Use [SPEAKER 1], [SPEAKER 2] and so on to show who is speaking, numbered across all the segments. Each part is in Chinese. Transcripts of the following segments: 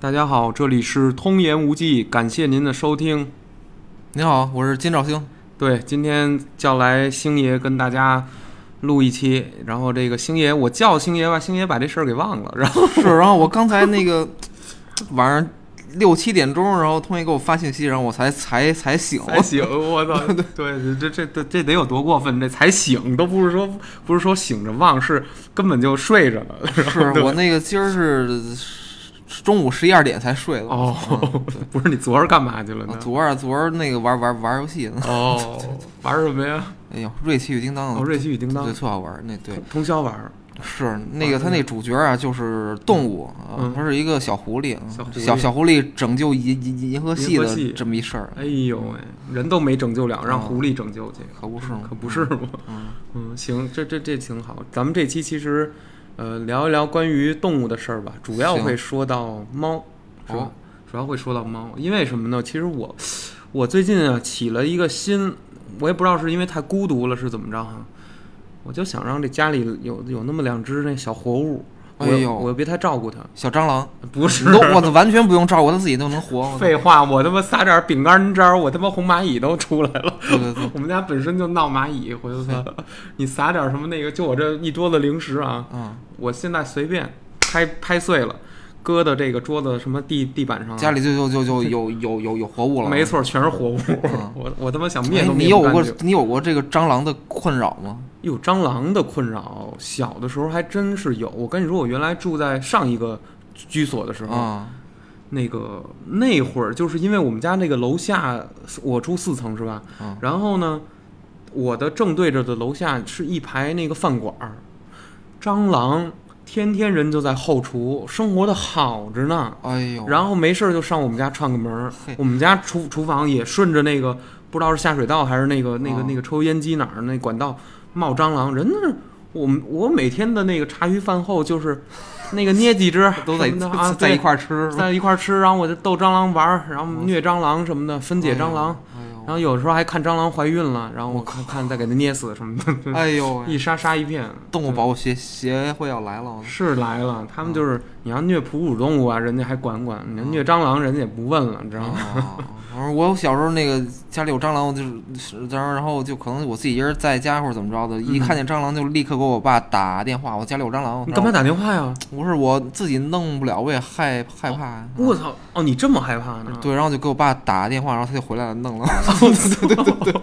[SPEAKER 1] 大家好，这里是通言无忌，感谢您的收听。
[SPEAKER 2] 您好，我是金兆星。
[SPEAKER 1] 对，今天叫来星爷跟大家录一期，然后这个星爷，我叫星爷吧，星爷把这事儿给忘了，然后
[SPEAKER 2] 是，然后我刚才那个 晚上六七点钟，然后通爷给我发信息，然后我才才才醒。
[SPEAKER 1] 才醒，
[SPEAKER 2] 哦
[SPEAKER 1] 我操， 对，这这这这得有多过分？这才醒都不是说不是说醒着忘，是根本就睡着了。
[SPEAKER 2] 是我那个今儿是中午十一二点才睡 的。
[SPEAKER 1] 哦，不是你昨儿干嘛去了
[SPEAKER 2] 嗯，
[SPEAKER 1] 呢？
[SPEAKER 2] 昨儿昨儿那个玩玩玩游戏呢，
[SPEAKER 1] 哦，玩什么呀？
[SPEAKER 2] 哎呦，瑞奇与叮当，
[SPEAKER 1] 哦，瑞奇与叮当
[SPEAKER 2] 对，，特好玩儿。那对
[SPEAKER 1] 通通宵玩儿。
[SPEAKER 2] 是那个他那主角啊，就是动物啊
[SPEAKER 1] 嗯，
[SPEAKER 2] 不是一个小狐狸，嗯
[SPEAKER 1] 小狐狸
[SPEAKER 2] 小小狐狸拯救银银银河系
[SPEAKER 1] 银河系
[SPEAKER 2] 的这么一事儿，
[SPEAKER 1] 哎呦喂，人都没拯救了，让
[SPEAKER 2] 哦
[SPEAKER 1] 狐狸拯救去，
[SPEAKER 2] 可不是吗？
[SPEAKER 1] 可不是吗？
[SPEAKER 2] 嗯，
[SPEAKER 1] 嗯，行，这这这挺好。咱们这期其实，呃，聊一聊关于动物的事儿吧，主要
[SPEAKER 2] 行
[SPEAKER 1] 会说到猫，是吧？
[SPEAKER 2] 哦
[SPEAKER 1] 主要会说到猫，因为什么呢？其实我，我最近啊起了一个心，我也不知道是因为太孤独了是怎么着哈，我就想让这家里有有那么两只那小活物，我
[SPEAKER 2] 哎呦
[SPEAKER 1] 我又别太照顾它，
[SPEAKER 2] 小蟑螂，
[SPEAKER 1] 不是
[SPEAKER 2] 你 都我完全不用照顾，它自己都能活。我操
[SPEAKER 1] 废话，我他妈撒点饼干渣，我他妈红蚂蚁都出来了。
[SPEAKER 2] 对对 对，
[SPEAKER 1] 我们家本身就闹蚂蚁，回头他， 你撒点什么那个，就我这一桌子零食啊，
[SPEAKER 2] 嗯，
[SPEAKER 1] 我现在随便拍拍碎了，搁到这个桌子什么地地板上啊、
[SPEAKER 2] 家里就就就就有有有有活物了。啊
[SPEAKER 1] 没错，全是活物，
[SPEAKER 2] 嗯
[SPEAKER 1] 我我他妈想
[SPEAKER 2] 哎，
[SPEAKER 1] 灭都
[SPEAKER 2] 你
[SPEAKER 1] 灭
[SPEAKER 2] 有
[SPEAKER 1] 不干
[SPEAKER 2] 过
[SPEAKER 1] 净。
[SPEAKER 2] 你有过这个蟑螂的困扰吗？
[SPEAKER 1] 有蟑螂的困扰，小的时候还真是有。我跟你说，我原来住在上一个居所的时候，
[SPEAKER 2] 啊，
[SPEAKER 1] 那个那会儿就是因为我们家那个楼下，我住四层是吧？
[SPEAKER 2] 嗯
[SPEAKER 1] 然后呢，我的正对着的楼下是一排那个饭馆儿，蟑螂天天人就在后厨，生活的好着呢。
[SPEAKER 2] 哎呦，
[SPEAKER 1] 然后没事儿就上我们家串个门儿
[SPEAKER 2] 嘿，
[SPEAKER 1] 我们家厨厨房也顺着那个不知道是下水道还是那个那个
[SPEAKER 2] 哦
[SPEAKER 1] 那个抽烟机哪儿那管道冒蟑螂，人那我们我每天的那个茶余饭后就是那个捏几只
[SPEAKER 2] 都在
[SPEAKER 1] 什么的啊，
[SPEAKER 2] 在一
[SPEAKER 1] 对
[SPEAKER 2] 块儿吃，
[SPEAKER 1] 在一块儿吃，然后我就逗蟑螂玩儿，然后虐蟑螂什么的，分解蟑螂，
[SPEAKER 2] 哎呦，
[SPEAKER 1] 然后有时候还看蟑螂怀孕了，然后我看看再给它捏死什么 的，
[SPEAKER 2] 哎呦，哎呦
[SPEAKER 1] 一杀杀一片。
[SPEAKER 2] 动物保护协协会要来 了，我
[SPEAKER 1] 是来了，他们
[SPEAKER 2] 哦
[SPEAKER 1] 就是你要虐哺乳动物啊，人家还管管；你要虐蟑螂，人家也不问了，你知道吗？
[SPEAKER 2] 啊，我说我小时候那个家里有蟑螂，我就是然后然后就可能我自己一人在家或者怎么着的，一看见蟑螂就立刻给我爸打电话，我家里有蟑
[SPEAKER 1] 嗯
[SPEAKER 2] 螂，
[SPEAKER 1] 你干嘛
[SPEAKER 2] 然后
[SPEAKER 1] 打电话呀？
[SPEAKER 2] 不是我自己弄不了，我也害害怕呀。嗯
[SPEAKER 1] 我操！哦，你这么害怕呢？哦
[SPEAKER 2] 对，然后就给我爸打电话，然后他就回来了，弄了。
[SPEAKER 1] 对对 对对，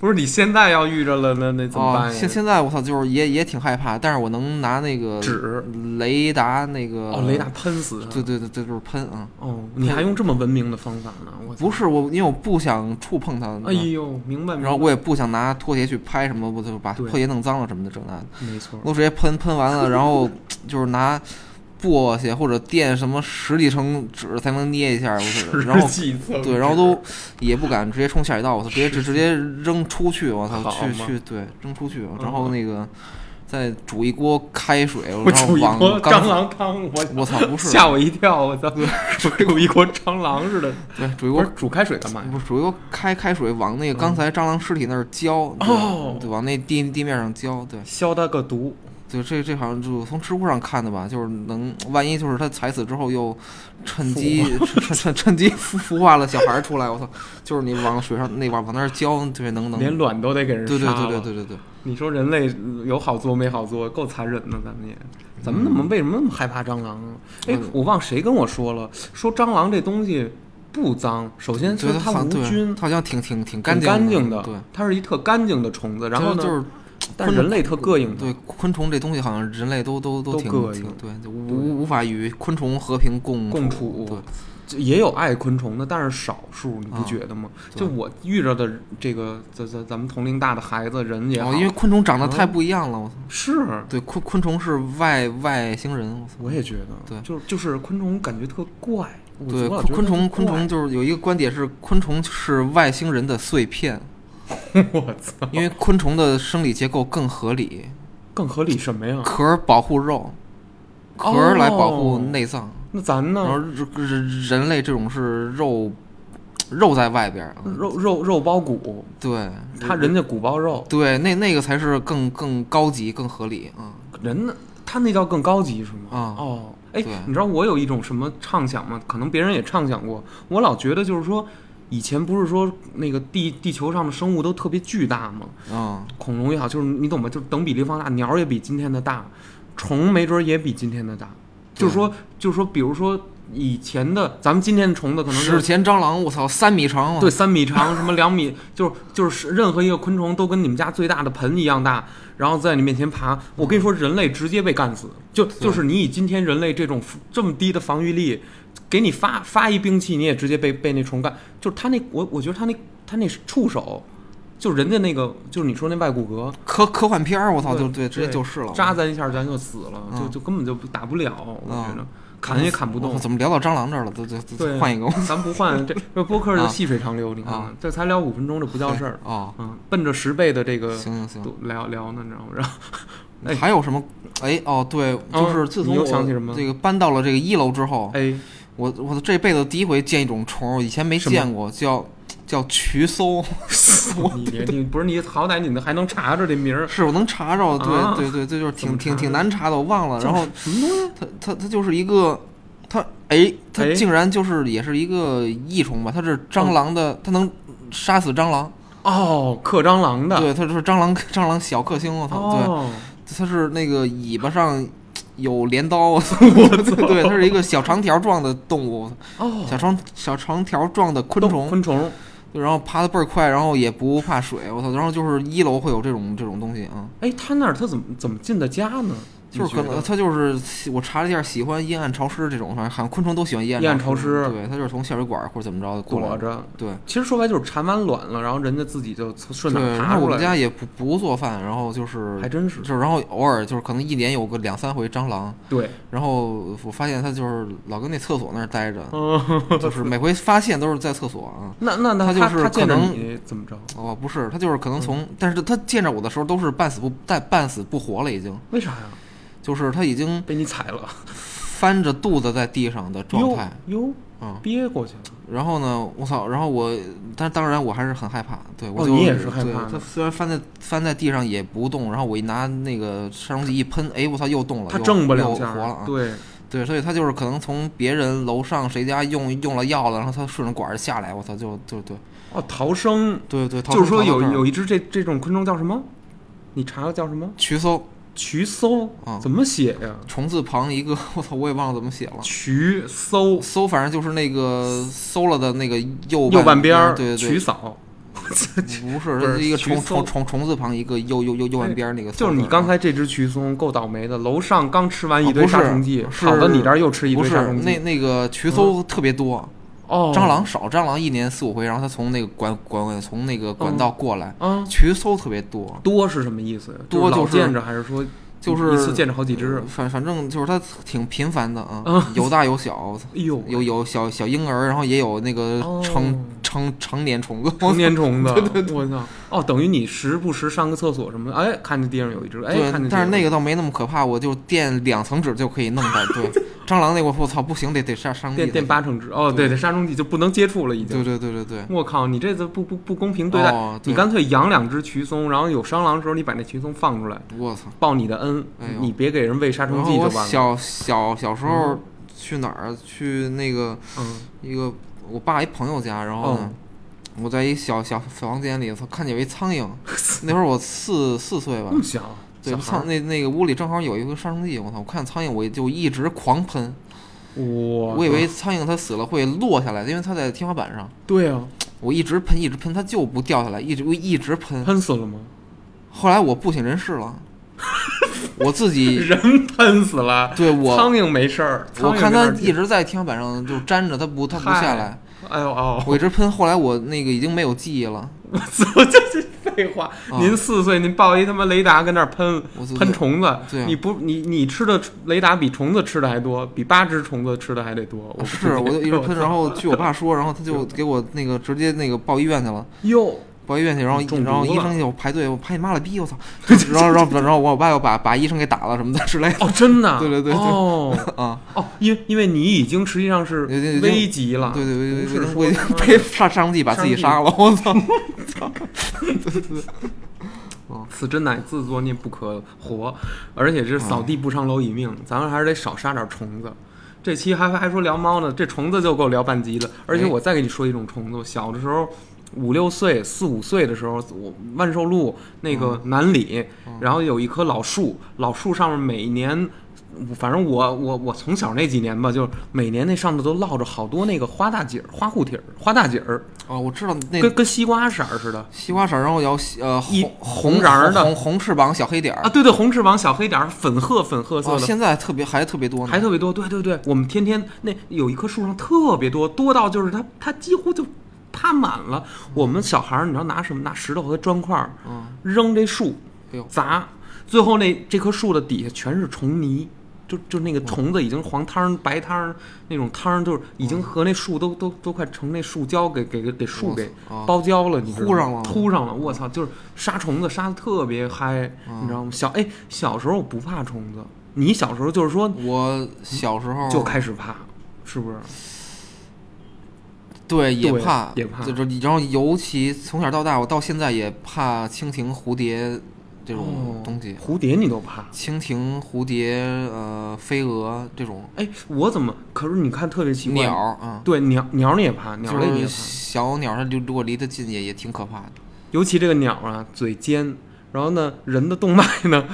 [SPEAKER 1] 不是你现在要遇着了，那那怎么
[SPEAKER 2] 啊，
[SPEAKER 1] 办
[SPEAKER 2] 现
[SPEAKER 1] 呀？
[SPEAKER 2] 现在我操，就是也也挺害怕，但是我能拿那个
[SPEAKER 1] 纸
[SPEAKER 2] 雷达那个
[SPEAKER 1] 哦，雷达，喷死它
[SPEAKER 2] 呃对！对对对，就是喷啊，
[SPEAKER 1] 哦，你还用这么文明的方法呢？我操
[SPEAKER 2] 不是我，因为我不想触碰它，
[SPEAKER 1] 哎呦，明白明
[SPEAKER 2] 然后
[SPEAKER 1] 白，
[SPEAKER 2] 我也不想拿拖鞋去拍什么，我就把
[SPEAKER 1] 对
[SPEAKER 2] 拖鞋弄脏了什么的这那的，
[SPEAKER 1] 没错。
[SPEAKER 2] 我直接喷喷完了，然后就是拿簸箕或者垫什么十几层纸才能捏一下，我操，然后
[SPEAKER 1] 几层
[SPEAKER 2] 对，然后都也不敢直接冲下水道，我操，直接直直接扔出去，我操，
[SPEAKER 1] 好
[SPEAKER 2] 去
[SPEAKER 1] 嘛
[SPEAKER 2] 去对，扔出去，
[SPEAKER 1] 嗯
[SPEAKER 2] 然后那个再煮一锅开水，然
[SPEAKER 1] 我
[SPEAKER 2] 后
[SPEAKER 1] 煮一锅
[SPEAKER 2] 往
[SPEAKER 1] 蟑
[SPEAKER 2] 缸，
[SPEAKER 1] 螂汤，我
[SPEAKER 2] 我操，不是，
[SPEAKER 1] 吓我一跳，我操！煮一锅蟑螂似的，
[SPEAKER 2] 对，煮一
[SPEAKER 1] 不
[SPEAKER 2] 锅
[SPEAKER 1] 是煮开水干嘛呀？
[SPEAKER 2] 不是煮一锅开开水往
[SPEAKER 1] 嗯
[SPEAKER 2] 那个刚才蟑螂尸体那儿浇，对
[SPEAKER 1] 哦
[SPEAKER 2] 对，往那地地面上浇，对，
[SPEAKER 1] 消它个毒，
[SPEAKER 2] 对，这这好像就从知乎上看的吧，就是能万一就是他踩死之后又趁机趁趁趁机 孵孵化了小孩儿出来，我操，就是你往水上那往往那儿浇，对，能能，
[SPEAKER 1] 连
[SPEAKER 2] 对
[SPEAKER 1] 卵都得给人
[SPEAKER 2] 对
[SPEAKER 1] 杀
[SPEAKER 2] 对
[SPEAKER 1] 了。
[SPEAKER 2] 对对对对，
[SPEAKER 1] 你说人类有好做没好做，够残忍的，咱们也，咱们那么为什么那么害怕蟑螂啊？哎
[SPEAKER 2] 嗯，
[SPEAKER 1] 我忘谁跟我说了，说蟑螂这东西不脏，首先
[SPEAKER 2] 觉
[SPEAKER 1] 是
[SPEAKER 2] 得
[SPEAKER 1] 它
[SPEAKER 2] 好像
[SPEAKER 1] 无
[SPEAKER 2] 对
[SPEAKER 1] 菌
[SPEAKER 2] 它，好像挺挺挺
[SPEAKER 1] 挺
[SPEAKER 2] 净
[SPEAKER 1] 干净
[SPEAKER 2] 的，
[SPEAKER 1] 的
[SPEAKER 2] 对，，
[SPEAKER 1] 它是一特干净的虫子。然后呢，
[SPEAKER 2] 就是就是
[SPEAKER 1] 但是人类特膈应它，
[SPEAKER 2] 对昆虫这东西，好像人类都都
[SPEAKER 1] 都
[SPEAKER 2] 挺
[SPEAKER 1] 膈
[SPEAKER 2] 挺
[SPEAKER 1] 应
[SPEAKER 2] 对，就无无无法与昆虫和平共
[SPEAKER 1] 共处
[SPEAKER 2] 对，
[SPEAKER 1] 这也有爱昆虫的，但是少数，你不觉得吗？
[SPEAKER 2] 啊对
[SPEAKER 1] 就我遇着的这个咱咱咱们同龄大的孩子，人也
[SPEAKER 2] 然
[SPEAKER 1] 好，嗯
[SPEAKER 2] 哦后因为昆虫长得太不一样了，我操，
[SPEAKER 1] 是，
[SPEAKER 2] 对，昆昆虫是外外星人，我操。
[SPEAKER 1] 我也觉得，
[SPEAKER 2] 对
[SPEAKER 1] 就就是昆虫感觉特怪，我
[SPEAKER 2] 对，
[SPEAKER 1] 总老
[SPEAKER 2] 昆
[SPEAKER 1] 觉得
[SPEAKER 2] 昆虫
[SPEAKER 1] 它
[SPEAKER 2] 昆虫就是有一个观点是，昆虫是外星人的碎片，
[SPEAKER 1] 怪，我操，
[SPEAKER 2] 因为昆虫的生理结构更合理，
[SPEAKER 1] 更合理什么呀？
[SPEAKER 2] 壳儿保护肉，壳儿来保
[SPEAKER 1] 哦
[SPEAKER 2] 护内脏，
[SPEAKER 1] 那咱
[SPEAKER 2] 然后
[SPEAKER 1] 呢？
[SPEAKER 2] 人人人类这种是肉肉在外边儿，嗯
[SPEAKER 1] 肉肉肉包骨，
[SPEAKER 2] 对，
[SPEAKER 1] 他人家骨包肉，
[SPEAKER 2] 对那那个才是更更高级更合理啊、嗯
[SPEAKER 1] 人呢他那叫更高级是吗？
[SPEAKER 2] 啊
[SPEAKER 1] 哦，哎
[SPEAKER 2] 对，
[SPEAKER 1] 你知道我有一种什么畅想吗？可能别人也畅想过。我老觉得就是说，以前不是说那个地地球上的生物都特别巨大吗？
[SPEAKER 2] 嗯，
[SPEAKER 1] 恐龙也好，就是你懂吗？就是等比例放大，鸟儿也比今天的大，虫没准儿也比今天的大。
[SPEAKER 2] 对
[SPEAKER 1] 就是说，就是说，比如说以前的咱们今天的虫子可能就
[SPEAKER 2] 史
[SPEAKER 1] 是
[SPEAKER 2] 前蟑螂，我操，三米长，啊
[SPEAKER 1] 对，三米长，什么两米，就是就是任何一个昆虫都跟你们家最大的盆一样大，然后在你面前爬。我跟你说，人类直接被干死，就就是你以今天人类这种这么低的防御力，给你发发一兵器，你也直接被被那虫干。就是他那我我觉得他那他那触手，就人家那个就是你说那外骨骼，
[SPEAKER 2] 科科幻片儿，我操，
[SPEAKER 1] 对
[SPEAKER 2] 啊就对，直接
[SPEAKER 1] 对
[SPEAKER 2] 就是了，
[SPEAKER 1] 扎咱一下，咱就死了，
[SPEAKER 2] 嗯
[SPEAKER 1] 就就根本就打不了，我觉得砍
[SPEAKER 2] 砍
[SPEAKER 1] 也砍不动。
[SPEAKER 2] 怎么聊到蟑螂这儿了？都都都
[SPEAKER 1] 对，
[SPEAKER 2] 换一个，
[SPEAKER 1] 咱不 换这这播客就细水长流，你看
[SPEAKER 2] 啊
[SPEAKER 1] 看，这才聊五分钟，这不叫事儿，
[SPEAKER 2] 哦，
[SPEAKER 1] 嗯，奔着十倍的这个
[SPEAKER 2] 行行行，
[SPEAKER 1] 都聊聊呢，你知道吗？然后哎
[SPEAKER 2] 还有什么？哎哦，对，就是自从
[SPEAKER 1] 你又想起什
[SPEAKER 2] 我
[SPEAKER 1] 么
[SPEAKER 2] 这个搬到了这个一楼之后，
[SPEAKER 1] 哎，
[SPEAKER 2] 我我这辈子第一回见一种虫儿，以前没
[SPEAKER 1] 什么
[SPEAKER 2] 见过，叫叫 渠搜，
[SPEAKER 1] 你你你不是你好歹你的还能查着这名儿，
[SPEAKER 2] 是我能查着，
[SPEAKER 1] 啊
[SPEAKER 2] 对对对，这就是
[SPEAKER 1] 怎
[SPEAKER 2] 挺
[SPEAKER 1] 么查
[SPEAKER 2] 挺
[SPEAKER 1] 着
[SPEAKER 2] 挺难查的，我忘了。 然后
[SPEAKER 1] 什么东西？
[SPEAKER 2] 它它它就是一个，它哎，它
[SPEAKER 1] 哎
[SPEAKER 2] 竟然就是也是一个益虫吧？它是蟑螂的，它能杀死蟑螂，
[SPEAKER 1] 哦，克蟑螂的，
[SPEAKER 2] 对，它就是蟑螂 蟑螂小克星，我操，对。
[SPEAKER 1] 哦，
[SPEAKER 2] 它是那个尾巴上有镰刀， 我操对，它是一个小长条状的动物，
[SPEAKER 1] 哦，
[SPEAKER 2] 小长小长条状的昆虫，
[SPEAKER 1] 昆虫，
[SPEAKER 2] 然后爬得倍儿快，然后也不怕水，我操，然后就是一楼会有这种这种东西啊，
[SPEAKER 1] 哎，他那儿他怎么怎么进的家呢？
[SPEAKER 2] 就是可
[SPEAKER 1] 你觉
[SPEAKER 2] 能
[SPEAKER 1] 得
[SPEAKER 2] 它就是我查了一下，喜欢阴暗潮湿这种，反正好像昆虫都喜欢阴
[SPEAKER 1] 阴暗
[SPEAKER 2] 潮
[SPEAKER 1] 潮湿
[SPEAKER 2] 对，它就是从下水管或者怎么着过来
[SPEAKER 1] 躲
[SPEAKER 2] 的，
[SPEAKER 1] 着。
[SPEAKER 2] 对。
[SPEAKER 1] 其实说白就是产完卵了，然后人家自己就从顺哪
[SPEAKER 2] 对，
[SPEAKER 1] 儿
[SPEAKER 2] 然
[SPEAKER 1] 爬
[SPEAKER 2] 后
[SPEAKER 1] 出
[SPEAKER 2] 我们
[SPEAKER 1] 来
[SPEAKER 2] 家
[SPEAKER 1] 了，
[SPEAKER 2] 也不不做饭，然后就是
[SPEAKER 1] 还真是。
[SPEAKER 2] 就是，然后偶尔就是可能一年有个两三回蟑螂，
[SPEAKER 1] 对，
[SPEAKER 2] 然后我发现它就是老跟那厕所那儿待着，
[SPEAKER 1] 嗯，
[SPEAKER 2] 就是每回发现都是在厕所啊。
[SPEAKER 1] 那那那
[SPEAKER 2] 他就
[SPEAKER 1] 他
[SPEAKER 2] 是
[SPEAKER 1] 他见
[SPEAKER 2] 可
[SPEAKER 1] 着
[SPEAKER 2] 能
[SPEAKER 1] 你怎么着？
[SPEAKER 2] 哦，不是，他就是可能
[SPEAKER 1] 嗯
[SPEAKER 2] 从，但是他见着我的时候都是半死不半半死不活了，已经，
[SPEAKER 1] 为啥呀？
[SPEAKER 2] 就是他已经
[SPEAKER 1] 被你踩 了，
[SPEAKER 2] 翻着肚子在地上的状态，
[SPEAKER 1] 哟哟
[SPEAKER 2] 嗯，
[SPEAKER 1] 憋过去了，
[SPEAKER 2] 然后呢，我操，然后我，但当然我还是很害怕，对我
[SPEAKER 1] 哦
[SPEAKER 2] 就、
[SPEAKER 1] 你也是害怕的
[SPEAKER 2] 对，他虽然翻在翻在地上也不动，然后我一拿那个杀虫剂一喷，哎，我操，又动了，
[SPEAKER 1] 他
[SPEAKER 2] 又
[SPEAKER 1] 挣不了
[SPEAKER 2] 又
[SPEAKER 1] 钱
[SPEAKER 2] 活了啊，
[SPEAKER 1] 对，
[SPEAKER 2] 对，所以他就是可能从别人楼上谁家用用了药了，然后他顺着管儿下来，我操，就就对
[SPEAKER 1] 哦，逃生，
[SPEAKER 2] 对对，逃
[SPEAKER 1] 就是
[SPEAKER 2] 生
[SPEAKER 1] 说
[SPEAKER 2] 逃到
[SPEAKER 1] 有
[SPEAKER 2] 这儿
[SPEAKER 1] 有一只这这种昆虫叫什么？你查了叫什么？
[SPEAKER 2] 渠搜
[SPEAKER 1] 渠搜
[SPEAKER 2] 啊，
[SPEAKER 1] 怎么写呀？
[SPEAKER 2] 虫字旁一个，我操，我也忘了怎么写了。
[SPEAKER 1] 渠搜
[SPEAKER 2] 搜反正就是那个搜了的那个右
[SPEAKER 1] 右半边儿，
[SPEAKER 2] 嗯对
[SPEAKER 1] 渠
[SPEAKER 2] 对，
[SPEAKER 1] 扫，
[SPEAKER 2] 不是，
[SPEAKER 1] 不
[SPEAKER 2] 它
[SPEAKER 1] 是
[SPEAKER 2] 是一个
[SPEAKER 1] 渠
[SPEAKER 2] 虫
[SPEAKER 1] 搜
[SPEAKER 2] 虫虫虫字旁一个右右右右半边儿那个搜
[SPEAKER 1] 就
[SPEAKER 2] 字儿。
[SPEAKER 1] 是你刚才这只渠松够倒霉的，楼上刚吃完一
[SPEAKER 2] 哦
[SPEAKER 1] 堆
[SPEAKER 2] 不是
[SPEAKER 1] 杀虫剂，
[SPEAKER 2] 是
[SPEAKER 1] 跑到你这儿又吃一
[SPEAKER 2] 不
[SPEAKER 1] 堆
[SPEAKER 2] 是
[SPEAKER 1] 杀虫
[SPEAKER 2] 那
[SPEAKER 1] 剂，
[SPEAKER 2] 那个渠搜特别多，
[SPEAKER 1] 哦，
[SPEAKER 2] 蟑螂少，蟑螂一年四五回，然后它从那个管管从那个管道过来，
[SPEAKER 1] 啊，
[SPEAKER 2] 渠搜特别多。
[SPEAKER 1] 多是什么意思呀？
[SPEAKER 2] 多
[SPEAKER 1] 是
[SPEAKER 2] 就
[SPEAKER 1] 老
[SPEAKER 2] 是
[SPEAKER 1] 见着还是说
[SPEAKER 2] 就是
[SPEAKER 1] 一次见着好几只？
[SPEAKER 2] 呃反反正就是它挺频繁的啊，
[SPEAKER 1] 啊
[SPEAKER 2] 有大有小，我操
[SPEAKER 1] 哎呦，
[SPEAKER 2] 有有小小婴儿，然后也有那个
[SPEAKER 1] 哦
[SPEAKER 2] 成、成成年虫子，
[SPEAKER 1] 成年虫的，我操！哦，等于你时不时上个厕所什么的，哎，看见地上有一只，哎，
[SPEAKER 2] 对
[SPEAKER 1] 看见，地上有一只。
[SPEAKER 2] 但是那个倒没那么可怕，我就垫两层纸就可以弄它。对， 蟑螂那个我操不行，得得杀伤力
[SPEAKER 1] 电
[SPEAKER 2] 的。
[SPEAKER 1] 电八成只，哦，对对，
[SPEAKER 2] 对
[SPEAKER 1] 杀虫剂就不能接触了，已
[SPEAKER 2] 对
[SPEAKER 1] 经。
[SPEAKER 2] 对对对对，
[SPEAKER 1] 我靠，你这次不不不公平 对待，
[SPEAKER 2] 哦对
[SPEAKER 1] 你干脆养两只渠松，然后有蟑螂的时候你把那渠松放出来，
[SPEAKER 2] 我操！
[SPEAKER 1] 报你的恩，
[SPEAKER 2] 哎呦
[SPEAKER 1] 你别给人喂杀虫
[SPEAKER 2] 然后
[SPEAKER 1] 剂就
[SPEAKER 2] 我
[SPEAKER 1] 完了。
[SPEAKER 2] 小小小时候去哪儿？去那个
[SPEAKER 1] 嗯，
[SPEAKER 2] 一个我爸一朋友家，然后呢，
[SPEAKER 1] 嗯
[SPEAKER 2] 我在一小小小房间里，我操，看见有一 苍蝇。那会儿我四四岁吧
[SPEAKER 1] 那，么小，啊
[SPEAKER 2] 对，
[SPEAKER 1] 小孩
[SPEAKER 2] 苍那那个屋里正好有一个杀虫剂，我操！我看苍蝇，我就一直狂喷。
[SPEAKER 1] 哇，嗯
[SPEAKER 2] 我以为苍蝇它死了会落下来，因为它在天花板上。
[SPEAKER 1] 对啊，
[SPEAKER 2] 我一直喷，一直喷，它就不掉下来，一直我一直 喷。
[SPEAKER 1] 喷死了吗？
[SPEAKER 2] 后来我不省人事 了，我自己
[SPEAKER 1] 人喷死了，
[SPEAKER 2] 对我，
[SPEAKER 1] 苍蝇没事儿，
[SPEAKER 2] 我
[SPEAKER 1] 苍蝇
[SPEAKER 2] 看
[SPEAKER 1] 没
[SPEAKER 2] 它
[SPEAKER 1] 事儿
[SPEAKER 2] 一直在天花板上就粘着，它不它不下来，
[SPEAKER 1] 哎呦哦，
[SPEAKER 2] 我一直喷。后来我那个已经没有记忆了，
[SPEAKER 1] 我操，这是废话。
[SPEAKER 2] 啊
[SPEAKER 1] 您四岁，您抱一他妈雷达跟那儿喷
[SPEAKER 2] 我自己
[SPEAKER 1] 喷虫子，
[SPEAKER 2] 对啊
[SPEAKER 1] 你不你你吃的雷达比虫子吃的还多，比八只虫子吃的还得多。我不
[SPEAKER 2] 是我就 一直喷，然后据我爸说，然后他就给我那个直接那个报医院去了。
[SPEAKER 1] 哟，
[SPEAKER 2] 报医院去，然后
[SPEAKER 1] 中毒
[SPEAKER 2] 然后医
[SPEAKER 1] 了
[SPEAKER 2] 生就排队，我排你妈了 逼，我操！然后然后然后我爸又把把医生给打了什么的之类
[SPEAKER 1] 哦，真的，
[SPEAKER 2] 对对对对
[SPEAKER 1] 哦
[SPEAKER 2] 的啊。
[SPEAKER 1] 哦，因因为你已经实际上是
[SPEAKER 2] 有点有点
[SPEAKER 1] 危 急了，
[SPEAKER 2] 对对对
[SPEAKER 1] 不
[SPEAKER 2] 对
[SPEAKER 1] 是
[SPEAKER 2] 对，
[SPEAKER 1] 说
[SPEAKER 2] 我已经
[SPEAKER 1] 他妈的
[SPEAKER 2] 被杀杀虫剂把自己杀了，我 操！
[SPEAKER 1] 此真乃自作孽不可活，而且是扫地不上楼以命，咱们还是得少杀点虫子。这期还还说聊猫呢，这虫子就够聊半集的。而且
[SPEAKER 2] 哎
[SPEAKER 1] 我再给你说一种虫子，我小的时候五六岁、四五岁的时候，我万寿路那个
[SPEAKER 2] 嗯
[SPEAKER 1] 南里，然后有一棵老树，老树上面每年。反正我我我从小那几年吧，就是每年那上头都落着好多那个花大锦儿、花蝴蝶儿、花大锦儿，
[SPEAKER 2] 哦，我知道那
[SPEAKER 1] 跟跟西瓜色儿似的
[SPEAKER 2] 西瓜色儿，然后有西呃
[SPEAKER 1] 一
[SPEAKER 2] 红
[SPEAKER 1] 红瓤儿的
[SPEAKER 2] 红红翅膀小黑点儿
[SPEAKER 1] 啊！，对对，红翅膀、小黑点儿、粉褐粉褐色
[SPEAKER 2] 哦，
[SPEAKER 1] 的，
[SPEAKER 2] 现在特别还特别多呢
[SPEAKER 1] 还。特别多，对对对，我们天天那有一棵树上特别多，多到就是它它几乎就趴满了。我们小孩儿，你知道拿什么？拿石头和砖块儿
[SPEAKER 2] 嗯，
[SPEAKER 1] 扔这树
[SPEAKER 2] 哎呦，
[SPEAKER 1] 砸，最后那这棵树的底下全是虫泥，就就那个虫子已经黄汤儿白汤儿那种汤儿，就是已
[SPEAKER 2] 嗯
[SPEAKER 1] 经和那树都都都快成那树胶给给给树
[SPEAKER 2] 我
[SPEAKER 1] 给
[SPEAKER 2] 操啊
[SPEAKER 1] 包胶了，你知道吗
[SPEAKER 2] 糊上了
[SPEAKER 1] 糊上了，我操！就是杀虫子杀的特别嗨，你
[SPEAKER 2] 嗯
[SPEAKER 1] 知道吗？小哎，小时候我不怕虫子，你小时候就是说
[SPEAKER 2] 我小时候
[SPEAKER 1] 就开始怕，是不是？
[SPEAKER 2] 对也
[SPEAKER 1] 对
[SPEAKER 2] 怕
[SPEAKER 1] 也怕
[SPEAKER 2] 就是然后尤其从小到大，我到现在也怕蜻蜓、蝴蝶这种
[SPEAKER 1] 哦
[SPEAKER 2] 东西。
[SPEAKER 1] 嗯蝴蝶你都怕？
[SPEAKER 2] 蜻蜓、蝴蝶、呃，飞蛾这种
[SPEAKER 1] 哎，我怎么？可是你看特别奇怪，
[SPEAKER 2] 鸟儿，嗯，
[SPEAKER 1] 对鸟鸟你也怕，鸟
[SPEAKER 2] 就
[SPEAKER 1] 类你也
[SPEAKER 2] 是
[SPEAKER 1] 怕，
[SPEAKER 2] 小鸟儿，它就如果离得近也也挺可怕的。
[SPEAKER 1] 尤其这个鸟啊，嘴尖，然后呢，人的动脉呢，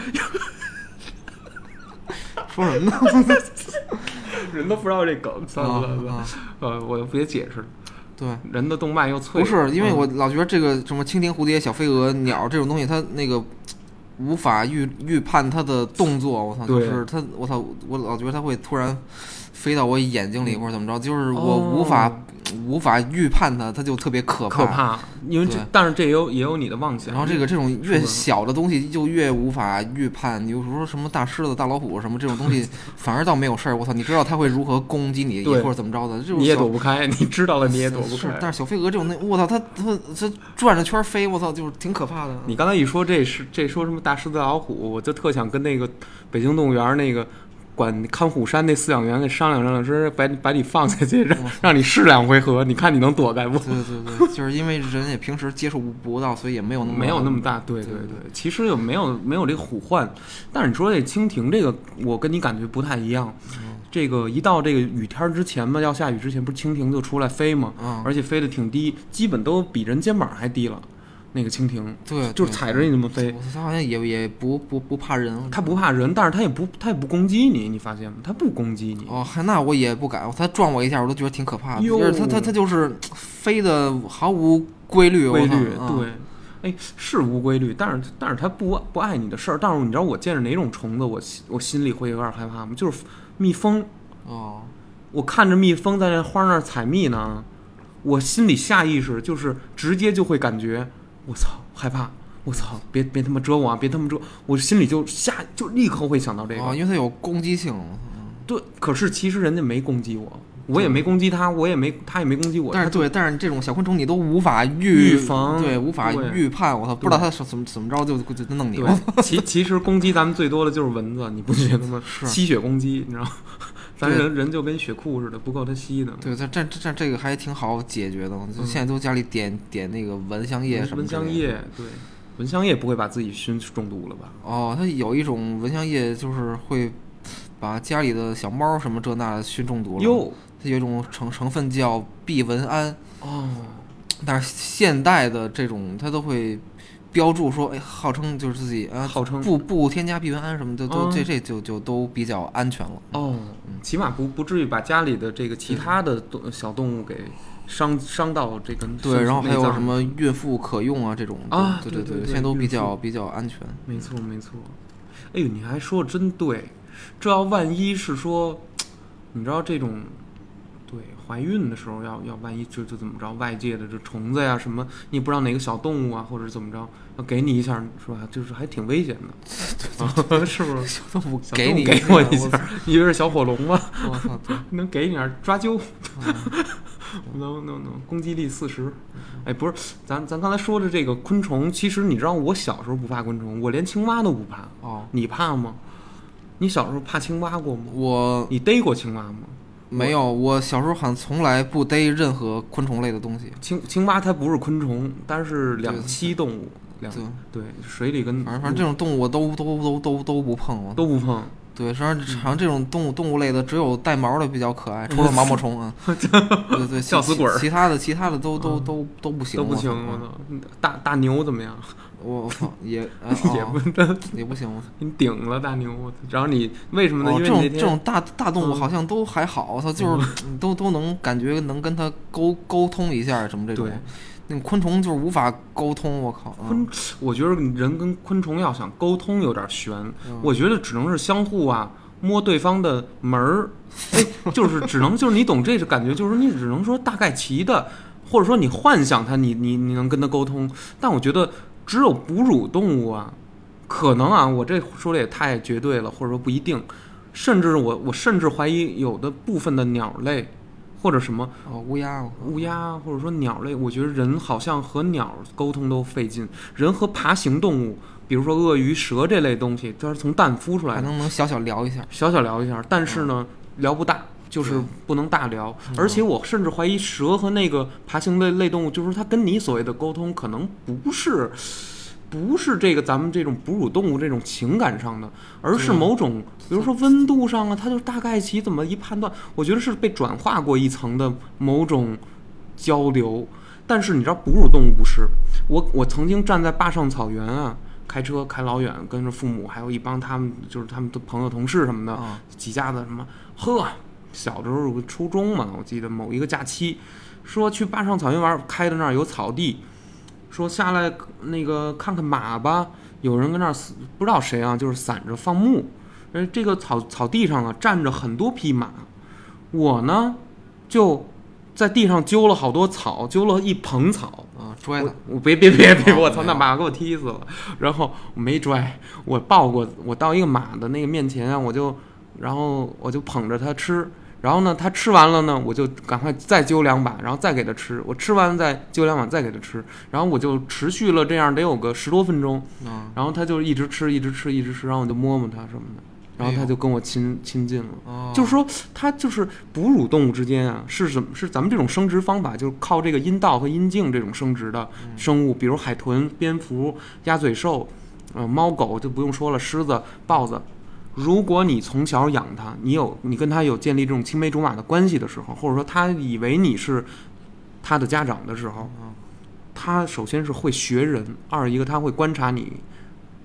[SPEAKER 2] 说什 么呢？
[SPEAKER 1] 人都不知道这梗，算了算了，
[SPEAKER 2] 啊啊
[SPEAKER 1] 呃，我就别解释了。
[SPEAKER 2] 对，
[SPEAKER 1] 人的动脉又脆
[SPEAKER 2] 不
[SPEAKER 1] 弱，
[SPEAKER 2] 是，因为
[SPEAKER 1] 嗯
[SPEAKER 2] 我老觉得这个什么蜻蜓、蝴蝶、小飞蛾、鸟这种东西，它那个无法预预判它的动作。我操，就
[SPEAKER 1] 对
[SPEAKER 2] 是它，我操，我老觉得它会突然飞到我眼睛里或者怎么着，就是我
[SPEAKER 1] 嗯哦
[SPEAKER 2] 无法、无法预判它，它就特别可怕。
[SPEAKER 1] 可怕，因为这
[SPEAKER 2] 对
[SPEAKER 1] 但是这也有也有你的妄想。
[SPEAKER 2] 然后这个这种
[SPEAKER 1] 是
[SPEAKER 2] 越
[SPEAKER 1] 吧
[SPEAKER 2] 小的东西就越无法预判，你比如说什么大狮子、大老虎什么这种 东西，反而倒没有事儿。我操，你知道它会如何攻击你，
[SPEAKER 1] 对
[SPEAKER 2] 或者怎么着的？这种
[SPEAKER 1] 你也
[SPEAKER 2] 小
[SPEAKER 1] 躲不开，你知道了你也躲不
[SPEAKER 2] 是
[SPEAKER 1] 开，。
[SPEAKER 2] 但是小飞蛾这种那，我操，它它它转着圈儿飞，我操，就是挺可怕的。
[SPEAKER 1] 你刚才一说这是这说什么大狮子大老虎，我就特想跟那个北京动物园那个管看虎山那饲养员给商量商量，说把你把你放下去，让 让你试两回合，你看你能躲开不？
[SPEAKER 2] 对对对，就是因为人也平时接触不到，所以也没有那么
[SPEAKER 1] 没有那么大，对对对，其实也没有没有这个虎患，但是你说这蜻蜓这个，我跟你感觉不太一
[SPEAKER 2] 哦
[SPEAKER 1] 样。这个一到这个雨天儿之前嘛，要下雨之前，不是蜻蜓就出来飞嘛，
[SPEAKER 2] 嗯
[SPEAKER 1] 而且飞得挺低，基本都比人肩膀还低了。那个蜻蜓
[SPEAKER 2] 对，
[SPEAKER 1] 就是踩着你这么飞，
[SPEAKER 2] 我操，它好像也也不不不怕人。
[SPEAKER 1] 它不怕人，但是它也不它也不攻击你，你发现吗？它不攻击你，
[SPEAKER 2] 哦，还那我也不敢，它撞我一下，我都觉得挺可怕的。就是它它它就是飞的毫无规律，
[SPEAKER 1] 规律
[SPEAKER 2] 我操嗯
[SPEAKER 1] 对。哎，是无规律，但是但是它不不碍你的事儿。但是你知道我见着哪种虫子，我心我心里会有点害怕吗？就是蜜蜂，
[SPEAKER 2] 哦，
[SPEAKER 1] 我看着蜜蜂在那花那儿采蜜呢，我心里下意识就是直接就会感觉，我操，害怕，我操，别别他妈蛰我啊，别他妈蛰，我心里就下就立刻会想到这个。
[SPEAKER 2] 哦，因为它有攻击性，
[SPEAKER 1] 对，可是其实人家没攻击我，我也没攻击他，我也没他也没攻击我，
[SPEAKER 2] 但是对，但是这种小昆虫你都无法
[SPEAKER 1] 预
[SPEAKER 2] 预
[SPEAKER 1] 防
[SPEAKER 2] 对，无法
[SPEAKER 1] 对
[SPEAKER 2] 预判，我操，不知道它是怎么怎么着就就就弄你了。
[SPEAKER 1] 对， 其其实攻击咱们最多的就是蚊子，你不觉得吗？
[SPEAKER 2] 是
[SPEAKER 1] 吸血攻击，你知道 吗？咱
[SPEAKER 2] 对
[SPEAKER 1] 人人就跟血库似的，不够他吸的。
[SPEAKER 2] 对，这这这这这个还挺好解决的，就现在都家里点点那个蚊香液什
[SPEAKER 1] 嗯
[SPEAKER 2] 么
[SPEAKER 1] 蚊
[SPEAKER 2] 之类的。
[SPEAKER 1] 香液，对，蚊香液不会把自己熏中毒了吧？
[SPEAKER 2] 哦，它有一种蚊香液，就是会把家里的小猫什么这那的熏中毒了。
[SPEAKER 1] 哟，
[SPEAKER 2] 它有一种成成分叫避蚊胺，
[SPEAKER 1] 哦，
[SPEAKER 2] 但是现代的这种它都会标注说，哎，号称就是自己啊，
[SPEAKER 1] 号称
[SPEAKER 2] 不不添加避蚊胺什么的，都、
[SPEAKER 1] 嗯
[SPEAKER 2] 这这就就都比较安全了。
[SPEAKER 1] 哦，
[SPEAKER 2] 嗯
[SPEAKER 1] 起码不不至于把家里的这个其他的动小动物给伤伤到这个
[SPEAKER 2] 对，然后还有
[SPEAKER 1] 内脏
[SPEAKER 2] 什？么孕妇可用啊这种
[SPEAKER 1] 啊
[SPEAKER 2] 对
[SPEAKER 1] 对
[SPEAKER 2] 对
[SPEAKER 1] 对对
[SPEAKER 2] 现在都
[SPEAKER 1] 孕
[SPEAKER 2] 比
[SPEAKER 1] 妇
[SPEAKER 2] 较比较安全。
[SPEAKER 1] 没错没错，哎呦，你还说得真对，这要万一是说，你知道这种。对，怀孕的时候要要万一就就怎么着，外界的这虫子呀什么，你也不知道哪个小动物啊，或者怎么着，要给你一下是吧？就是还挺危险 的，是不是？
[SPEAKER 2] 都不
[SPEAKER 1] 小
[SPEAKER 2] 给
[SPEAKER 1] 动物
[SPEAKER 2] 你
[SPEAKER 1] 给我一
[SPEAKER 2] 下
[SPEAKER 1] 下，你以为是小火龙吗？
[SPEAKER 2] 我操！对
[SPEAKER 1] 能给你点儿抓阄，
[SPEAKER 2] 嗯
[SPEAKER 1] 能能能，攻击力四十。哎，不是，咱咱刚才说的这个昆虫，其实你知道我小时候不怕昆虫，我连青蛙都不怕。
[SPEAKER 2] 哦，
[SPEAKER 1] 你怕吗？你小时候怕青蛙过吗？
[SPEAKER 2] 我
[SPEAKER 1] 你逮过青蛙吗？
[SPEAKER 2] 没有，我小时候好像从来不逮任何昆虫类的东西，
[SPEAKER 1] 青青蛙它不是昆虫，但是两栖动物，两
[SPEAKER 2] 对
[SPEAKER 1] 对水里跟
[SPEAKER 2] 反正反正这种动物我都都都都都不碰。我
[SPEAKER 1] 都不碰。嗯
[SPEAKER 2] 对，实际上好像这种动物动物类的，只有带毛的比较可爱，除了毛毛 虫啊，对对，
[SPEAKER 1] 笑死鬼儿嗯
[SPEAKER 2] 其其他的其他的都都都都不行，
[SPEAKER 1] 都不行，
[SPEAKER 2] 我
[SPEAKER 1] 我
[SPEAKER 2] 操
[SPEAKER 1] 操！大大牛怎么样？
[SPEAKER 2] 我 我操也
[SPEAKER 1] 也
[SPEAKER 2] 也
[SPEAKER 1] 不，
[SPEAKER 2] 也不行，我操。
[SPEAKER 1] 你顶了大牛，我操！然后你为什么呢？
[SPEAKER 2] 哦，
[SPEAKER 1] 因
[SPEAKER 2] 这
[SPEAKER 1] 为那
[SPEAKER 2] 种这
[SPEAKER 1] 天
[SPEAKER 2] 种大大动物
[SPEAKER 1] 嗯
[SPEAKER 2] 好像都还好，我操，就是你都都能感觉能跟它沟沟通一下什么这种
[SPEAKER 1] 对。
[SPEAKER 2] 那种昆虫就是无法沟通，我靠！嗯
[SPEAKER 1] 昆，我觉得人跟昆虫要想沟通有点悬
[SPEAKER 2] 嗯，
[SPEAKER 1] 我觉得只能是相互啊摸对方的门儿，哎， 就是只能就是你懂这是感觉，就是你只能说大概齐的，或者说你幻想它，你你你能跟它沟通，但我觉得只有哺乳动物啊，可能啊，我这说的也太绝对了，或者说不一定，甚至我我甚至怀疑有的部分的鸟类或者什么
[SPEAKER 2] 哦，乌鸦，我靠
[SPEAKER 1] 乌鸦或者说鸟类，我觉得人好像和鸟沟通都费劲，人和爬行动物，比如说鳄鱼、蛇这类东西，它是从蛋孵出来
[SPEAKER 2] 还
[SPEAKER 1] 的，
[SPEAKER 2] 能能小小聊一下。
[SPEAKER 1] 小小聊一下，但是呢，聊不大，就是
[SPEAKER 2] 对
[SPEAKER 1] 不能大聊。而且我甚至怀疑蛇和那个爬行类类动物，就是它跟你所谓的沟通，可能不是。不是这个咱们这种哺乳动物这种情感上的，而是
[SPEAKER 2] 对
[SPEAKER 1] 某种，比如说温度上啊，它就大概其怎么一判断，我觉得是被转化过一层的某种交流。但是你知道哺乳动物不是，我我曾经站在坝上草原啊，开车开老远，跟着父母还有一帮他们就是他们的朋友同事什么的，
[SPEAKER 2] 啊
[SPEAKER 1] 几家子什么，呵，小的时候初中嘛，我记得某一个假期，说去坝上草原玩儿，开到那儿有草地，说下来那个看看马吧，有人跟那儿死不知道谁啊，就是散着放牧，而这个草草地上啊站着很多匹马，我呢就在地上揪了好多草，揪了一捧草，
[SPEAKER 2] 啊，拽
[SPEAKER 1] 我
[SPEAKER 2] 的，
[SPEAKER 1] 我别别别别！
[SPEAKER 2] 哦
[SPEAKER 1] 我操，
[SPEAKER 2] 没
[SPEAKER 1] 那
[SPEAKER 2] 有
[SPEAKER 1] 马给我踢死了。然后我没拽，我抱过，我到一个马的那个面前啊，我就，然后我就捧着它吃。然后呢，它吃完了呢，我就赶快再揪两把，然后再给它吃。我吃完再揪两把，再给它吃。然后我就持续了这样得有个十多分钟。
[SPEAKER 2] 啊
[SPEAKER 1] 然后它就一直吃，一直吃，一直吃。然后我就摸摸它什么的，然后
[SPEAKER 2] 哎
[SPEAKER 1] 它
[SPEAKER 2] 呦
[SPEAKER 1] 就跟我亲亲近了。
[SPEAKER 2] 哦，
[SPEAKER 1] 就是说，它就是哺乳动物之间啊，是什么？是咱们这种生殖方法，就是靠这个阴道和阴茎这种生殖的生物，比如海豚、蝙蝠、鸭嘴兽，呃，猫狗就不用说了，狮子、豹子。如果你从小养它，你有你跟它有建立这种青梅竹马的关系的时候，或者说它以为你是它的家长的时候，
[SPEAKER 2] 嗯
[SPEAKER 1] 它首先是会学人，二一个它会观察你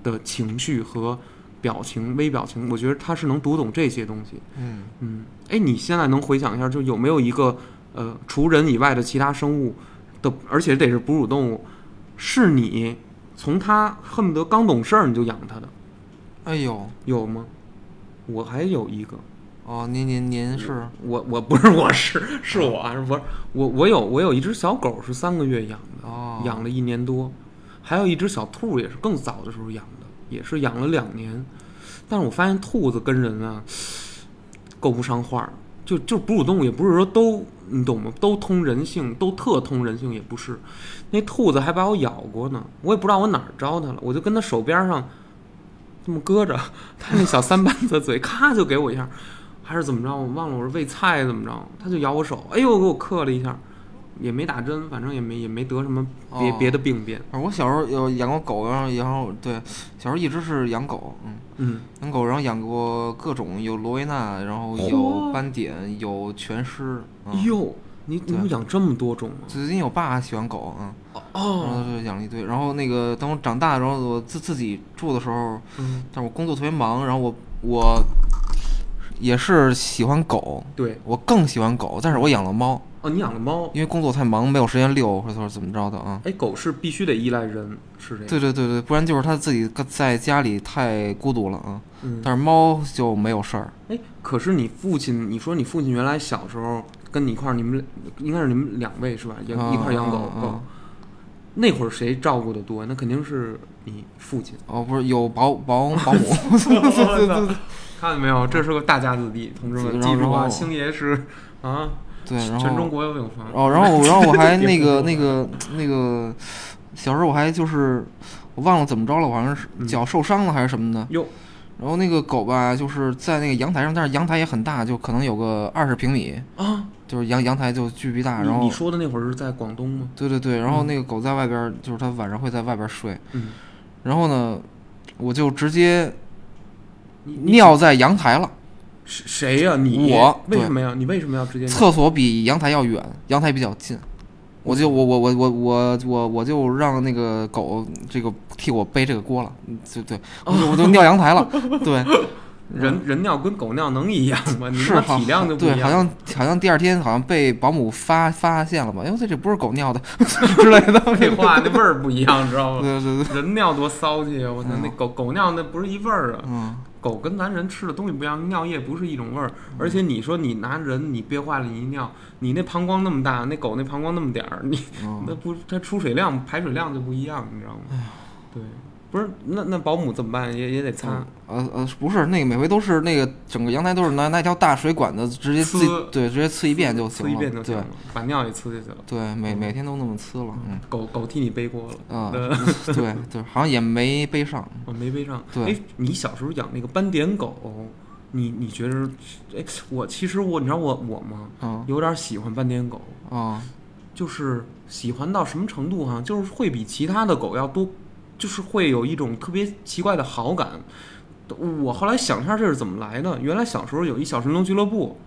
[SPEAKER 1] 的情绪和表情、微表情，我觉得它是能读懂这些东西。
[SPEAKER 2] 嗯，
[SPEAKER 1] 嗯，哎，你现在能回想一下，就有没有一个呃，除人以外的其他生物的，而且得是哺乳动物，是你从它恨不得刚懂事儿你就养它的，
[SPEAKER 2] 哎呦，
[SPEAKER 1] 有吗？我还有一个，
[SPEAKER 2] 哦，您您您是
[SPEAKER 1] 我我不是我是是我啊，不是我我有我有一只小狗是三个月养的，
[SPEAKER 2] 哦，
[SPEAKER 1] 养了一年多，还有一只小兔也是更早的时候养的，也是养了两年，但是我发现兔子跟人啊够不上话儿，就就哺乳动物也不是说都你懂吗？都通人性，都特通人性也不是。那兔子还把我咬过呢，我也不知道我哪儿招它了，我就跟它手边上这么搁着，它那小三瓣子嘴咔就给我一下，还是怎么着？我忘了我是喂菜怎么着，它就咬我手，哎呦给我磕了一下。也没打针，反正也没也没得什么别、
[SPEAKER 2] 哦
[SPEAKER 1] 别的病变。
[SPEAKER 2] 反正我小时候有养过狗，然后然后对，小时候一直是养狗，嗯，
[SPEAKER 1] 嗯，
[SPEAKER 2] 养狗，然后养过各种，有罗威纳，然后
[SPEAKER 1] 嚯
[SPEAKER 2] 有斑点，有拳狮，嗯，
[SPEAKER 1] 哟，哎你你们养这么多种啊？
[SPEAKER 2] 最近我爸喜欢狗，嗯，然
[SPEAKER 1] 哦，
[SPEAKER 2] 后就养了一堆。然后那个等我长大，然后我自自己住的时候，
[SPEAKER 1] 嗯，
[SPEAKER 2] 但是我工作特别忙，然后我我也是喜欢狗，
[SPEAKER 1] 对，
[SPEAKER 2] 我更喜欢狗，但是我养了猫，
[SPEAKER 1] 哦，你养了猫，
[SPEAKER 2] 因为工作太忙，没有时间遛或者说怎么着的啊。
[SPEAKER 1] 哎，狗是必须得依赖人，是这样。
[SPEAKER 2] 对对对对，不然就是它自己在家里太孤独了啊。
[SPEAKER 1] 嗯，
[SPEAKER 2] 但是猫就没有事儿，
[SPEAKER 1] 哎，可是你父亲，你说你父亲原来小时候跟你一块儿，你们应该是你们两位是吧？养、一块儿养狗
[SPEAKER 2] 啊啊啊
[SPEAKER 1] 狗。那会儿谁照顾的多？那肯定是你父亲。
[SPEAKER 2] 哦，不是有保保保姆，对对对对
[SPEAKER 1] 看见没有，这是个大家子弟，同志们
[SPEAKER 2] 然后
[SPEAKER 1] 记住
[SPEAKER 2] 然
[SPEAKER 1] 啊！
[SPEAKER 2] 后
[SPEAKER 1] 星爷是啊，
[SPEAKER 2] 对，然后
[SPEAKER 1] 全中国有有房。
[SPEAKER 2] 哦，然后我，然后我还
[SPEAKER 1] 别
[SPEAKER 2] 那
[SPEAKER 1] 胡说
[SPEAKER 2] 个那个那个，小时候我还就是我忘了怎么着了，我好像是脚受伤了还是什么的。
[SPEAKER 1] 哟，
[SPEAKER 2] 然后那个狗吧，就是在那个阳台上，但是阳台也很大，就可能有个二十平米，
[SPEAKER 1] 啊，
[SPEAKER 2] 就是阳阳台就巨逼大。
[SPEAKER 1] 你
[SPEAKER 2] 啊然后
[SPEAKER 1] 你说的那会儿是在广东吗？
[SPEAKER 2] 对对对，然后那个狗在外边儿，就是它晚上会在外边儿睡。
[SPEAKER 1] 嗯，
[SPEAKER 2] 然后呢，我就直接
[SPEAKER 1] 你你
[SPEAKER 2] 尿在阳台了，
[SPEAKER 1] 谁谁呀、你
[SPEAKER 2] 我
[SPEAKER 1] 为什么呀？你为什么要直接
[SPEAKER 2] 厕所比阳台要远，阳台比较近。我就我我我我我我我就让那个狗这个替我背这个锅了，嗯就对，我就
[SPEAKER 1] 哦
[SPEAKER 2] 我就尿阳台了，对，
[SPEAKER 1] 人人尿跟狗尿能一样吗？你
[SPEAKER 2] 是
[SPEAKER 1] 他
[SPEAKER 2] 好
[SPEAKER 1] 妈体量就不
[SPEAKER 2] 对，
[SPEAKER 1] 一
[SPEAKER 2] 好
[SPEAKER 1] 样。
[SPEAKER 2] 像好像第二天好像被保姆发发现了吧？哎呦，这这不是狗尿的 之类的，
[SPEAKER 1] 废 话，那味儿不一样，知道吗？
[SPEAKER 2] 对对对，
[SPEAKER 1] 人尿多骚气啊！我操，
[SPEAKER 2] 嗯
[SPEAKER 1] 那狗狗尿那不是一味儿啊！
[SPEAKER 2] 嗯，
[SPEAKER 1] 狗跟咱人吃的东西不一样，尿液不是一种味儿。而且你说你拿人你憋坏了，你一尿，你那膀胱那么大，那狗那膀胱那么点儿， 你
[SPEAKER 2] 嗯
[SPEAKER 1] 那不它出水量排水量就不一样，你知道吗？对，不是那那保姆怎么办？也也得擦。
[SPEAKER 2] 呃呃，不是那个，每回都是那个整个阳台都是拿那条大水管子直接
[SPEAKER 1] 呲
[SPEAKER 2] 自己对直接呲一遍就行
[SPEAKER 1] 呲
[SPEAKER 2] 了，
[SPEAKER 1] 一遍就行
[SPEAKER 2] 对
[SPEAKER 1] 了，嗯把尿也呲下去了。
[SPEAKER 2] 对，每每天都那么呲了，嗯
[SPEAKER 1] 狗狗替你背锅了，
[SPEAKER 2] 啊
[SPEAKER 1] 对，
[SPEAKER 2] 对对，好像也没背上，
[SPEAKER 1] 我没背上。
[SPEAKER 2] 对
[SPEAKER 1] 哎，你小时候养那个斑点狗，你你觉得？哎，我其实我你知道我我吗？
[SPEAKER 2] 嗯
[SPEAKER 1] 有点喜欢斑点狗，
[SPEAKER 2] 啊
[SPEAKER 1] 就是喜欢到什么程度哈、就是会比其他的狗要多，就是会有一种特别奇怪的好感。我后来想一下这是怎么来的，原来小时候有一小神龙俱乐部，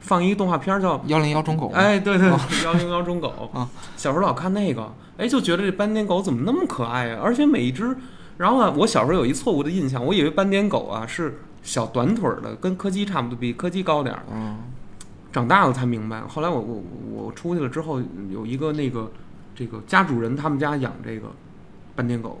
[SPEAKER 1] 放一个动画片儿叫
[SPEAKER 2] 幺零幺中狗，
[SPEAKER 1] 哎，对对， 幺零幺中狗
[SPEAKER 2] 啊，
[SPEAKER 1] 小时候老看那个，哎，就觉得这斑点狗怎么那么可爱啊？而且每一只，然后啊，我小时候有一错误的印象，我以为斑点狗啊是小短腿儿的，跟柯基差不多，比柯基高点儿。
[SPEAKER 2] 嗯
[SPEAKER 1] 长大了才明白，后来我我我出去了之后，有一个那个这个家主人他们家养这个斑点狗，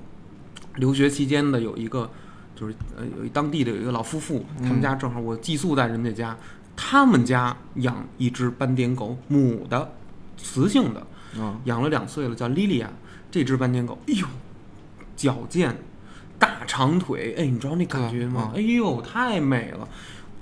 [SPEAKER 1] 留学期间的有一个就是呃有一当地的有一个老夫妇，他们家正好我寄宿在人家家，他们家养一只斑点狗，母的，雌性的，
[SPEAKER 2] 嗯
[SPEAKER 1] 养了两岁了，叫莉莉亚。这只斑点狗，哎呦，矫健，大长腿，哎，你知道那感觉吗？哎呦，太美了！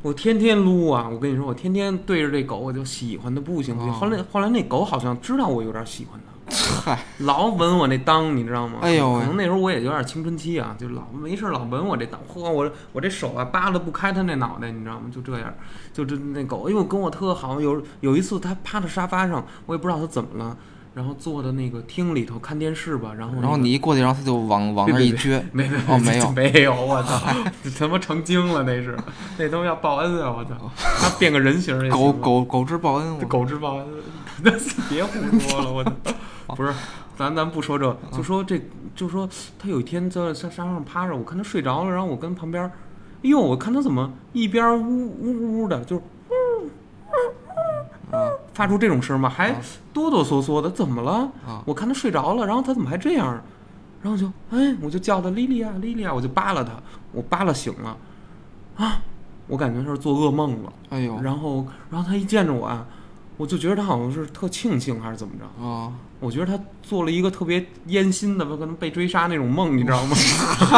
[SPEAKER 1] 我天天撸啊，我跟你说，我天天对着这狗，我就喜欢的不行不行。
[SPEAKER 2] 哦
[SPEAKER 1] 后来后来那狗好像知道我有点喜欢它，
[SPEAKER 2] 嗨，
[SPEAKER 1] 老闻我那裆，你知道吗？
[SPEAKER 2] 哎呦喂
[SPEAKER 1] 可能那时候我也有点青春期啊，就老没事老闻我这裆，嚯，我我这手啊扒拉不开它那脑袋，你知道吗？就这样，就这那狗，哎呦跟我特好。有有一次它趴在沙发上，我也不知道它怎么了，然后坐到那个厅里头看电视吧，然后
[SPEAKER 2] 然后
[SPEAKER 1] 那个
[SPEAKER 2] 你一过去，然后它就往往
[SPEAKER 1] 别
[SPEAKER 2] 那儿
[SPEAKER 1] 别
[SPEAKER 2] 一
[SPEAKER 1] 别
[SPEAKER 2] 撅，
[SPEAKER 1] 没没
[SPEAKER 2] 哦没有
[SPEAKER 1] 没有，我操， 这他妈成精了那是，那他妈要报恩啊！我操，他变个人形儿也行
[SPEAKER 2] 哦
[SPEAKER 1] 啊
[SPEAKER 2] 狗
[SPEAKER 1] 吧
[SPEAKER 2] 狗狗之报恩，我
[SPEAKER 1] 这 狗之报恩，别胡说了，我操！不是，咱咱不说这，就说这，就说他有一天在在沙发上趴着，我看他睡着了，然后我跟旁边儿，哎呦，我看他怎么一边儿呜呜呜的，就是
[SPEAKER 2] 啊
[SPEAKER 1] 发出这种声儿嘛，还哆哆嗦嗦的，怎么了？
[SPEAKER 2] 啊
[SPEAKER 1] 我看他睡着了，然后他怎么还这样？然后我就哎，我就叫他莉莉亚，莉莉啊亚，我就扒拉他，我扒拉醒了，啊，我感觉他是做噩梦了。
[SPEAKER 2] 哎呦
[SPEAKER 1] 然后，然后他一见着我啊，我就觉得他好像是特庆幸还是怎么着，
[SPEAKER 2] 啊，
[SPEAKER 1] 我觉得他做了一个特别烟心的，可能被追杀那种梦，你知道吗？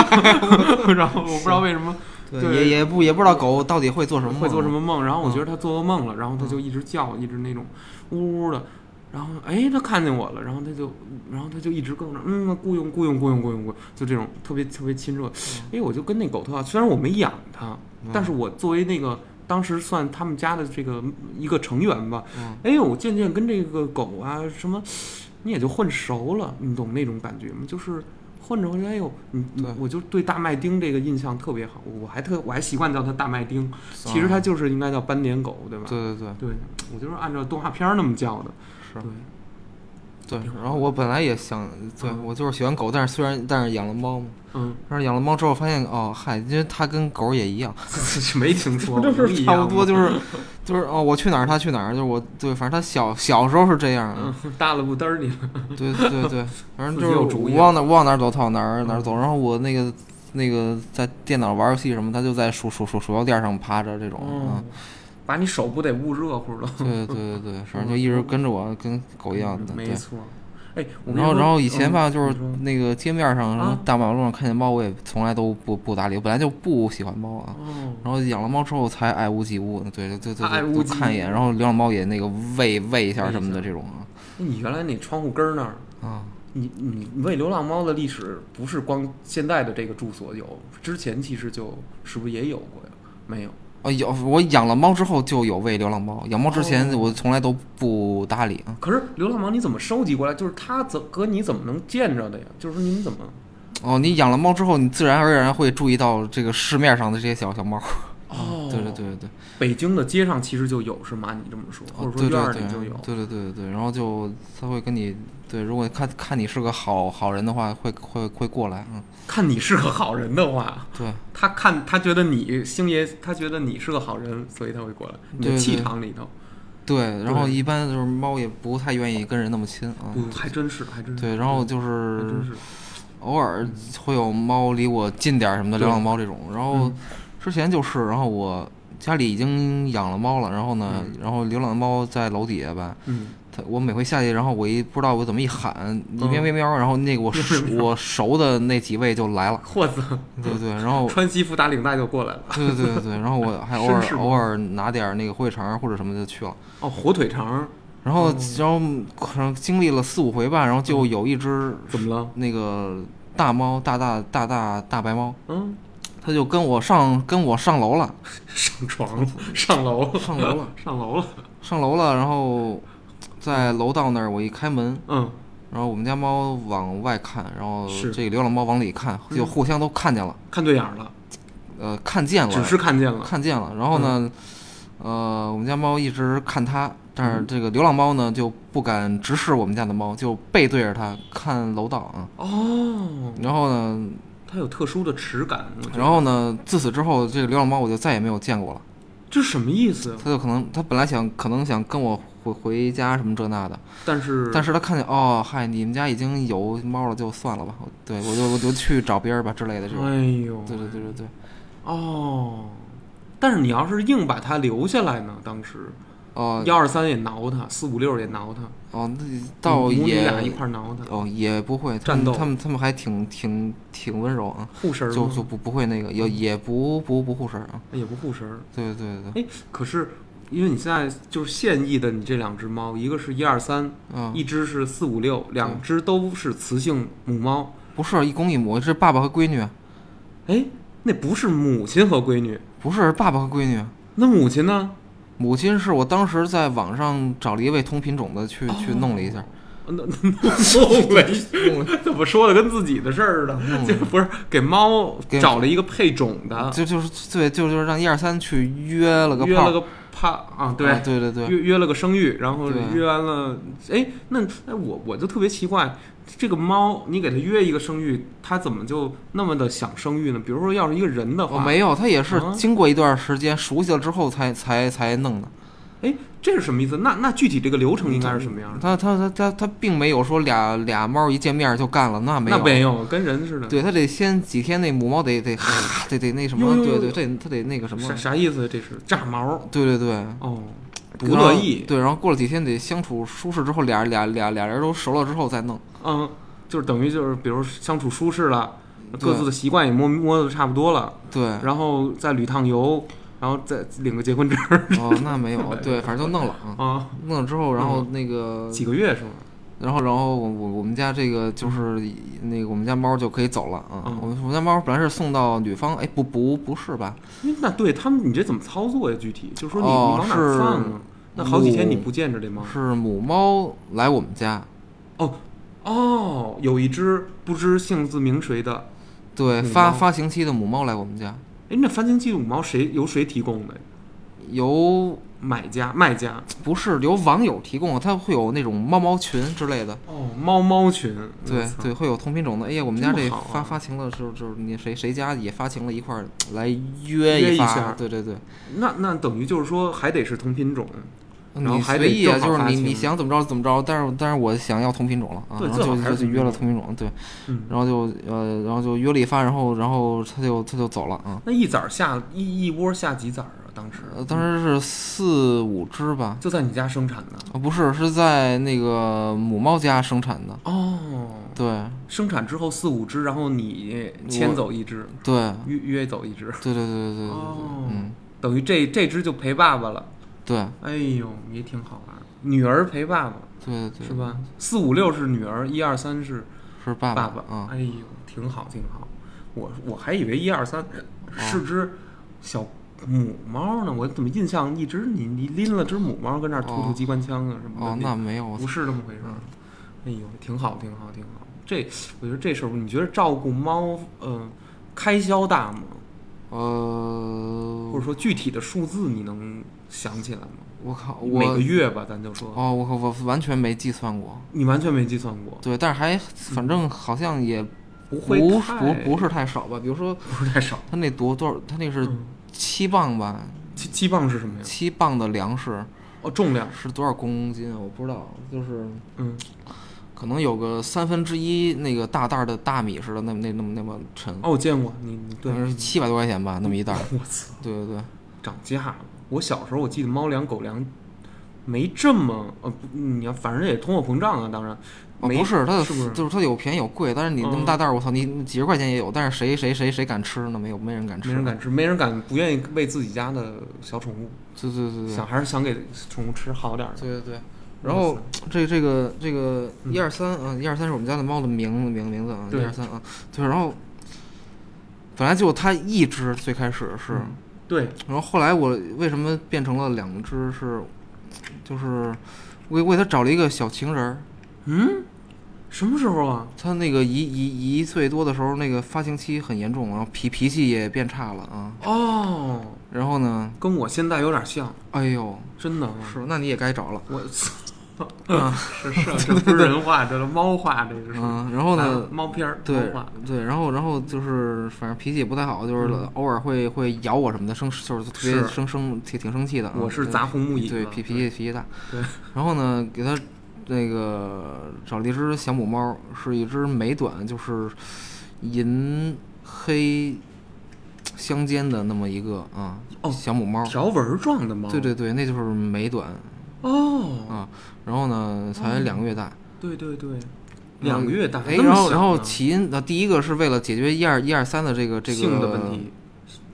[SPEAKER 1] 然后我不知道为什么对
[SPEAKER 2] 也也不也不知道狗到底会做什么，
[SPEAKER 1] 会做什么梦，啊
[SPEAKER 2] 嗯
[SPEAKER 1] 然后我觉得他做噩梦了，然后他就一直叫，一直那种呜呜的，然后哎，他看见我了，然后他就，然后他就一直跟我说，嗯，雇佣雇佣雇佣雇佣雇佣，就这种特别特别亲热。
[SPEAKER 2] 嗯
[SPEAKER 1] 哎，我就跟那狗特好，虽然我没养它，
[SPEAKER 2] 啊
[SPEAKER 1] 但是我作为那个当时算他们家的这个一个成员吧，
[SPEAKER 2] 嗯
[SPEAKER 1] 哎呦，我渐渐跟这个狗啊什么，你也就混熟了，你懂那种感觉吗？就是。混着混着，哎呦，你你
[SPEAKER 2] 对
[SPEAKER 1] 我就对大麦丁这个印象特别好，我还特我还习惯叫它大麦丁，其实它就是应该叫斑点狗，对吧？
[SPEAKER 2] 啊对对对
[SPEAKER 1] 对，我就是按照动画片儿那么叫的。
[SPEAKER 2] 是
[SPEAKER 1] 对，
[SPEAKER 2] 对。然后我本来也想，对
[SPEAKER 1] 嗯
[SPEAKER 2] 我就是喜欢狗，但是虽然但是养了猫嘛，
[SPEAKER 1] 嗯，
[SPEAKER 2] 但是养了猫之后发现哦嗨，因为它跟狗也一样，
[SPEAKER 1] 没听说，
[SPEAKER 2] 就是
[SPEAKER 1] 一
[SPEAKER 2] 差
[SPEAKER 1] 样
[SPEAKER 2] 不
[SPEAKER 1] 吗
[SPEAKER 2] 多就是 就是哦，我去哪儿它去哪儿，就是我对，反正它小小时候是这样的，
[SPEAKER 1] 嗯，大了不嘚儿你了。
[SPEAKER 2] 对对 对，反正
[SPEAKER 1] 自己
[SPEAKER 2] 就
[SPEAKER 1] 有
[SPEAKER 2] 是
[SPEAKER 1] 主
[SPEAKER 2] 我
[SPEAKER 1] 意
[SPEAKER 2] 往哪儿往哪儿走，它往哪儿哪儿走。然后我那个那个在电脑玩游戏什么，它就在鼠鼠鼠鼠标垫上趴着这种，
[SPEAKER 1] 哦
[SPEAKER 2] 嗯，
[SPEAKER 1] 把你手不得捂热乎了？
[SPEAKER 2] 对对对对，反正就一直跟着我，跟狗一样的，
[SPEAKER 1] 嗯没
[SPEAKER 2] 对。
[SPEAKER 1] 错。哎，我跟
[SPEAKER 2] 然后，
[SPEAKER 1] 你说
[SPEAKER 2] 然后以前吧，
[SPEAKER 1] 嗯
[SPEAKER 2] 就是
[SPEAKER 1] 你说
[SPEAKER 2] 那个街面上、什么
[SPEAKER 1] 啊
[SPEAKER 2] 大马路上看见猫，我也从来都不不搭理，我本来就不喜欢猫啊。
[SPEAKER 1] 哦，
[SPEAKER 2] 然后养了猫之后才爱屋及乌，对对对对，
[SPEAKER 1] 爱
[SPEAKER 2] 对
[SPEAKER 1] 屋
[SPEAKER 2] 多
[SPEAKER 1] 及
[SPEAKER 2] 看一眼，然后流浪猫也那个喂喂一
[SPEAKER 1] 喂
[SPEAKER 2] 下
[SPEAKER 1] 一
[SPEAKER 2] 什么的
[SPEAKER 1] 下
[SPEAKER 2] 这种
[SPEAKER 1] 那哎你原来那窗户根儿那儿，
[SPEAKER 2] 啊啊，
[SPEAKER 1] 你你你喂流浪猫的历史不是光现在的这个住所有，之前其实就是不是也有过呀？没有。
[SPEAKER 2] 哦，有我养了猫之后就有喂流浪猫，养猫之前
[SPEAKER 1] 哦
[SPEAKER 2] 我从来都不搭理啊。
[SPEAKER 1] 可是流浪猫你怎么收集过来？就是它怎和你怎么能见着的呀？就是说你们怎么？
[SPEAKER 2] 哦，你养了猫之后，你自然而然会注意到这个市面上的这些小小猫。
[SPEAKER 1] 哦
[SPEAKER 2] 对对对对对，
[SPEAKER 1] 北京的街上其实就有是吗？你这么说，或
[SPEAKER 2] 哦
[SPEAKER 1] 者说
[SPEAKER 2] 对对
[SPEAKER 1] 院儿
[SPEAKER 2] 对
[SPEAKER 1] 里就有。
[SPEAKER 2] 对对对对对，然后就它会跟你对，如果看看你是个好好人的话，会会会过来，嗯，
[SPEAKER 1] 看你是个好人的话，
[SPEAKER 2] 对
[SPEAKER 1] 他看他觉得你星爷，他觉得你是个好人，所以他会过来。你的
[SPEAKER 2] 对
[SPEAKER 1] 气
[SPEAKER 2] 对
[SPEAKER 1] 场里头，
[SPEAKER 2] 对，然后
[SPEAKER 1] 对
[SPEAKER 2] 一般就是猫也不太愿意跟人那么亲啊，
[SPEAKER 1] 嗯，还真是，还真是。
[SPEAKER 2] 对，然后就
[SPEAKER 1] 还
[SPEAKER 2] 是
[SPEAKER 1] 真是。
[SPEAKER 2] 偶尔会有猫离我近点儿什么的，
[SPEAKER 1] 对
[SPEAKER 2] 流浪猫这种。然后
[SPEAKER 1] 嗯
[SPEAKER 2] 之前就是，然后我家里已经养了猫了，然后呢，然后流浪猫在楼底下吧，
[SPEAKER 1] 嗯，
[SPEAKER 2] 它我每回下去，然后我一不知道我怎么一喊，一
[SPEAKER 1] 嗯
[SPEAKER 2] 喵喵喵，然后那个我
[SPEAKER 1] 喵
[SPEAKER 2] 熟
[SPEAKER 1] 喵喵
[SPEAKER 2] 我熟的那几位就来了，
[SPEAKER 1] 霍子
[SPEAKER 2] 对对，然 后
[SPEAKER 1] 穿西服打领带就过来了。
[SPEAKER 2] 对对对对，然后我还偶
[SPEAKER 1] 绅士
[SPEAKER 2] 尔
[SPEAKER 1] 猫
[SPEAKER 2] 偶尔拿点儿那个火腿肠或者什么的就去了。
[SPEAKER 1] 哦，火腿肠
[SPEAKER 2] 然后，
[SPEAKER 1] 哦
[SPEAKER 2] 然后可能经历了四五回吧，然后
[SPEAKER 1] 嗯
[SPEAKER 2] 就有一只
[SPEAKER 1] 怎么了？
[SPEAKER 2] 那个大猫，大大大大大白猫，
[SPEAKER 1] 嗯，
[SPEAKER 2] 他就跟我上跟我上楼 了，
[SPEAKER 1] 上床了，上楼了，
[SPEAKER 2] 上楼了，
[SPEAKER 1] 上楼了。
[SPEAKER 2] 上楼了，然后在楼道那儿我一开门，
[SPEAKER 1] 嗯，
[SPEAKER 2] 然后我们家猫往外看，然后
[SPEAKER 1] 是
[SPEAKER 2] 这个流浪猫往里看，就互相都看见了，
[SPEAKER 1] 看对眼儿了，
[SPEAKER 2] 呃，看见
[SPEAKER 1] 只
[SPEAKER 2] 了，
[SPEAKER 1] 是看见了。
[SPEAKER 2] 看见了，然后
[SPEAKER 1] 嗯
[SPEAKER 2] 呢，呃，我们家猫一直看它，但
[SPEAKER 1] 嗯
[SPEAKER 2] 是这个流浪猫呢就不敢直视我们家的猫，就背对着它看楼道啊，
[SPEAKER 1] 哦，
[SPEAKER 2] 然后呢，
[SPEAKER 1] 它有特殊的耻感，我觉得
[SPEAKER 2] 然后呢，自此之后这个流浪猫我就再也没有见过了。
[SPEAKER 1] 这什么意思？
[SPEAKER 2] 他就可能他本来想可能想跟我回回家什么这那的，
[SPEAKER 1] 但是
[SPEAKER 2] 但是他看见哦嗨，你们家已经有猫了，就算了吧，我对我就我就去找别人吧之类的这种。
[SPEAKER 1] 哎呦，
[SPEAKER 2] 对对对对对，
[SPEAKER 1] 哦，但是你要是硬把它留下来呢，当时
[SPEAKER 2] 哦
[SPEAKER 1] 幺二三也挠它，四五六也挠它，
[SPEAKER 2] 哦，那倒
[SPEAKER 1] 母女
[SPEAKER 2] 也
[SPEAKER 1] 俩一块儿挠它，
[SPEAKER 2] 哦也不会，他
[SPEAKER 1] 战
[SPEAKER 2] 们
[SPEAKER 1] 斗
[SPEAKER 2] 他们他们还挺挺挺温柔啊，
[SPEAKER 1] 护食儿
[SPEAKER 2] 就
[SPEAKER 1] 吗哎
[SPEAKER 2] 就不不会那个也也不不不护食儿啊。
[SPEAKER 1] 也不护食儿。
[SPEAKER 2] 对对对对，
[SPEAKER 1] 哎，可是因为你现在就是现役的你这两只猫，一个是一二三，
[SPEAKER 2] 嗯，
[SPEAKER 1] 一只是四五六，两只都是雌性母猫。
[SPEAKER 2] 不是一公一母，是爸爸和闺女，啊
[SPEAKER 1] 哎，那不是母亲和闺女，
[SPEAKER 2] 不是爸爸和闺女。啊
[SPEAKER 1] 那母亲呢？
[SPEAKER 2] 母亲是我当时在网上找了一位同品种的去、去弄了一下，
[SPEAKER 1] 那 那 弄了一
[SPEAKER 2] 弄了
[SPEAKER 1] 怎么说的跟自己的事儿似的， 就不是给猫
[SPEAKER 2] 给
[SPEAKER 1] 找了一个配种的，
[SPEAKER 2] 就就是对，就就是让一二三去约了个
[SPEAKER 1] 啊约
[SPEAKER 2] 炮
[SPEAKER 1] 了个趴啊，对
[SPEAKER 2] 啊对对对，
[SPEAKER 1] 约约了个生育，然后
[SPEAKER 2] 对
[SPEAKER 1] 约完了，哎，那那我我就特别奇怪，这个猫你给它约一个生育，它怎么就那么的想生育呢？比如说要是一个人的
[SPEAKER 2] 哦
[SPEAKER 1] 话，
[SPEAKER 2] 没有，他也是
[SPEAKER 1] 啊
[SPEAKER 2] 经过一段时间熟悉了之后才才才弄的。
[SPEAKER 1] 哎，这是什么意思？那那具体这个流程应该是什么样的？
[SPEAKER 2] 他他他他他并没有说俩俩猫一见面就干了，那没有。
[SPEAKER 1] 那没有，跟人似的，
[SPEAKER 2] 对他得先几天那母猫得得得得那什么，
[SPEAKER 1] 呦呦
[SPEAKER 2] 对
[SPEAKER 1] 呦
[SPEAKER 2] 对，这他得那个什么
[SPEAKER 1] 啥，啥意思？这是炸毛
[SPEAKER 2] 对对对，
[SPEAKER 1] 哦，不
[SPEAKER 2] 然后
[SPEAKER 1] 乐意，
[SPEAKER 2] 对，然后过了几天得相处舒适之后，俩俩俩俩人都熟了之后再弄。
[SPEAKER 1] 嗯，就是等于就是，比如相处舒适了，
[SPEAKER 2] 对
[SPEAKER 1] 各自的习惯也摸摸的差不多了，
[SPEAKER 2] 对，
[SPEAKER 1] 然后再旅趟游，然后再领个结婚证儿
[SPEAKER 2] 哦，那没 有，对，反正就弄了啊。
[SPEAKER 1] 啊，
[SPEAKER 2] 弄了之后，然后那个
[SPEAKER 1] 几个月是吗？
[SPEAKER 2] 然后，然后我我我们家这个就是那个我们家猫就可以走了啊。
[SPEAKER 1] 嗯
[SPEAKER 2] 我们我们家猫本来是送到女方，哎，不不不是吧？
[SPEAKER 1] 哎那对他们，你这怎么操作呀？具体就是说你、
[SPEAKER 2] 哦
[SPEAKER 1] 你往哪
[SPEAKER 2] 是
[SPEAKER 1] 儿放啊？那好几天
[SPEAKER 2] 母
[SPEAKER 1] 你不见着这猫
[SPEAKER 2] 是母猫来我们家，
[SPEAKER 1] 哦哦，有一只不知姓自名谁的，
[SPEAKER 2] 对，
[SPEAKER 1] 母
[SPEAKER 2] 发
[SPEAKER 1] 猫
[SPEAKER 2] 发情期的母猫来我们家，
[SPEAKER 1] 哎，那繁星期母猫谁由谁提供的呀？
[SPEAKER 2] 由
[SPEAKER 1] 买家卖家
[SPEAKER 2] 不是由网友提供的，它会有那种猫猫群之类的。
[SPEAKER 1] 哦，猫猫群
[SPEAKER 2] 对
[SPEAKER 1] 我操
[SPEAKER 2] 对，会有同品种的。哎呀，我们
[SPEAKER 1] 这
[SPEAKER 2] 家
[SPEAKER 1] 么
[SPEAKER 2] 这
[SPEAKER 1] 好啊
[SPEAKER 2] 发发情了之后，就是你谁谁家也发情了，一块儿来约
[SPEAKER 1] 约一
[SPEAKER 2] 发。
[SPEAKER 1] 下
[SPEAKER 2] 对对对，
[SPEAKER 1] 那那等于就是说还得是同品种，然后
[SPEAKER 2] 你
[SPEAKER 1] 还得
[SPEAKER 2] 随意啊，
[SPEAKER 1] 正好
[SPEAKER 2] 就是
[SPEAKER 1] 发
[SPEAKER 2] 你
[SPEAKER 1] 情
[SPEAKER 2] 你想怎么着怎么着，但是但是我想要同品种了啊，
[SPEAKER 1] 对
[SPEAKER 2] 然后
[SPEAKER 1] 最好
[SPEAKER 2] 就
[SPEAKER 1] 还
[SPEAKER 2] 就是就
[SPEAKER 1] 同
[SPEAKER 2] 约了
[SPEAKER 1] 品
[SPEAKER 2] 同品种，对，
[SPEAKER 1] 嗯
[SPEAKER 2] 然后就呃，然后就约了一发，然后然后他就他就走了啊。
[SPEAKER 1] 那一崽儿下一一窝下几崽儿啊？当时
[SPEAKER 2] 呃当时是四五只吧，
[SPEAKER 1] 就在你家生产的
[SPEAKER 2] 啊不是，是在那个母猫家生产的，
[SPEAKER 1] 哦。
[SPEAKER 2] 对
[SPEAKER 1] 生产之后四五只，然后你牵走一只，
[SPEAKER 2] 对
[SPEAKER 1] 约约走一只，
[SPEAKER 2] 对对对对对对，
[SPEAKER 1] 哦
[SPEAKER 2] 嗯
[SPEAKER 1] 等于这这只就陪爸爸了。
[SPEAKER 2] 对
[SPEAKER 1] 哎呦，也挺好玩儿，女儿陪爸爸
[SPEAKER 2] 对对对，
[SPEAKER 1] 是吧？四五六是女儿，一二三是
[SPEAKER 2] 是爸
[SPEAKER 1] 爸
[SPEAKER 2] 啊，
[SPEAKER 1] 哎呦，挺好挺好。我我还以为一二
[SPEAKER 2] 哦
[SPEAKER 1] 三是只小母猫呢，我怎么印象一直你你拎了只母猫跟那儿突突
[SPEAKER 2] 哦
[SPEAKER 1] 机关枪啊什么的？
[SPEAKER 2] 哦那没有，
[SPEAKER 1] 不是这么回事儿。哎呦，挺好，挺好，挺好。这我觉得这事儿，你觉得照顾猫，嗯、开销大吗？
[SPEAKER 2] 呃，
[SPEAKER 1] 或者说具体的数字你能想起来吗？
[SPEAKER 2] 我靠，
[SPEAKER 1] 每个
[SPEAKER 2] 我
[SPEAKER 1] 月吧，咱就说，
[SPEAKER 2] 哦，我靠，我完全没计算过。
[SPEAKER 1] 你完全没计算过，
[SPEAKER 2] 对，但是还反正好像也
[SPEAKER 1] 嗯不
[SPEAKER 2] 不
[SPEAKER 1] 会
[SPEAKER 2] 不
[SPEAKER 1] 太
[SPEAKER 2] 不是太少吧？比如说
[SPEAKER 1] 不是太少。
[SPEAKER 2] 他那多多少，他那是
[SPEAKER 1] 嗯
[SPEAKER 2] 七磅吧？
[SPEAKER 1] 七七磅是什么呀？
[SPEAKER 2] 七磅的粮食
[SPEAKER 1] 哦，重量，
[SPEAKER 2] 是多少公斤啊？我不知道，就是
[SPEAKER 1] 嗯，
[SPEAKER 2] 可能有个三分之一那个大袋儿的大米似的，那么那那么那么沉，
[SPEAKER 1] 哦，我见过你，你对，
[SPEAKER 2] 是七百多块钱吧，那么一袋儿。
[SPEAKER 1] 我操，
[SPEAKER 2] 对对对，
[SPEAKER 1] 涨价了。我小时候我记得猫粮、狗粮没这么，呃，不你要反正也通货膨胀啊，当然，
[SPEAKER 2] 哦，
[SPEAKER 1] 没
[SPEAKER 2] 不是，它的
[SPEAKER 1] 是不是？
[SPEAKER 2] 就是它有便宜有贵，但是你那么
[SPEAKER 1] 嗯
[SPEAKER 2] 大袋儿，我操，你你几十块钱也有，但是谁谁谁谁敢吃呢？没有，没人敢吃，
[SPEAKER 1] 没人敢吃，没人敢不愿意喂自己家的小宠物，
[SPEAKER 2] 对。对对对
[SPEAKER 1] 想还是想给宠物吃好点儿的。
[SPEAKER 2] 对对对。然后
[SPEAKER 1] 哇塞嗯
[SPEAKER 2] 这这个这个一二三啊，一二三是我们家的猫的名名名字啊，一
[SPEAKER 1] 对
[SPEAKER 2] 二三啊，对。然后本来就它一只，最开始是，
[SPEAKER 1] 嗯对，
[SPEAKER 2] 然后后来我为什么变成了两只是，就是为为它找了一个小情人儿。
[SPEAKER 1] 嗯，什么时候啊？
[SPEAKER 2] 它那个一一一岁多的时候，那个发情期很严重，然后脾脾气也变差了啊。
[SPEAKER 1] 哦，
[SPEAKER 2] 然后呢，
[SPEAKER 1] 跟我现在有点像，
[SPEAKER 2] 哎呦，
[SPEAKER 1] 真的啊，
[SPEAKER 2] 是，那你也该找了。
[SPEAKER 1] 我操，是是 啊，这不是人话，这是猫话，这个是。
[SPEAKER 2] 嗯，然后呢
[SPEAKER 1] 啊，猫片儿，
[SPEAKER 2] 对
[SPEAKER 1] 猫话
[SPEAKER 2] 对，然后然后就是反正脾气也不太好，就是
[SPEAKER 1] 嗯
[SPEAKER 2] 偶尔会会咬我什么的，生就是特别
[SPEAKER 1] 是
[SPEAKER 2] 生生挺挺生气的啊。
[SPEAKER 1] 我是
[SPEAKER 2] 对
[SPEAKER 1] 砸红木椅子，
[SPEAKER 2] 对脾脾气脾气大。
[SPEAKER 1] 对，
[SPEAKER 2] 然后呢，给它那个找了一只小母猫，是一只美短，就是银黑相间的那么一个啊，
[SPEAKER 1] 哦
[SPEAKER 2] 小母猫。
[SPEAKER 1] 条纹状的猫，
[SPEAKER 2] 对对对，那就是美短
[SPEAKER 1] 哦，
[SPEAKER 2] 啊。然后呢，才两个月大。
[SPEAKER 1] 对对对，
[SPEAKER 2] 然后
[SPEAKER 1] 两个月大，
[SPEAKER 2] 哎，
[SPEAKER 1] 那么
[SPEAKER 2] 然后
[SPEAKER 1] 小嗯
[SPEAKER 2] 然后
[SPEAKER 1] 呢
[SPEAKER 2] 起因，那第一个是为了解决一二一二三的这个这个
[SPEAKER 1] 性的问题，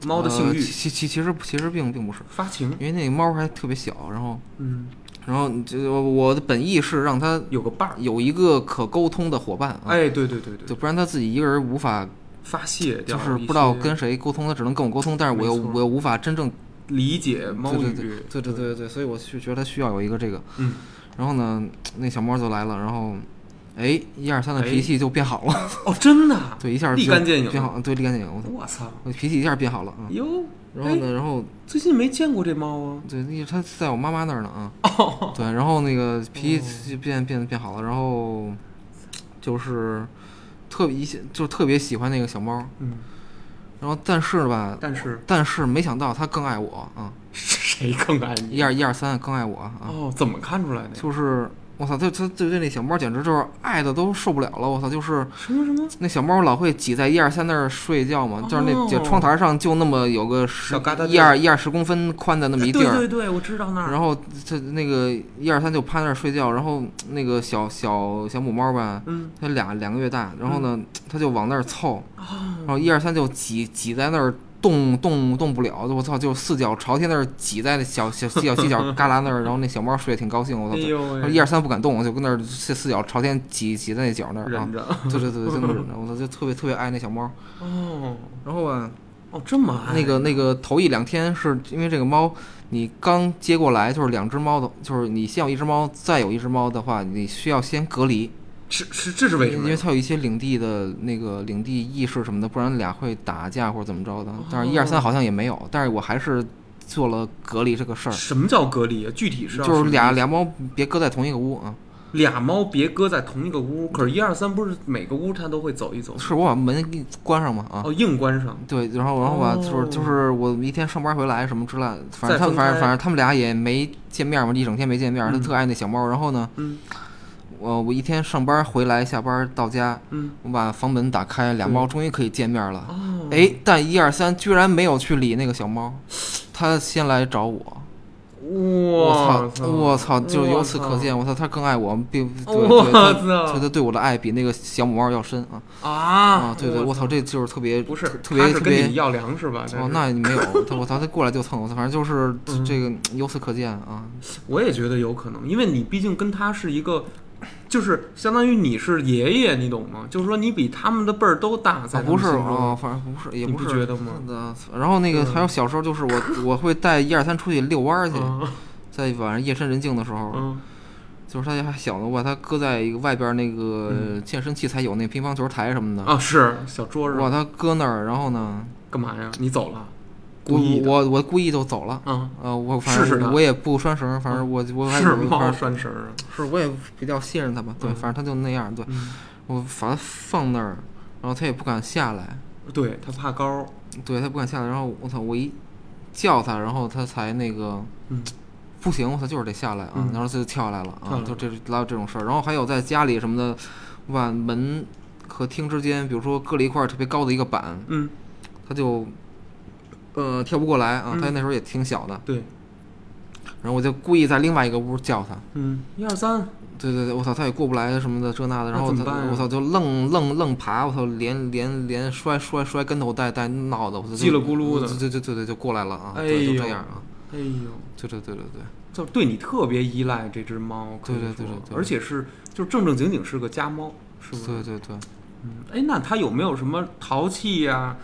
[SPEAKER 1] 猫的性
[SPEAKER 2] 呃
[SPEAKER 1] 欲、
[SPEAKER 2] 其其其实其实并并不是，
[SPEAKER 1] 发情，
[SPEAKER 2] 因为那个猫还特别小，然后
[SPEAKER 1] 嗯，
[SPEAKER 2] 然后你就我我的本意是让它
[SPEAKER 1] 有个伴儿，
[SPEAKER 2] 有一个可沟通的伙伴啊，
[SPEAKER 1] 哎，对对对对，
[SPEAKER 2] 就不然它自己一个人无法，
[SPEAKER 1] 发泄掉
[SPEAKER 2] 就
[SPEAKER 1] 一些，
[SPEAKER 2] 是不知道跟谁沟通，它只能跟我沟通，但是我又
[SPEAKER 1] 没错
[SPEAKER 2] 我又无法真正
[SPEAKER 1] 理解猫
[SPEAKER 2] 对
[SPEAKER 1] 语，
[SPEAKER 2] 对对对对对对，所以我是觉得它需要有一个这个，
[SPEAKER 1] 嗯，
[SPEAKER 2] 然后呢，那小猫就来了，然后哎，一二三的
[SPEAKER 1] 哎
[SPEAKER 2] 脾气就变好了，
[SPEAKER 1] 哦，真的啊，
[SPEAKER 2] 对，一下
[SPEAKER 1] 立
[SPEAKER 2] 就
[SPEAKER 1] 竿见影
[SPEAKER 2] 变好，对，立竿见影，我操，
[SPEAKER 1] 我操，
[SPEAKER 2] 我脾气一下变好了啊。
[SPEAKER 1] 哟，
[SPEAKER 2] 然后
[SPEAKER 1] 哎
[SPEAKER 2] 呢，然后
[SPEAKER 1] 最近没见过这猫啊，
[SPEAKER 2] 对，那它在我妈妈那儿呢啊。
[SPEAKER 1] 哦
[SPEAKER 2] 对，然后那个脾气就变变变好了，然后就是特别一些，就是特别喜欢那个小猫。
[SPEAKER 1] 嗯，
[SPEAKER 2] 然后但是吧，
[SPEAKER 1] 但是
[SPEAKER 2] 但是没想到它更爱我啊，
[SPEAKER 1] 谁更爱
[SPEAKER 2] 一
[SPEAKER 1] 你？
[SPEAKER 2] 二一二三更爱我啊，
[SPEAKER 1] 哦，怎么看出来的呀？
[SPEAKER 2] 就是我操，它它对对那小猫简直就是爱的都受不了了，我操，就是。
[SPEAKER 1] 什么什么
[SPEAKER 2] 那小猫老会挤在一二三那儿睡觉嘛，就是那就
[SPEAKER 1] 哦
[SPEAKER 2] 窗台上就那么有个十
[SPEAKER 1] 小疙瘩地儿
[SPEAKER 2] 一二一二十公分宽的那么一地
[SPEAKER 1] 对
[SPEAKER 2] 儿，
[SPEAKER 1] 哎对对，我知道那儿，
[SPEAKER 2] 然后这那个一二三就趴那儿睡觉，然后那个小小小母猫吧，
[SPEAKER 1] 嗯，
[SPEAKER 2] 它俩两个月大，然后呢，它就往那儿凑，
[SPEAKER 1] 哦，
[SPEAKER 2] 然后一二三就挤挤在那儿动动动不了，我操，就四脚朝天那儿挤在那小小细脚 细脚旮旯那儿，然后那小猫睡得挺高兴，我
[SPEAKER 1] 哎
[SPEAKER 2] 操，
[SPEAKER 1] 呦
[SPEAKER 2] 然后
[SPEAKER 1] 喂，
[SPEAKER 2] 一二三不敢动，我就跟那儿四四脚朝天挤挤在那脚那儿啊
[SPEAKER 1] 忍，着，
[SPEAKER 2] 对对对，就 那么忍着，我操，就特别特别爱那小猫，
[SPEAKER 1] 哦
[SPEAKER 2] 然后啊吧。
[SPEAKER 1] 哦，这么爱
[SPEAKER 2] 那个那个头一两天是因为这个猫，你刚接过来就是两只猫的，就是你先有一只猫，再有一只猫的话，你需要先隔离，
[SPEAKER 1] 是是这是为什
[SPEAKER 2] 因
[SPEAKER 1] 么
[SPEAKER 2] 为
[SPEAKER 1] 呀？
[SPEAKER 2] 它有一些领地的那个领地意识什么的，不然俩会打架或者怎么着的
[SPEAKER 1] 哦。
[SPEAKER 2] 但是一二三好像也没有，但是我还是做了隔离这个事儿，
[SPEAKER 1] 什么叫隔离啊？具体是要
[SPEAKER 2] 就
[SPEAKER 1] 什
[SPEAKER 2] 是
[SPEAKER 1] 么
[SPEAKER 2] 俩
[SPEAKER 1] 意思
[SPEAKER 2] 俩猫别搁在同一个屋啊。
[SPEAKER 1] 俩猫别搁在同一个屋，可是，一二三不是每个屋它都会走一走，
[SPEAKER 2] 是我把门一关上嘛啊。
[SPEAKER 1] 哦，硬关上，
[SPEAKER 2] 对，然后然后吧，就是
[SPEAKER 1] 哦
[SPEAKER 2] 就是我一天上班回来什么之类，反正
[SPEAKER 1] 再
[SPEAKER 2] 他
[SPEAKER 1] 分开
[SPEAKER 2] 们反正反正他们俩也没见面嘛，一整天没见面，他
[SPEAKER 1] 嗯
[SPEAKER 2] 特爱那小猫。然后呢，
[SPEAKER 1] 嗯
[SPEAKER 2] 我我一天上班回来，下班到家，
[SPEAKER 1] 嗯，
[SPEAKER 2] 我把房门打开，俩
[SPEAKER 1] 对
[SPEAKER 2] 猫终于可以见面了。
[SPEAKER 1] 嗯哦，
[SPEAKER 2] 哎，但一二三居然没有去理那个小猫，它先来找我。
[SPEAKER 1] 哇，
[SPEAKER 2] 我操！我操！就由此可见，
[SPEAKER 1] 我
[SPEAKER 2] 我操，它更爱我，并对
[SPEAKER 1] 我
[SPEAKER 2] 对，它
[SPEAKER 1] 操
[SPEAKER 2] 它它对我的爱比那个小母猫要深啊
[SPEAKER 1] 操啊
[SPEAKER 2] 啊！对对，我操，这就是特别
[SPEAKER 1] 不是，
[SPEAKER 2] 特别
[SPEAKER 1] 它是
[SPEAKER 2] 特
[SPEAKER 1] 跟
[SPEAKER 2] 别
[SPEAKER 1] 你要粮食吧？这
[SPEAKER 2] 哦
[SPEAKER 1] 是，嗯
[SPEAKER 2] 那没有， 他我操，他过来就蹭我，反正就是这个，由此可见啊，
[SPEAKER 1] 我也觉得有可能，因为你毕竟跟它是一个。就是相当于你是爷爷，你懂吗？就是说你比他们的辈儿都大，在他
[SPEAKER 2] 啊
[SPEAKER 1] 们
[SPEAKER 2] 不是
[SPEAKER 1] 心中
[SPEAKER 2] 啊，反正不是，也
[SPEAKER 1] 你
[SPEAKER 2] 不是
[SPEAKER 1] 不觉得吗？
[SPEAKER 2] 呃然后那个
[SPEAKER 1] 嗯
[SPEAKER 2] 还有小时候，就是哦我我会带一二三出去遛弯儿去，
[SPEAKER 1] 嗯
[SPEAKER 2] 哦在晚上夜深人静的时候，
[SPEAKER 1] 嗯
[SPEAKER 2] 就是他还小呢，我把它搁在一个外边那个健身器材有那乒乓球台什么的，
[SPEAKER 1] 啊，是小桌
[SPEAKER 2] 我
[SPEAKER 1] 上
[SPEAKER 2] 把它搁那儿，然后呢，
[SPEAKER 1] 干嘛呀？你走了，故
[SPEAKER 2] 我
[SPEAKER 1] 意的
[SPEAKER 2] 我我故意就走了。
[SPEAKER 1] 啊？
[SPEAKER 2] 呃，我反正
[SPEAKER 1] 试试他嗯
[SPEAKER 2] 我也不拴绳，反正我我还
[SPEAKER 1] 是
[SPEAKER 2] 我
[SPEAKER 1] 猫
[SPEAKER 2] 反
[SPEAKER 1] 拴绳儿啊？
[SPEAKER 2] 正是我也比较信任他吧，对，
[SPEAKER 1] 嗯
[SPEAKER 2] 反正他就那样，对
[SPEAKER 1] 嗯，
[SPEAKER 2] 我把它放那儿，然后他也不敢下来，
[SPEAKER 1] 对，它怕高。
[SPEAKER 2] 对他不敢下来，然后我操，我一叫他，然后他才那个
[SPEAKER 1] 嗯，
[SPEAKER 2] 不行，我操，就是得下来啊，
[SPEAKER 1] 嗯
[SPEAKER 2] 然后他就跳下来了
[SPEAKER 1] 跳下
[SPEAKER 2] 啊
[SPEAKER 1] 来，
[SPEAKER 2] 就这来有这种事儿。然后还有在家里什么的，把门和厅之间，比如说搁了一块儿特别高的一个板，
[SPEAKER 1] 嗯，
[SPEAKER 2] 他就呃跳不过来啊，
[SPEAKER 1] 嗯
[SPEAKER 2] 他那时候也挺小的，
[SPEAKER 1] 对，
[SPEAKER 2] 然后我就故意在另外一个屋叫他，
[SPEAKER 1] 嗯，一二三，
[SPEAKER 2] 对对对，我操，他也过不来什么的这那的，
[SPEAKER 1] 那
[SPEAKER 2] 然后
[SPEAKER 1] 怎
[SPEAKER 2] 他
[SPEAKER 1] 么办呀
[SPEAKER 2] 我操就愣愣愣爬，我操连连连摔摔摔跟头带带闹的，我操就
[SPEAKER 1] 叽里咕噜的
[SPEAKER 2] 就就就就就就过来了啊，
[SPEAKER 1] 哎
[SPEAKER 2] 对就
[SPEAKER 1] 呦
[SPEAKER 2] 这样啊，
[SPEAKER 1] 哎呦，
[SPEAKER 2] 对对对对对，
[SPEAKER 1] 就对你特别依赖这只猫，可以
[SPEAKER 2] 对对
[SPEAKER 1] 说
[SPEAKER 2] 对对对
[SPEAKER 1] 而且是就正正经经是个家猫，是不是？
[SPEAKER 2] 对对对，
[SPEAKER 1] 嗯，哎，那它有没有什么淘气呀、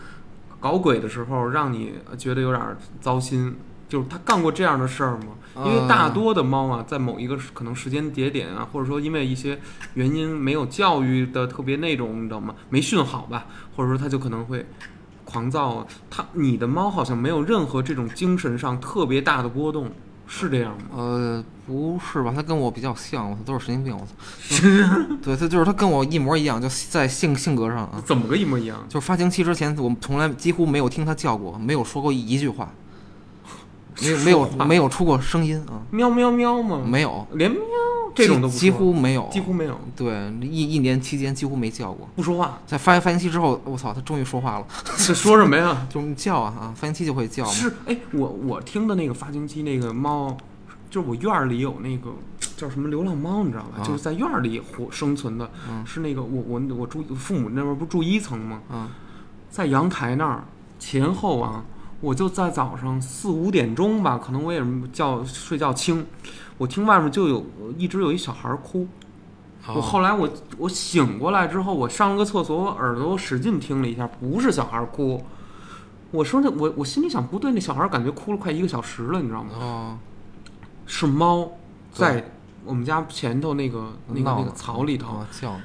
[SPEAKER 1] 搞鬼的时候，让你觉得有点儿糟心？就是它干过这样的事儿吗？因为大多的猫啊，在某一个时可能时间节点啊，或者说因为一些原因没有教育的特别那种，你知道吗？没训好吧，或者说它就可能会狂躁啊。它你的猫好像没有任何这种精神上特别大的波动，是这样吗？
[SPEAKER 2] 呃不是吧，他跟我比较像，我操都是神经病， 我操，对他就是他跟我一模一样，就在性性格上啊。
[SPEAKER 1] 怎么个一模一样？
[SPEAKER 2] 就是发情期之前，我们从来几乎没有听他叫过，没有说过一句话，没有没
[SPEAKER 1] 说话
[SPEAKER 2] 有没有出过声音啊，
[SPEAKER 1] 喵喵喵吗？
[SPEAKER 2] 没有，
[SPEAKER 1] 连喵这种都不说
[SPEAKER 2] 几几乎没有，
[SPEAKER 1] 几乎没有，
[SPEAKER 2] 对一一年期间几乎没叫过。
[SPEAKER 1] 不说话。
[SPEAKER 2] 在发发情期之后，我操，他终于说话了，
[SPEAKER 1] 这说什么呀？
[SPEAKER 2] 就是叫啊啊，发情期就会叫嘛。
[SPEAKER 1] 是哎，我我听的那个发情期那个猫，就是我院儿里有那个叫什么流浪猫，你知道吧？
[SPEAKER 2] 啊
[SPEAKER 1] 就是在院儿里活生存的，
[SPEAKER 2] 嗯
[SPEAKER 1] 是那个我我我住父母那边不住一层吗？
[SPEAKER 2] 嗯
[SPEAKER 1] 在阳台那儿前后啊，我就在早上四五点钟吧，可能我也是觉睡觉轻，我听外面就有一直有一小孩儿哭，
[SPEAKER 2] 哦
[SPEAKER 1] 我后来我我醒过来之后，我上了个厕所，我耳朵使劲听了一下，不是小孩哭。我说那我我心里想不对，那小孩感觉哭了快一个小时了，你知道吗？
[SPEAKER 2] 哦
[SPEAKER 1] 是猫在我们家前头那个那个
[SPEAKER 2] 闹
[SPEAKER 1] 那个
[SPEAKER 2] 呢
[SPEAKER 1] 草里头，
[SPEAKER 2] 啊叫呢，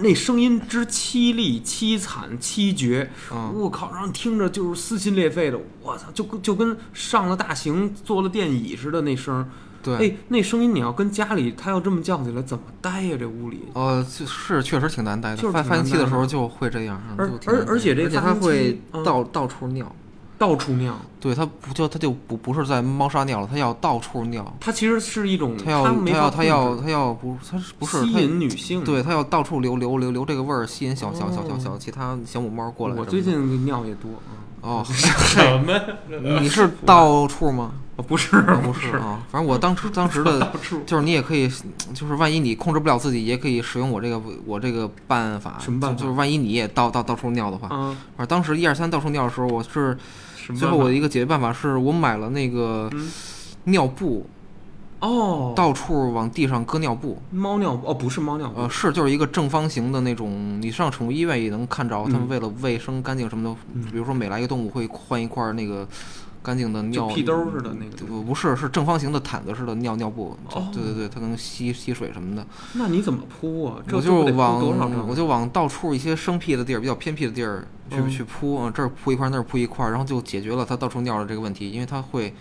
[SPEAKER 1] 那声音之凄厉、凄惨、凄绝，
[SPEAKER 2] 嗯
[SPEAKER 1] 我靠，让人听着就是撕心裂肺的。我操，就跟就跟上了大刑、坐了电椅似的那声儿。
[SPEAKER 2] 对，
[SPEAKER 1] 哎，那声音你要跟家里他要这么叫起来，怎么待呀？这屋里
[SPEAKER 2] 呃就是确实挺难待
[SPEAKER 1] 就
[SPEAKER 2] 的，
[SPEAKER 1] 是
[SPEAKER 2] 发
[SPEAKER 1] 挺
[SPEAKER 2] 发情
[SPEAKER 1] 难
[SPEAKER 2] 期的
[SPEAKER 1] 待
[SPEAKER 2] 时
[SPEAKER 1] 的
[SPEAKER 2] 候就会这样，嗯
[SPEAKER 1] 而
[SPEAKER 2] 就挺难
[SPEAKER 1] 而
[SPEAKER 2] 待
[SPEAKER 1] 而且这
[SPEAKER 2] 而且
[SPEAKER 1] 发
[SPEAKER 2] 它
[SPEAKER 1] 情
[SPEAKER 2] 会
[SPEAKER 1] 期嗯
[SPEAKER 2] 到到处尿，
[SPEAKER 1] 到处尿。
[SPEAKER 2] 对，它不就它就不不是在猫砂尿了，它要到处尿，
[SPEAKER 1] 它其实是一种，
[SPEAKER 2] 它要它
[SPEAKER 1] 嗯没
[SPEAKER 2] 要
[SPEAKER 1] 法
[SPEAKER 2] 它要
[SPEAKER 1] 控制
[SPEAKER 2] 它要不它是不是
[SPEAKER 1] 吸
[SPEAKER 2] 它
[SPEAKER 1] 引女性？
[SPEAKER 2] 对，它要到处流流流流这个味儿，吸引小小小
[SPEAKER 1] 哦
[SPEAKER 2] 小小其他小母猫过来什
[SPEAKER 1] 我
[SPEAKER 2] 么的。
[SPEAKER 1] 最近尿也多啊。
[SPEAKER 2] 哦，
[SPEAKER 1] 什么？
[SPEAKER 2] 你是到处吗？
[SPEAKER 1] 哦不 是，
[SPEAKER 2] 不是啊，反正我当时当时的
[SPEAKER 1] 到处
[SPEAKER 2] 就是你也可以，就是万一你控制不了自己，也可以使用我这个我这个办法。
[SPEAKER 1] 什么办法
[SPEAKER 2] 就就是万一你也到到到处尿的话，
[SPEAKER 1] 啊，
[SPEAKER 2] 反正当时一二三到处尿的时候，我是
[SPEAKER 1] 什么？
[SPEAKER 2] 最后我的一个解决办法是我买了那个
[SPEAKER 1] 嗯
[SPEAKER 2] 尿布，
[SPEAKER 1] 哦，
[SPEAKER 2] 到处往地上搁尿布。
[SPEAKER 1] 猫尿布哦，不是猫尿布
[SPEAKER 2] 呃，，是，就是一个正方形的那种，你上宠物医院也能看着，
[SPEAKER 1] 嗯
[SPEAKER 2] 他们为了卫生干净什么的，比如说每来一个动物会换一块儿那个干净的
[SPEAKER 1] 就
[SPEAKER 2] 尿呃
[SPEAKER 1] 屁兜儿似的那个东西。
[SPEAKER 2] 不不是，是正方形的毯子似的尿尿布，
[SPEAKER 1] 哦
[SPEAKER 2] 对对对，它能吸吸水什么的。
[SPEAKER 1] 那你怎么铺啊？这
[SPEAKER 2] 我
[SPEAKER 1] 这
[SPEAKER 2] 就
[SPEAKER 1] 不得
[SPEAKER 2] 往
[SPEAKER 1] 铺多少张？啊
[SPEAKER 2] 我就往到处一些生僻的地儿，比较偏僻的地儿去、
[SPEAKER 1] 嗯
[SPEAKER 2] 去铺，啊，这儿铺一块儿，那儿铺一块儿，然后就解决了它到处尿的这个问题，因为它会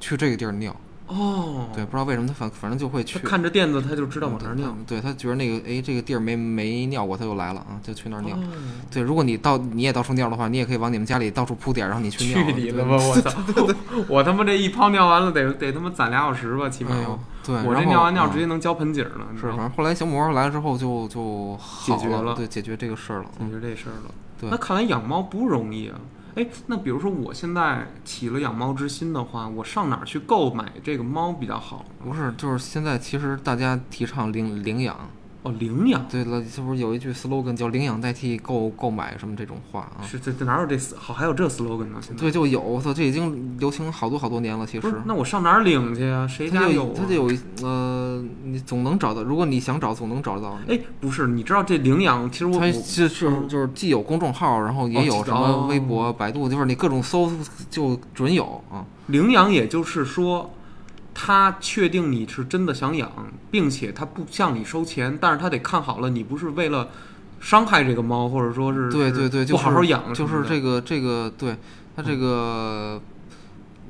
[SPEAKER 2] 去这个地儿尿。
[SPEAKER 1] 哦，
[SPEAKER 2] 对，不知道为什么它反反正就会
[SPEAKER 1] 它
[SPEAKER 2] 去。
[SPEAKER 1] 看着垫子，它就知道往哪儿
[SPEAKER 2] 嗯
[SPEAKER 1] 尿。
[SPEAKER 2] 对它觉得那个哎这个地儿没没尿过，它就来了啊，就去那儿尿。
[SPEAKER 1] 哦
[SPEAKER 2] 对，如果你到你也到处尿的话，你也可以往你们家里到处铺点儿，然后你去
[SPEAKER 1] 去
[SPEAKER 2] 尿。啊
[SPEAKER 1] 你
[SPEAKER 2] 对
[SPEAKER 1] 的吧！我操，我他妈这一泡尿完了，得得他妈攒俩小时吧，起码
[SPEAKER 2] 哎
[SPEAKER 1] 要
[SPEAKER 2] 呦。，对，
[SPEAKER 1] 啊我这
[SPEAKER 2] 然后
[SPEAKER 1] 尿完尿
[SPEAKER 2] 嗯
[SPEAKER 1] 直接能浇盆景儿了，你
[SPEAKER 2] 是，
[SPEAKER 1] 知道
[SPEAKER 2] 反
[SPEAKER 1] 吗？
[SPEAKER 2] 正后来小母猫来了之后就就好
[SPEAKER 1] 解决了
[SPEAKER 2] 了，对，解决这个事儿了。
[SPEAKER 1] 解
[SPEAKER 2] 嗯，
[SPEAKER 1] 决这事儿了。
[SPEAKER 2] 对
[SPEAKER 1] 那看来养猫不容易啊。哎，那比如说我现在起了养猫之心的话，我上哪儿去购买这个猫比较好？
[SPEAKER 2] 不是，就是现在其实大家提倡领领养，
[SPEAKER 1] 哦，领养
[SPEAKER 2] 对了，是不是有一句 slogan 叫“领养代替购购买”什么这种话啊？
[SPEAKER 1] 是这这哪有这好还有这 slogan 呢？现在
[SPEAKER 2] 对，就有，我操，这已经流行好多好多年了。其
[SPEAKER 1] 不是
[SPEAKER 2] 实，，
[SPEAKER 1] 那我上哪儿领去啊？谁
[SPEAKER 2] 它
[SPEAKER 1] 家
[SPEAKER 2] 就
[SPEAKER 1] 有、啊
[SPEAKER 2] 有，？它就有一，呃，你总能找到，如果你想找，总能找到。嗯
[SPEAKER 1] 哎，不是，你知道这领养其实我
[SPEAKER 2] 它
[SPEAKER 1] 我
[SPEAKER 2] 是就是就是既有公众号，然后
[SPEAKER 1] 哦
[SPEAKER 2] 也有
[SPEAKER 1] 知
[SPEAKER 2] 什
[SPEAKER 1] 道
[SPEAKER 2] 么微博、百度，就是你各种搜就准有啊。
[SPEAKER 1] 领养也就是说，他确定你是真的想养，并且他不向你收钱，但是他得看好了，你不是为了伤害这个猫，或者说是
[SPEAKER 2] 对对对，
[SPEAKER 1] 是
[SPEAKER 2] 就
[SPEAKER 1] 不
[SPEAKER 2] 是
[SPEAKER 1] 好好养什
[SPEAKER 2] 就
[SPEAKER 1] 么的，
[SPEAKER 2] 是这个这个，对它这个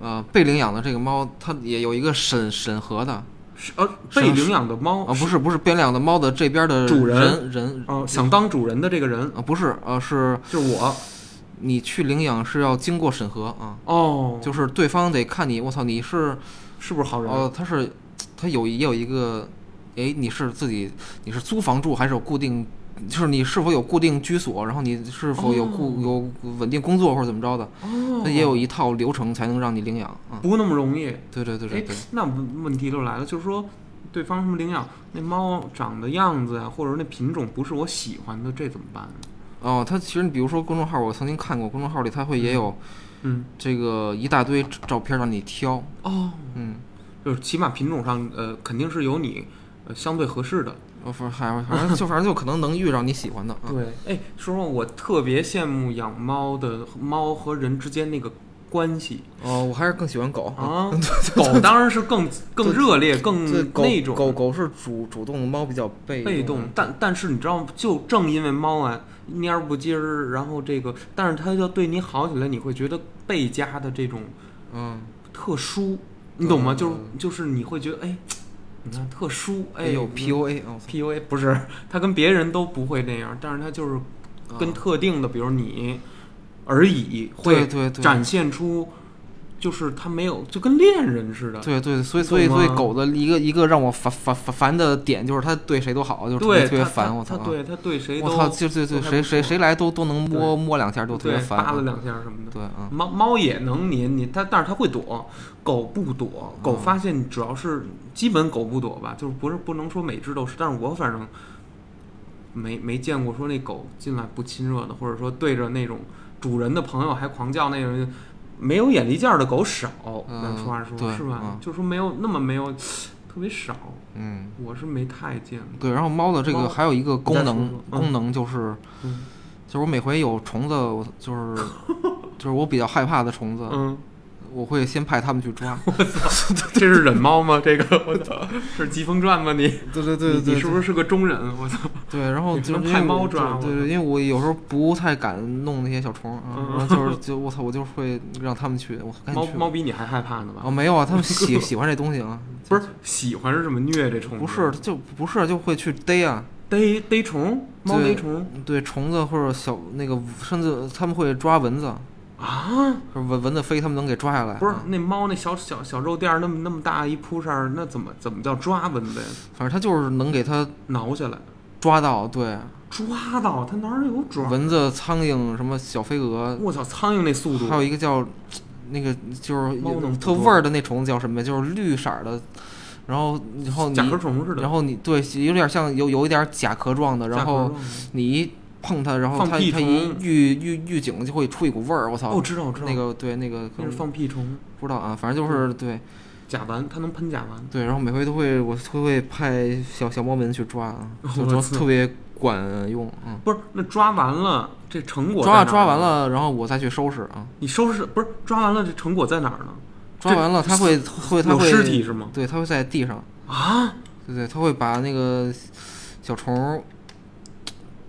[SPEAKER 2] 呃被领养的这个猫，它也有一个审审核的啊，
[SPEAKER 1] 是呃被领养的猫
[SPEAKER 2] 啊不哦是不是被领养的猫的这边的
[SPEAKER 1] 主人
[SPEAKER 2] 人人
[SPEAKER 1] 哦、想当主人的这个人
[SPEAKER 2] 啊不是呃是
[SPEAKER 1] 就是我
[SPEAKER 2] 你去领养是要经过审核啊，
[SPEAKER 1] 哦，
[SPEAKER 2] 就是对方得看你，我操你是
[SPEAKER 1] 是不是好人？
[SPEAKER 2] 呃他是他有也有一个，哎你是自己你是租房住还是有固定？就是你是否有固定居所，然后你是否有固、有稳定工作或者怎么着的，
[SPEAKER 1] 哦，
[SPEAKER 2] 它也有一套流程才能让你领养啊。
[SPEAKER 1] 不那么容易。
[SPEAKER 2] 对对对对对
[SPEAKER 1] 哎，那问问题就来了，就是说，对方什么领养那猫长的样子呀、或者那品种不是我喜欢的，这怎么办呢？
[SPEAKER 2] 哦，它其实你比如说公众号，我曾经看过公众号里，它会也有
[SPEAKER 1] 嗯，
[SPEAKER 2] 这个一大堆照片让你挑，
[SPEAKER 1] 哦，
[SPEAKER 2] 嗯，
[SPEAKER 1] 就是起码品种上，呃，肯定是有你呃相对合适的。
[SPEAKER 2] 呃，反还反正就反正就可能能遇上你喜欢的啊。
[SPEAKER 1] 对，哎，说实话，我特别羡慕养猫的猫和人之间那个关系
[SPEAKER 2] 哦，我还是更喜欢狗。
[SPEAKER 1] 啊。狗当然是更更热烈、更
[SPEAKER 2] 对狗
[SPEAKER 1] 那种啊
[SPEAKER 2] 狗狗是主主动，猫比较被
[SPEAKER 1] 被
[SPEAKER 2] 动
[SPEAKER 1] 动，但但是你知道吗？就正因为猫啊蔫儿不唧儿，然后这个，但是它要对你好起来，你会觉得倍加的这种
[SPEAKER 2] 嗯，
[SPEAKER 1] 特殊，你懂吗？
[SPEAKER 2] 嗯
[SPEAKER 1] 就是就是你会觉得哎，你看特殊，哎，
[SPEAKER 2] 也有
[SPEAKER 1] 嗯
[SPEAKER 2] PUA 啊我操
[SPEAKER 1] PUA 不是，它跟别人都不会那样，但是它就是
[SPEAKER 2] 啊，
[SPEAKER 1] 跟特定的，比如你而已，会
[SPEAKER 2] 对对对
[SPEAKER 1] 展现出，就是它没有，就跟恋人似的。
[SPEAKER 2] 对对，所以所以所
[SPEAKER 1] 啊
[SPEAKER 2] 以
[SPEAKER 1] 懂吗
[SPEAKER 2] 狗的一个一个让我烦烦烦烦的点就是它对谁都好，就是特别
[SPEAKER 1] 对，
[SPEAKER 2] 特
[SPEAKER 1] 它
[SPEAKER 2] 别烦，我
[SPEAKER 1] 它它
[SPEAKER 2] 操啊！
[SPEAKER 1] 对它对谁都
[SPEAKER 2] 我操，就对对
[SPEAKER 1] 都还
[SPEAKER 2] 谁
[SPEAKER 1] 不
[SPEAKER 2] 谁
[SPEAKER 1] 错
[SPEAKER 2] 谁来都都能摸摸两下，都特别
[SPEAKER 1] 对
[SPEAKER 2] 烦
[SPEAKER 1] 扒
[SPEAKER 2] 啊
[SPEAKER 1] 拉。两下什么的。
[SPEAKER 2] 对啊，
[SPEAKER 1] 猫猫也能你你它，但是它会躲，狗不躲。
[SPEAKER 2] 嗯
[SPEAKER 1] 狗发现只要是基本狗不躲吧，就是不是不能说每只都是，但是我反正没没见过说那狗进来不亲热的，或者说对着那种主人的朋友还狂叫那种，没有眼力见儿的狗少。
[SPEAKER 2] 嗯
[SPEAKER 1] 咱实话实说
[SPEAKER 2] 对
[SPEAKER 1] 是吧？
[SPEAKER 2] 嗯
[SPEAKER 1] 就说没有那么没有，特别少，
[SPEAKER 2] 嗯，
[SPEAKER 1] 我是没太见过。
[SPEAKER 2] 对。然后猫的这
[SPEAKER 1] 猫
[SPEAKER 2] 个还有一个功
[SPEAKER 1] 你再
[SPEAKER 2] 能
[SPEAKER 1] 说，说嗯
[SPEAKER 2] 功能就是，
[SPEAKER 1] 嗯
[SPEAKER 2] 就是我每回有虫子，我就是 就是我比较害怕的虫子，
[SPEAKER 1] 嗯，
[SPEAKER 2] 我会先派他们去 抓。
[SPEAKER 1] 这是忍猫吗？这个我操，这是《疾风传》吗？你
[SPEAKER 2] 对对对
[SPEAKER 1] 你
[SPEAKER 2] 对，
[SPEAKER 1] 你是不
[SPEAKER 2] 是？
[SPEAKER 1] 是是个中人？我操！
[SPEAKER 2] 对，然后
[SPEAKER 1] 你
[SPEAKER 2] 就是
[SPEAKER 1] 能
[SPEAKER 2] 因
[SPEAKER 1] 派
[SPEAKER 2] 为
[SPEAKER 1] 猫
[SPEAKER 2] 我
[SPEAKER 1] 抓我
[SPEAKER 2] 对对，因为我有时候不太敢弄那些小虫啊，
[SPEAKER 1] 嗯
[SPEAKER 2] 然后就是就我操，我就会让他们去，我赶紧
[SPEAKER 1] 猫
[SPEAKER 2] 去吧。
[SPEAKER 1] 猫比你还害怕呢吧？
[SPEAKER 2] 哦，没有啊，他们喜 喜欢这东西啊，
[SPEAKER 1] 不是喜欢是什么虐这虫子？
[SPEAKER 2] 不是就不是就会去逮啊，
[SPEAKER 1] 逮逮虫，猫逮
[SPEAKER 2] 对
[SPEAKER 1] 虫
[SPEAKER 2] 对虫子或者小那个，甚至他们会抓蚊子，
[SPEAKER 1] 啊！
[SPEAKER 2] 就是蚊蚊子飞，他们能给抓下来。
[SPEAKER 1] 不是
[SPEAKER 2] 啊
[SPEAKER 1] 那猫那小小小肉垫儿那么那么大一扑扇儿，那怎么怎么叫抓蚊子呀？
[SPEAKER 2] 反正他就是能给他
[SPEAKER 1] 挠下来，
[SPEAKER 2] 抓到，对，
[SPEAKER 1] 抓到它哪儿有爪？
[SPEAKER 2] 蚊子、苍蝇、什么小飞蛾，
[SPEAKER 1] 我操，苍蝇那速度
[SPEAKER 2] 还有一个叫那个就是
[SPEAKER 1] 猫能捕
[SPEAKER 2] 特
[SPEAKER 1] 捉
[SPEAKER 2] 味儿的那虫子叫什么呀？就是绿色儿的，然后然后
[SPEAKER 1] 甲壳
[SPEAKER 2] 你
[SPEAKER 1] 虫似的，
[SPEAKER 2] 然后你对有点像有有一点甲壳状的，
[SPEAKER 1] 甲
[SPEAKER 2] 然
[SPEAKER 1] 壳
[SPEAKER 2] 后
[SPEAKER 1] 虫
[SPEAKER 2] 你一碰它，然后
[SPEAKER 1] 放
[SPEAKER 2] 它
[SPEAKER 1] 屁
[SPEAKER 2] 它一
[SPEAKER 1] 虫
[SPEAKER 2] 预预预警就会出一股味儿，我操！
[SPEAKER 1] 哦，知道我知道
[SPEAKER 2] 那个嗯对那个可
[SPEAKER 1] 那是
[SPEAKER 2] 能
[SPEAKER 1] 放嗯屁虫，
[SPEAKER 2] 不知道啊，反正就是对
[SPEAKER 1] 甲烷它能喷甲烷。
[SPEAKER 2] 对，然后每回都会我都会派小小猫们去抓啊，就
[SPEAKER 1] 哦我
[SPEAKER 2] 都
[SPEAKER 1] 操
[SPEAKER 2] 特别管用啊。
[SPEAKER 1] 不是，那抓完了这成果
[SPEAKER 2] 抓
[SPEAKER 1] 在哪儿
[SPEAKER 2] 抓完
[SPEAKER 1] 呢，
[SPEAKER 2] 了，然后我再去收拾啊。
[SPEAKER 1] 你收拾不是抓完了这成果在哪儿呢？
[SPEAKER 2] 抓完了，它会会它
[SPEAKER 1] 有
[SPEAKER 2] 会
[SPEAKER 1] 尸体是吗？
[SPEAKER 2] 对，它会在地上，
[SPEAKER 1] 啊，
[SPEAKER 2] 对对，它会把那个小虫儿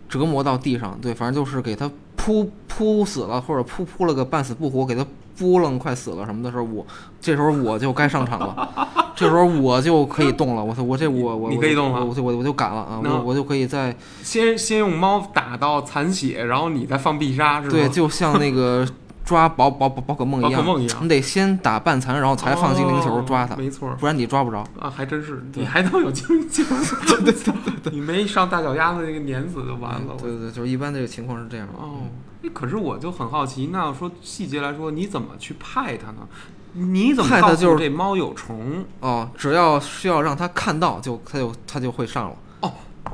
[SPEAKER 2] 折磨到地上，对，反正就是给它扑扑死了，或者扑扑了个半死不活，给它扑棱快死了什么的时候，我这时候我就该上 场了，这时候我就可以动了，我操，我这我我
[SPEAKER 1] 你可以动了
[SPEAKER 2] 我就我我就敢了啊，
[SPEAKER 1] 那
[SPEAKER 2] 我我就可以在
[SPEAKER 1] 先先用猫打到残血，然后你再放必杀，是吧？
[SPEAKER 2] 对，就像那个抓宝宝宝宝可梦一
[SPEAKER 1] 宝可
[SPEAKER 2] 样，
[SPEAKER 1] 梦一样
[SPEAKER 2] 你得先打半残，然后才放精灵球
[SPEAKER 1] 哦
[SPEAKER 2] 抓它，
[SPEAKER 1] 没错儿
[SPEAKER 2] 不然你抓不着。
[SPEAKER 1] 啊，还真是，你还能有精灵球？ 对对对，你没上大脚丫子那个碾死就完了。
[SPEAKER 2] 对对对，就是一般这个情况是这样的。
[SPEAKER 1] 哦，哎可是我就很好奇，那要说细节来说，你怎么去派它呢？你怎么
[SPEAKER 2] 派它
[SPEAKER 1] 告
[SPEAKER 2] 就
[SPEAKER 1] 诉
[SPEAKER 2] 是
[SPEAKER 1] 这猫有虫？
[SPEAKER 2] 哦，只要需要让他看到，就他就他就会上了。
[SPEAKER 1] 哦，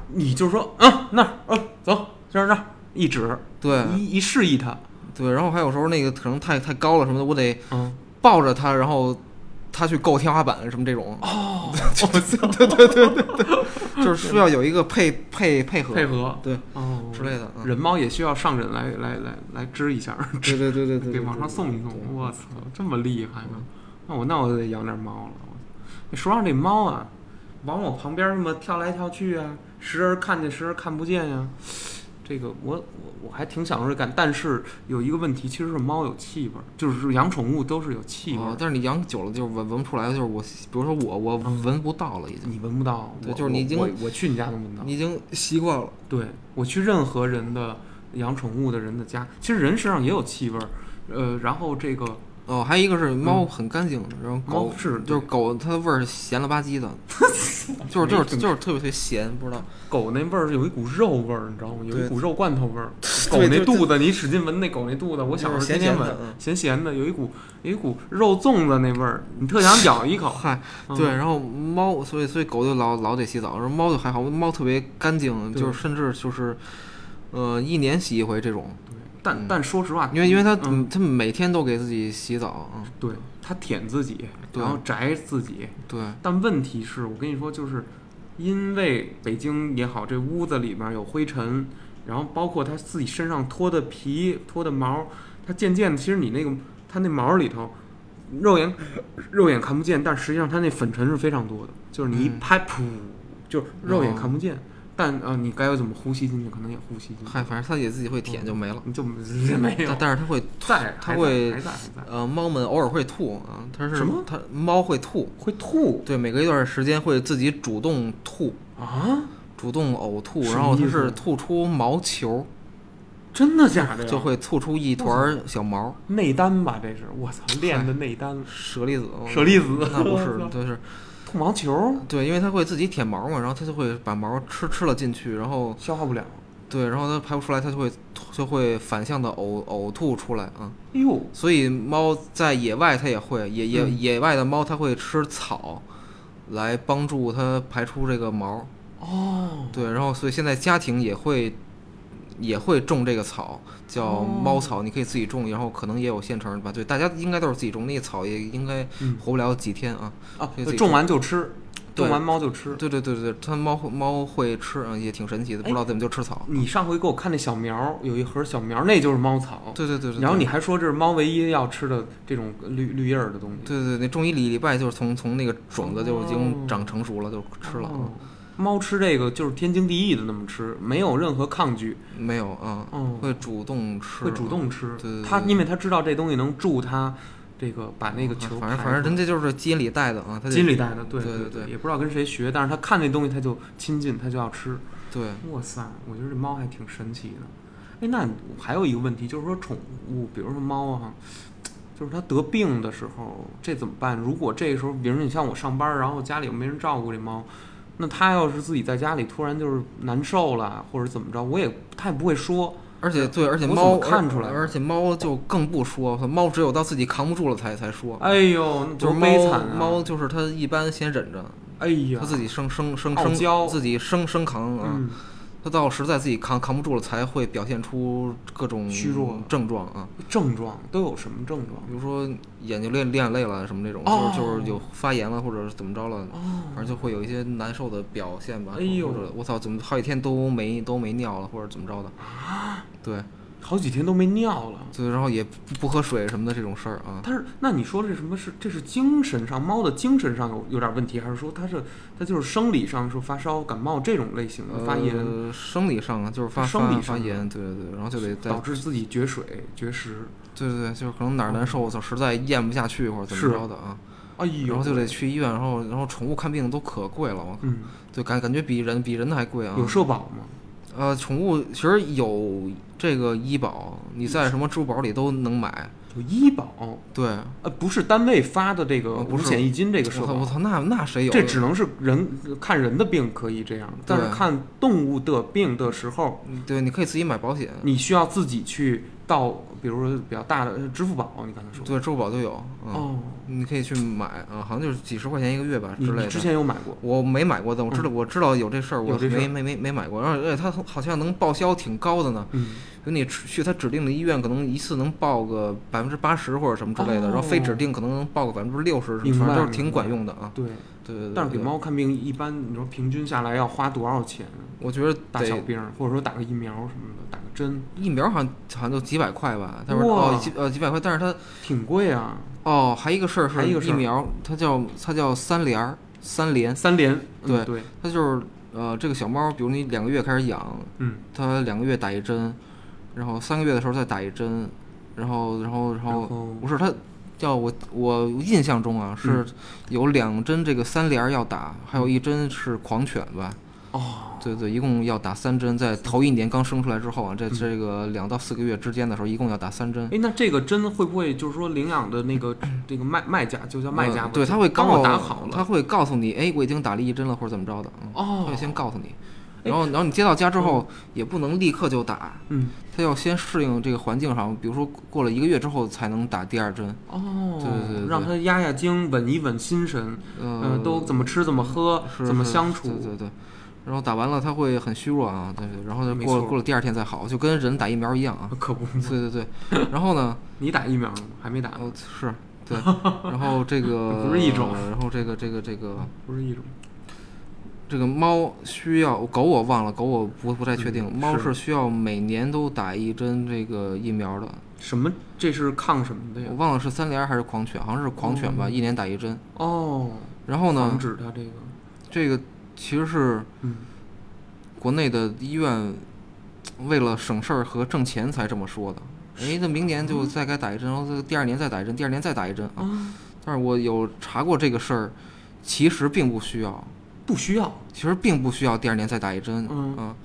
[SPEAKER 1] 你就说，嗯，那儿，嗯，走，这儿这儿，一指，
[SPEAKER 2] 对
[SPEAKER 1] 一一示意它，
[SPEAKER 2] 对，然后还有时候那个可能太太高了什么的，我得
[SPEAKER 1] 嗯，
[SPEAKER 2] 抱着他，然后他去够天花板什么这种，
[SPEAKER 1] 哦，
[SPEAKER 2] 就是需要有一个配配配合
[SPEAKER 1] 配合，
[SPEAKER 2] 对
[SPEAKER 1] 哦
[SPEAKER 2] 之类的。嗯
[SPEAKER 1] 人猫也需要上人来来来来支一下，
[SPEAKER 2] 对对对对对
[SPEAKER 1] 给往上送一送。我操，这么厉害呢？那我那我得养点猫了。我说让这猫啊，往我旁边那么跳来跳去啊，时而看见，时而看不见呀、这个我我我还挺享受这感，但是有一个问题，其实是猫有气味儿，就是养宠物都是有气味儿
[SPEAKER 2] 哦
[SPEAKER 1] 的，
[SPEAKER 2] 但是你养久了就闻闻不出来，就是我，比如说我，我闻不到了，已经，
[SPEAKER 1] 你闻不到。
[SPEAKER 2] 对
[SPEAKER 1] 我
[SPEAKER 2] 就是你已经
[SPEAKER 1] 我我我去你家都闻不到。
[SPEAKER 2] 你已经习惯了。
[SPEAKER 1] 对我去任何人的养宠物的人的家，其实人身上也有气味儿，呃，然后这个
[SPEAKER 2] 哦，还有一个是猫很干净，然后
[SPEAKER 1] 嗯猫
[SPEAKER 2] 狗
[SPEAKER 1] 是
[SPEAKER 2] 就是狗，它的味儿是咸了吧 唧的，就是就是就是特别特别咸，不知道。
[SPEAKER 1] 狗那味儿是有一股肉味儿，你知道吗？有一
[SPEAKER 2] 对
[SPEAKER 1] 股肉罐头味儿。狗
[SPEAKER 2] 对
[SPEAKER 1] 那
[SPEAKER 2] 就
[SPEAKER 1] 肚子，你使劲闻那狗那肚子，我小时候
[SPEAKER 2] 就是
[SPEAKER 1] 天天
[SPEAKER 2] 咸咸的
[SPEAKER 1] 闻
[SPEAKER 2] 嗯，
[SPEAKER 1] 咸咸的，有一股有一股肉粽子那味儿，你特想咬一口。
[SPEAKER 2] 嗨，
[SPEAKER 1] 嗯
[SPEAKER 2] 对，，然后猫，所以所以狗就老老得洗澡，然后猫就还好，猫特别干净，
[SPEAKER 1] 对
[SPEAKER 2] 就是甚至就是，呃，一年洗一回这种，
[SPEAKER 1] 但但说实话，
[SPEAKER 2] 嗯因为因为它
[SPEAKER 1] 嗯
[SPEAKER 2] 它每天都给自己洗澡，嗯，
[SPEAKER 1] 对它舔自己，
[SPEAKER 2] 对
[SPEAKER 1] 然后摘自己，
[SPEAKER 2] 对，
[SPEAKER 1] 但问题是我跟你说，就是因为北京也好，这屋子里面有灰尘，然后包括它自己身上脱的皮、脱的毛，它渐渐的，其实你那个它那毛里头，肉眼 肉眼看不见，但实际上它那粉尘是非常多的，就是你一
[SPEAKER 2] 嗯
[SPEAKER 1] 拍，噗，就是肉眼
[SPEAKER 2] 哦
[SPEAKER 1] 看不见，但呃，你该怎么呼吸进去，可能也呼吸进去，
[SPEAKER 2] 嗨，反正它也自己会舔就没了，
[SPEAKER 1] 你就嗯没有
[SPEAKER 2] 但但是它会，
[SPEAKER 1] 在，还
[SPEAKER 2] 它
[SPEAKER 1] 在
[SPEAKER 2] 会
[SPEAKER 1] 还在还在
[SPEAKER 2] 呃，猫们偶尔会吐啊，它是
[SPEAKER 1] 什么
[SPEAKER 2] 它猫会吐，
[SPEAKER 1] 会吐
[SPEAKER 2] 对，每隔一段时间会自己主动吐，
[SPEAKER 1] 啊？
[SPEAKER 2] 主动呕吐，
[SPEAKER 1] 什么
[SPEAKER 2] 然后它
[SPEAKER 1] 意思
[SPEAKER 2] 是吐出毛球，
[SPEAKER 1] 真的假哎的呀？
[SPEAKER 2] 就会吐出一团儿小毛，
[SPEAKER 1] 内丹吧，这是我操练的内丹，
[SPEAKER 2] 舍利子，
[SPEAKER 1] 舍 利子
[SPEAKER 2] 那不是
[SPEAKER 1] 我，操
[SPEAKER 2] 就是
[SPEAKER 1] 吐毛球
[SPEAKER 2] 对，因为它会自己舔毛嘛，然后它就会把毛吃吃了进去，然后
[SPEAKER 1] 消化不了。
[SPEAKER 2] 对，然后它排不出来，它就会吐就会反向的呕呕吐出来啊、嗯
[SPEAKER 1] 哎呦，
[SPEAKER 2] 所以猫在野外它也会，野野、
[SPEAKER 1] 嗯
[SPEAKER 2] 野外的猫它会吃草，来帮助它排出这个毛。
[SPEAKER 1] 哦，
[SPEAKER 2] 对，然后所以现在家庭也会也会种这个草，叫
[SPEAKER 1] 哦
[SPEAKER 2] 猫草，你可以自己种，然后可能也有现成的吧。对，大家应该都是自己种，那个草也应该
[SPEAKER 1] 嗯
[SPEAKER 2] 活不了几天啊。
[SPEAKER 1] 啊
[SPEAKER 2] 可以自，己
[SPEAKER 1] 种完就吃，
[SPEAKER 2] 对
[SPEAKER 1] 种完猫就吃。
[SPEAKER 2] 对对对对，它猫会猫会吃啊，也挺神奇的，不知
[SPEAKER 1] 哎
[SPEAKER 2] 道怎么就吃草。
[SPEAKER 1] 你上回给我看那小苗，有一盒小苗，那就是猫草。
[SPEAKER 2] 对对对对，
[SPEAKER 1] 然后你
[SPEAKER 2] 对
[SPEAKER 1] 还说这是猫唯一要吃的这种绿绿叶儿的东西，
[SPEAKER 2] 对对，那种一礼礼拜就是从从那个种子就已
[SPEAKER 1] 哦
[SPEAKER 2] 经长成熟了，就吃了。
[SPEAKER 1] 哦猫吃这个就是天经地义的那么吃，没有任何抗拒，
[SPEAKER 2] 嗯没有啊，
[SPEAKER 1] 嗯
[SPEAKER 2] 会主动吃，啊
[SPEAKER 1] 会主动吃
[SPEAKER 2] 对对。对
[SPEAKER 1] 它
[SPEAKER 2] 对
[SPEAKER 1] 因为它知道这东西能助它这个把那个球
[SPEAKER 2] 哦反正
[SPEAKER 1] 排
[SPEAKER 2] 反正
[SPEAKER 1] 出
[SPEAKER 2] 人家就是基因里带的啊，他就
[SPEAKER 1] 金里带的，对
[SPEAKER 2] 对
[SPEAKER 1] 对
[SPEAKER 2] 对对
[SPEAKER 1] 也不知道跟谁学，但是他看那东西他就亲近，他就要吃。
[SPEAKER 2] 对，
[SPEAKER 1] 哇塞，我觉得这猫还挺神奇的。哎，那我还有一个问题就是说，宠物，比如说猫啊，就是它得病的时候，这怎么办？如果这个时候，比如你像我上班，然后家里又没人照顾这猫，那它要是自己在家里突然就是难受了，或者怎么着，我也它也不会说。
[SPEAKER 2] 而且对，而且
[SPEAKER 1] 我怎
[SPEAKER 2] 猫
[SPEAKER 1] 么看出来
[SPEAKER 2] 而而且猫就更不说，猫只有到自己扛不住了才才说，
[SPEAKER 1] 哎呦，那
[SPEAKER 2] 就
[SPEAKER 1] 多
[SPEAKER 2] 是猫
[SPEAKER 1] 悲惨啊！
[SPEAKER 2] 猫就是它一般先忍着，
[SPEAKER 1] 哎呀，
[SPEAKER 2] 它自己生生生
[SPEAKER 1] 傲娇
[SPEAKER 2] 生自己生生扛啊，
[SPEAKER 1] 嗯，
[SPEAKER 2] 它到实在自己扛扛不住了才会表现出各种
[SPEAKER 1] 虚弱
[SPEAKER 2] 症状啊，
[SPEAKER 1] 症状都有什么症状？
[SPEAKER 2] 比如说眼睛练练泪了什么这种，
[SPEAKER 1] 哦
[SPEAKER 2] 就是就是有发炎了或者是怎么着了。
[SPEAKER 1] 哦，
[SPEAKER 2] 反正就会有一些难受的表现吧，
[SPEAKER 1] 哎呦
[SPEAKER 2] 或者我操，怎么好几天都没都没尿了，或者怎么着的，
[SPEAKER 1] 啊
[SPEAKER 2] 对，
[SPEAKER 1] 好几天都没尿了。
[SPEAKER 2] 就然后也不不喝水什么的这种事儿啊，
[SPEAKER 1] 但是，那你说这什么是？这是精神上猫的精神上有有点问题，还是说它是它就是生理上说发烧、感冒这种类型的发炎，
[SPEAKER 2] 呃、生理上啊，就是发
[SPEAKER 1] 生理上
[SPEAKER 2] 发
[SPEAKER 1] 哦
[SPEAKER 2] 发
[SPEAKER 1] 的
[SPEAKER 2] 炎，对对对，然后就得在，
[SPEAKER 1] 导致自己绝水、绝食？
[SPEAKER 2] 对对对，就是可能哪儿难
[SPEAKER 1] 哦
[SPEAKER 2] 受，就实在咽不下去或者怎
[SPEAKER 1] 是
[SPEAKER 2] 么着的啊，
[SPEAKER 1] 哎呦，
[SPEAKER 2] 然后就得去医院，然后然后宠物看病都可贵了，我靠，
[SPEAKER 1] 嗯，
[SPEAKER 2] 对感感觉比人比人的还贵啊。
[SPEAKER 1] 有社保吗？
[SPEAKER 2] 呃，宠物其实有这个医保，你在什么支付宝里都能买，
[SPEAKER 1] 有医保？
[SPEAKER 2] 对。
[SPEAKER 1] 呃，不是单位发的这个
[SPEAKER 2] 哦
[SPEAKER 1] 五
[SPEAKER 2] 不是
[SPEAKER 1] 险一金这个社
[SPEAKER 2] 我操我
[SPEAKER 1] 保，
[SPEAKER 2] 操，那那谁有？
[SPEAKER 1] 这只能是人看人的病可以这样，但是
[SPEAKER 2] 对
[SPEAKER 1] 看动物的病的时候，
[SPEAKER 2] 对，你可以自己买保险，
[SPEAKER 1] 你需要自己去到，比如说比较大的呃支付宝，你刚才说。
[SPEAKER 2] 对，支付宝就有，嗯，
[SPEAKER 1] 哦，
[SPEAKER 2] 你可以去买啊，好像就是几十块钱一个月吧之
[SPEAKER 1] 你
[SPEAKER 2] 类
[SPEAKER 1] 你
[SPEAKER 2] 的。
[SPEAKER 1] 之前有买过？
[SPEAKER 2] 我没买过，但我知道、我知道有这事儿，我
[SPEAKER 1] 嗯有这事儿
[SPEAKER 2] 没没没没买过。然后而且它好像能报销挺高的呢，
[SPEAKER 1] 嗯，
[SPEAKER 2] 就你去它指定的医院，可能一次能报个百分之八十或者什么之类的，
[SPEAKER 1] 哦
[SPEAKER 2] 然后非指定可能能报个百分之六十，
[SPEAKER 1] 明白
[SPEAKER 2] 反正都是挺管用的啊。
[SPEAKER 1] 对。
[SPEAKER 2] 对对对。
[SPEAKER 1] 但是给
[SPEAKER 2] 对，
[SPEAKER 1] 猫看病一般，你说平均下来要花多少钱？
[SPEAKER 2] 我觉得
[SPEAKER 1] 打小
[SPEAKER 2] 得
[SPEAKER 1] 病，或者说打个疫苗什么的，打个针
[SPEAKER 2] 疫苗好像好像就几百块吧，他说
[SPEAKER 1] 哇
[SPEAKER 2] 哦几呃几百块，但是他
[SPEAKER 1] 挺贵啊，
[SPEAKER 2] 哦还一个事儿
[SPEAKER 1] 还
[SPEAKER 2] 是
[SPEAKER 1] 一个事
[SPEAKER 2] 疫
[SPEAKER 1] 儿
[SPEAKER 2] 苗，它叫它叫三联儿呃三联，
[SPEAKER 1] 三联。
[SPEAKER 2] 对
[SPEAKER 1] 嗯、对，
[SPEAKER 2] 它就是呃这个小猫，比如你两个月开始养，
[SPEAKER 1] 嗯，
[SPEAKER 2] 它两个月打一针，然后三个月的时候再打一针，然后然后然
[SPEAKER 1] 然后嗯
[SPEAKER 2] 后不是它叫我我印象中啊是有两针这个三联儿要打，还有一针是狂犬吧。
[SPEAKER 1] 哦，
[SPEAKER 2] 对对，一共要打三针，在头一年刚生出来之后啊，在
[SPEAKER 1] 嗯
[SPEAKER 2] 这个两到四个月之间的时候，一共要打三针。
[SPEAKER 1] 哎，那这个针会不会就是说领养的那个 这个卖卖家就叫卖家吧、
[SPEAKER 2] 呃对，他会
[SPEAKER 1] 帮
[SPEAKER 2] 告
[SPEAKER 1] 我打好
[SPEAKER 2] 他
[SPEAKER 1] 了。
[SPEAKER 2] 会告诉你，哎，我已经打了一针了，或者怎么着的。嗯他
[SPEAKER 1] 哦哎
[SPEAKER 2] 会，先告诉你，然后然后你接到家之后，也不能立刻就打，
[SPEAKER 1] 嗯，
[SPEAKER 2] 他要先适应这个环境上，比如说过了一个月之后才能打第二针。
[SPEAKER 1] 哦，
[SPEAKER 2] 嗯对对对对
[SPEAKER 1] 让他压压惊，稳一稳心神，嗯、
[SPEAKER 2] 呃，
[SPEAKER 1] 都怎么吃怎么喝，
[SPEAKER 2] 是
[SPEAKER 1] 怎么
[SPEAKER 2] 是
[SPEAKER 1] 相处，
[SPEAKER 2] 对对对。然后打完了他会很虚弱啊，对对，然后就
[SPEAKER 1] 没
[SPEAKER 2] 过
[SPEAKER 1] 错
[SPEAKER 2] 过了第二天再好，就跟人打疫苗一样 啊。
[SPEAKER 1] 可不，
[SPEAKER 2] 对对对，然后呢，
[SPEAKER 1] 你打疫苗了吗？还没打，
[SPEAKER 2] 哦，是 对，然后这个
[SPEAKER 1] 不是一种
[SPEAKER 2] 然后这个这个这个
[SPEAKER 1] 不是一种。
[SPEAKER 2] 这个猫需要狗我忘了，狗我不不太确定，
[SPEAKER 1] 嗯
[SPEAKER 2] 猫
[SPEAKER 1] 是
[SPEAKER 2] 是需要每年都打一针这个疫苗的，
[SPEAKER 1] 什么？这是抗什么的呀
[SPEAKER 2] 我？忘了是三联还是狂犬，好像是狂犬吧，一年打一针。
[SPEAKER 1] 哦，
[SPEAKER 2] 然后
[SPEAKER 1] 防
[SPEAKER 2] 呢，
[SPEAKER 1] 止它这个，
[SPEAKER 2] 这个其实是
[SPEAKER 1] 嗯，
[SPEAKER 2] 国内的医院为了省事儿和挣钱才这么说的。哎，这明年就再该打一针，然后再第二年再打一针，第二年再打一针啊。
[SPEAKER 1] 啊，
[SPEAKER 2] 但是我有查过这个事儿，其实并不需要，
[SPEAKER 1] 不需要，
[SPEAKER 2] 其实并不需要第二年再打一针，
[SPEAKER 1] 嗯
[SPEAKER 2] 啊，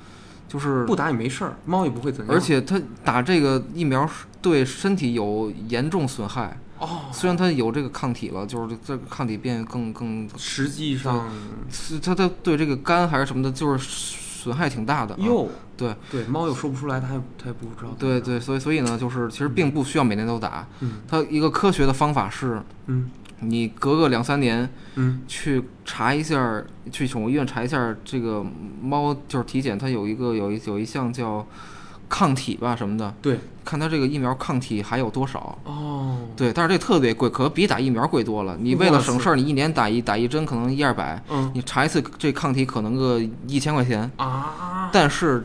[SPEAKER 2] 就是，
[SPEAKER 1] 不打也没事儿，猫也不会怎样。
[SPEAKER 2] 而且它打这个疫苗是对身体有严重损害，
[SPEAKER 1] 哦，
[SPEAKER 2] 虽然它有这个抗体了，就是这个抗体变更更，
[SPEAKER 1] 实际上，
[SPEAKER 2] 是它它对这个肝还是什么的，就是损害挺大的、啊。
[SPEAKER 1] 哟，
[SPEAKER 2] 对
[SPEAKER 1] 哦对，猫又说不出来，它也它也不知道。
[SPEAKER 2] 对，对，所以所以呢，就是其实并不需要每年都打，
[SPEAKER 1] 嗯
[SPEAKER 2] 它一个科学的方法是，
[SPEAKER 1] 嗯
[SPEAKER 2] 你隔个两三年
[SPEAKER 1] 嗯，
[SPEAKER 2] 去查一下儿，去宠物医院查一下儿这个猫，就是体检，它有一个有一有一项叫抗体吧什么的，
[SPEAKER 1] 对，
[SPEAKER 2] 看它这个疫苗抗体还有多少。
[SPEAKER 1] 哦，
[SPEAKER 2] 对，但是这特别贵，可比打疫苗贵多了。你为
[SPEAKER 1] 哇
[SPEAKER 2] 了
[SPEAKER 1] 塞
[SPEAKER 2] 省事儿，你一年打一打一针可能一二百，
[SPEAKER 1] 嗯
[SPEAKER 2] 你查一次这抗体可能个一千块钱，
[SPEAKER 1] 啊，
[SPEAKER 2] 但是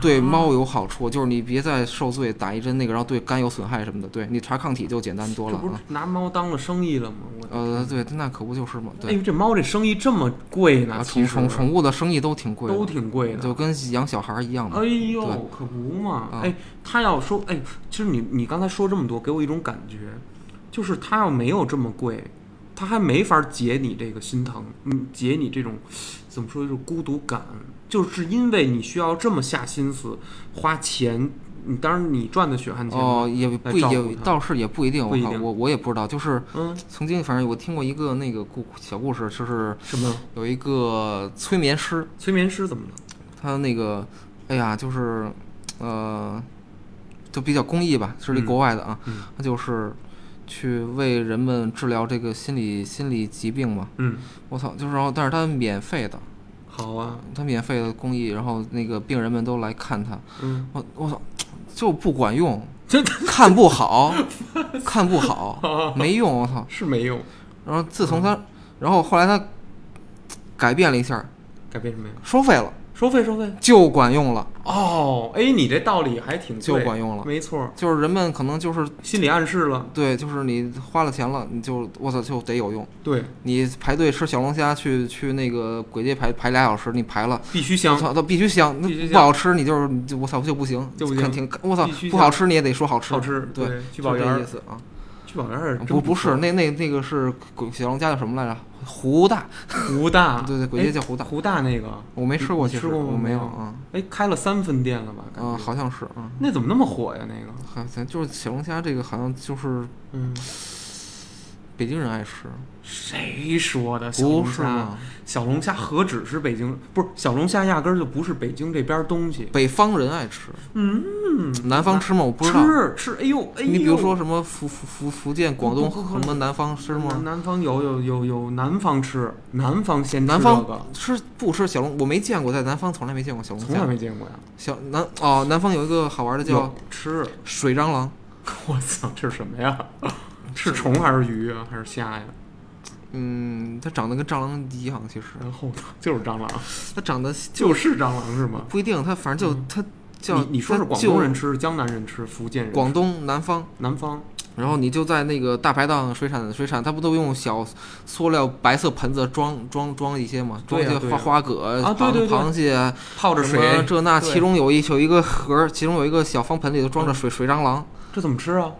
[SPEAKER 2] 对猫有好处，就是你别再受罪打一针那个，然后对肝有损害什么的。对你查抗体就简单多
[SPEAKER 1] 这
[SPEAKER 2] 了
[SPEAKER 1] 不
[SPEAKER 2] 啊
[SPEAKER 1] 是。拿猫当了生意了吗？我的
[SPEAKER 2] 呃，对，那可不就是吗？
[SPEAKER 1] 哎
[SPEAKER 2] 对，
[SPEAKER 1] 呦，这猫这生意这么贵呢，
[SPEAKER 2] 啊，
[SPEAKER 1] 其
[SPEAKER 2] 宠
[SPEAKER 1] 实
[SPEAKER 2] 宠宠物的生意都挺贵的，
[SPEAKER 1] 都挺贵的
[SPEAKER 2] 就。跟养小孩儿一样嘛。
[SPEAKER 1] 哎呦
[SPEAKER 2] 对，
[SPEAKER 1] 可不嘛！
[SPEAKER 2] 啊
[SPEAKER 1] 哎，他要说，哎，其实你你刚才说这么多，给我一种感觉，就是他要没有这么贵，他还没法解你这个心疼，嗯，解你这种怎么说就是孤独感，就是因为你需要这么下心思花钱，你当然你赚的血汗钱，
[SPEAKER 2] 哦，也不
[SPEAKER 1] 照顾
[SPEAKER 2] 也
[SPEAKER 1] 它
[SPEAKER 2] 倒是也不一定，
[SPEAKER 1] 不
[SPEAKER 2] 我
[SPEAKER 1] 一
[SPEAKER 2] 靠
[SPEAKER 1] 定
[SPEAKER 2] 我我也不知道，就是
[SPEAKER 1] 嗯，
[SPEAKER 2] 曾经反正我听过一个那个故小故事，就是
[SPEAKER 1] 什么
[SPEAKER 2] 有一个催眠师，
[SPEAKER 1] 催眠师怎么了？
[SPEAKER 2] 他那个哎呀，就是呃，就比较公益吧，是一
[SPEAKER 1] 嗯
[SPEAKER 2] 国外的啊，
[SPEAKER 1] 嗯
[SPEAKER 2] 他就是去为人们治疗这个心理心理疾病嘛。
[SPEAKER 1] 嗯，
[SPEAKER 2] 我操，就是然后但是他免费的，
[SPEAKER 1] 好啊，
[SPEAKER 2] 他免费的公益，然后那个病人们都来看他，
[SPEAKER 1] 嗯，
[SPEAKER 2] 我我操，就不管用，
[SPEAKER 1] 真的
[SPEAKER 2] 看不好，看不好，没用，我操。
[SPEAKER 1] 是没用，
[SPEAKER 2] 然后自从
[SPEAKER 1] 嗯
[SPEAKER 2] 他，然后后来他改变了一下，
[SPEAKER 1] 改变什么呀？
[SPEAKER 2] 收费了，
[SPEAKER 1] 收费收费
[SPEAKER 2] 就管用了，
[SPEAKER 1] 哦，哎，你这道理还挺对
[SPEAKER 2] 就管用了
[SPEAKER 1] 没错儿，
[SPEAKER 2] 就是人们可能就是
[SPEAKER 1] 心理暗示了，
[SPEAKER 2] 对，就是你花了钱了，你就我操就得有用。
[SPEAKER 1] 对，
[SPEAKER 2] 你排队吃小龙虾去去那个鬼街排排俩小时，你排了，
[SPEAKER 1] 必须
[SPEAKER 2] 我
[SPEAKER 1] 香。
[SPEAKER 2] 操，它必须香，那
[SPEAKER 1] 嗯必须香
[SPEAKER 2] 不好吃你就是你就我操就不行，
[SPEAKER 1] 就不行
[SPEAKER 2] 肯定我操
[SPEAKER 1] 必须香
[SPEAKER 2] 不好吃你也得说好吃，
[SPEAKER 1] 好吃
[SPEAKER 2] 对
[SPEAKER 1] 对，聚
[SPEAKER 2] 就
[SPEAKER 1] 宝
[SPEAKER 2] 这
[SPEAKER 1] 园儿
[SPEAKER 2] 意思啊。
[SPEAKER 1] 聚宝园儿真
[SPEAKER 2] 不
[SPEAKER 1] 不
[SPEAKER 2] 是，那那那个是鬼小龙虾叫什么来着？胡大，
[SPEAKER 1] 湖大，
[SPEAKER 2] 对对，鬼街叫胡大，
[SPEAKER 1] 湖大那个，
[SPEAKER 2] 我没吃过，
[SPEAKER 1] 啊哎你
[SPEAKER 2] 其
[SPEAKER 1] 吃
[SPEAKER 2] 实
[SPEAKER 1] 过吗
[SPEAKER 2] 我没有
[SPEAKER 1] 没有
[SPEAKER 2] 啊，
[SPEAKER 1] 哎，开了三分店了吧？感觉
[SPEAKER 2] 嗯，好像是啊，
[SPEAKER 1] 那怎么那么火呀？那个，
[SPEAKER 2] 好像就是小龙虾这个好像就是
[SPEAKER 1] 嗯，
[SPEAKER 2] 北京人爱吃，
[SPEAKER 1] 谁说的？小
[SPEAKER 2] 不
[SPEAKER 1] 龙虾，
[SPEAKER 2] 是吗？
[SPEAKER 1] 小龙虾何止是北京？不是小龙虾，压根儿就不是北京这边儿东西。
[SPEAKER 2] 北方人爱吃，
[SPEAKER 1] 嗯，
[SPEAKER 2] 南方吃吗？我不知道。
[SPEAKER 1] 吃吃，哎呦哎呦，
[SPEAKER 2] 你比如说什么福福福福建、广东
[SPEAKER 1] 不不不
[SPEAKER 2] 什么南方吃
[SPEAKER 1] 南
[SPEAKER 2] 吗？
[SPEAKER 1] 南方有有有有南方吃，南方先吃
[SPEAKER 2] 南
[SPEAKER 1] 这个
[SPEAKER 2] 方吃不吃小龙？我没见过，在南方从来没见过小龙
[SPEAKER 1] 从来
[SPEAKER 2] 虾。
[SPEAKER 1] 没见过呀。
[SPEAKER 2] 小南哦，南方有一个好玩的叫
[SPEAKER 1] 有吃，
[SPEAKER 2] 水蟑螂，
[SPEAKER 1] 我操，这是什么 呀？是虫还是鱼啊？还是虾呀？
[SPEAKER 2] 嗯，它长得跟蟑螂一
[SPEAKER 1] 嗯
[SPEAKER 2] 样，其实
[SPEAKER 1] 然后呢，就是蟑螂，
[SPEAKER 2] 它长得就
[SPEAKER 1] 就是蟑螂是吗？
[SPEAKER 2] 不一定，它反正就它叫
[SPEAKER 1] 嗯你你说是
[SPEAKER 2] 它
[SPEAKER 1] 广
[SPEAKER 2] 就
[SPEAKER 1] 东人吃，江南人吃，福建人吃
[SPEAKER 2] 广东南方，
[SPEAKER 1] 南方
[SPEAKER 2] 然后你就在那个大排档、水产、水产，它不都用小塑料白色盆子装装装一些吗？装一
[SPEAKER 1] 对呀
[SPEAKER 2] 些
[SPEAKER 1] 对
[SPEAKER 2] 花
[SPEAKER 1] 呀
[SPEAKER 2] 花蛤、
[SPEAKER 1] 啊对对对
[SPEAKER 2] 螃螃蟹，
[SPEAKER 1] 泡着
[SPEAKER 2] 什么
[SPEAKER 1] 水，
[SPEAKER 2] 这那，
[SPEAKER 1] 对嗯
[SPEAKER 2] 其中有一有一个盒儿，其中有一个小方盆里头装着水水蟑螂，
[SPEAKER 1] 这怎么吃啊？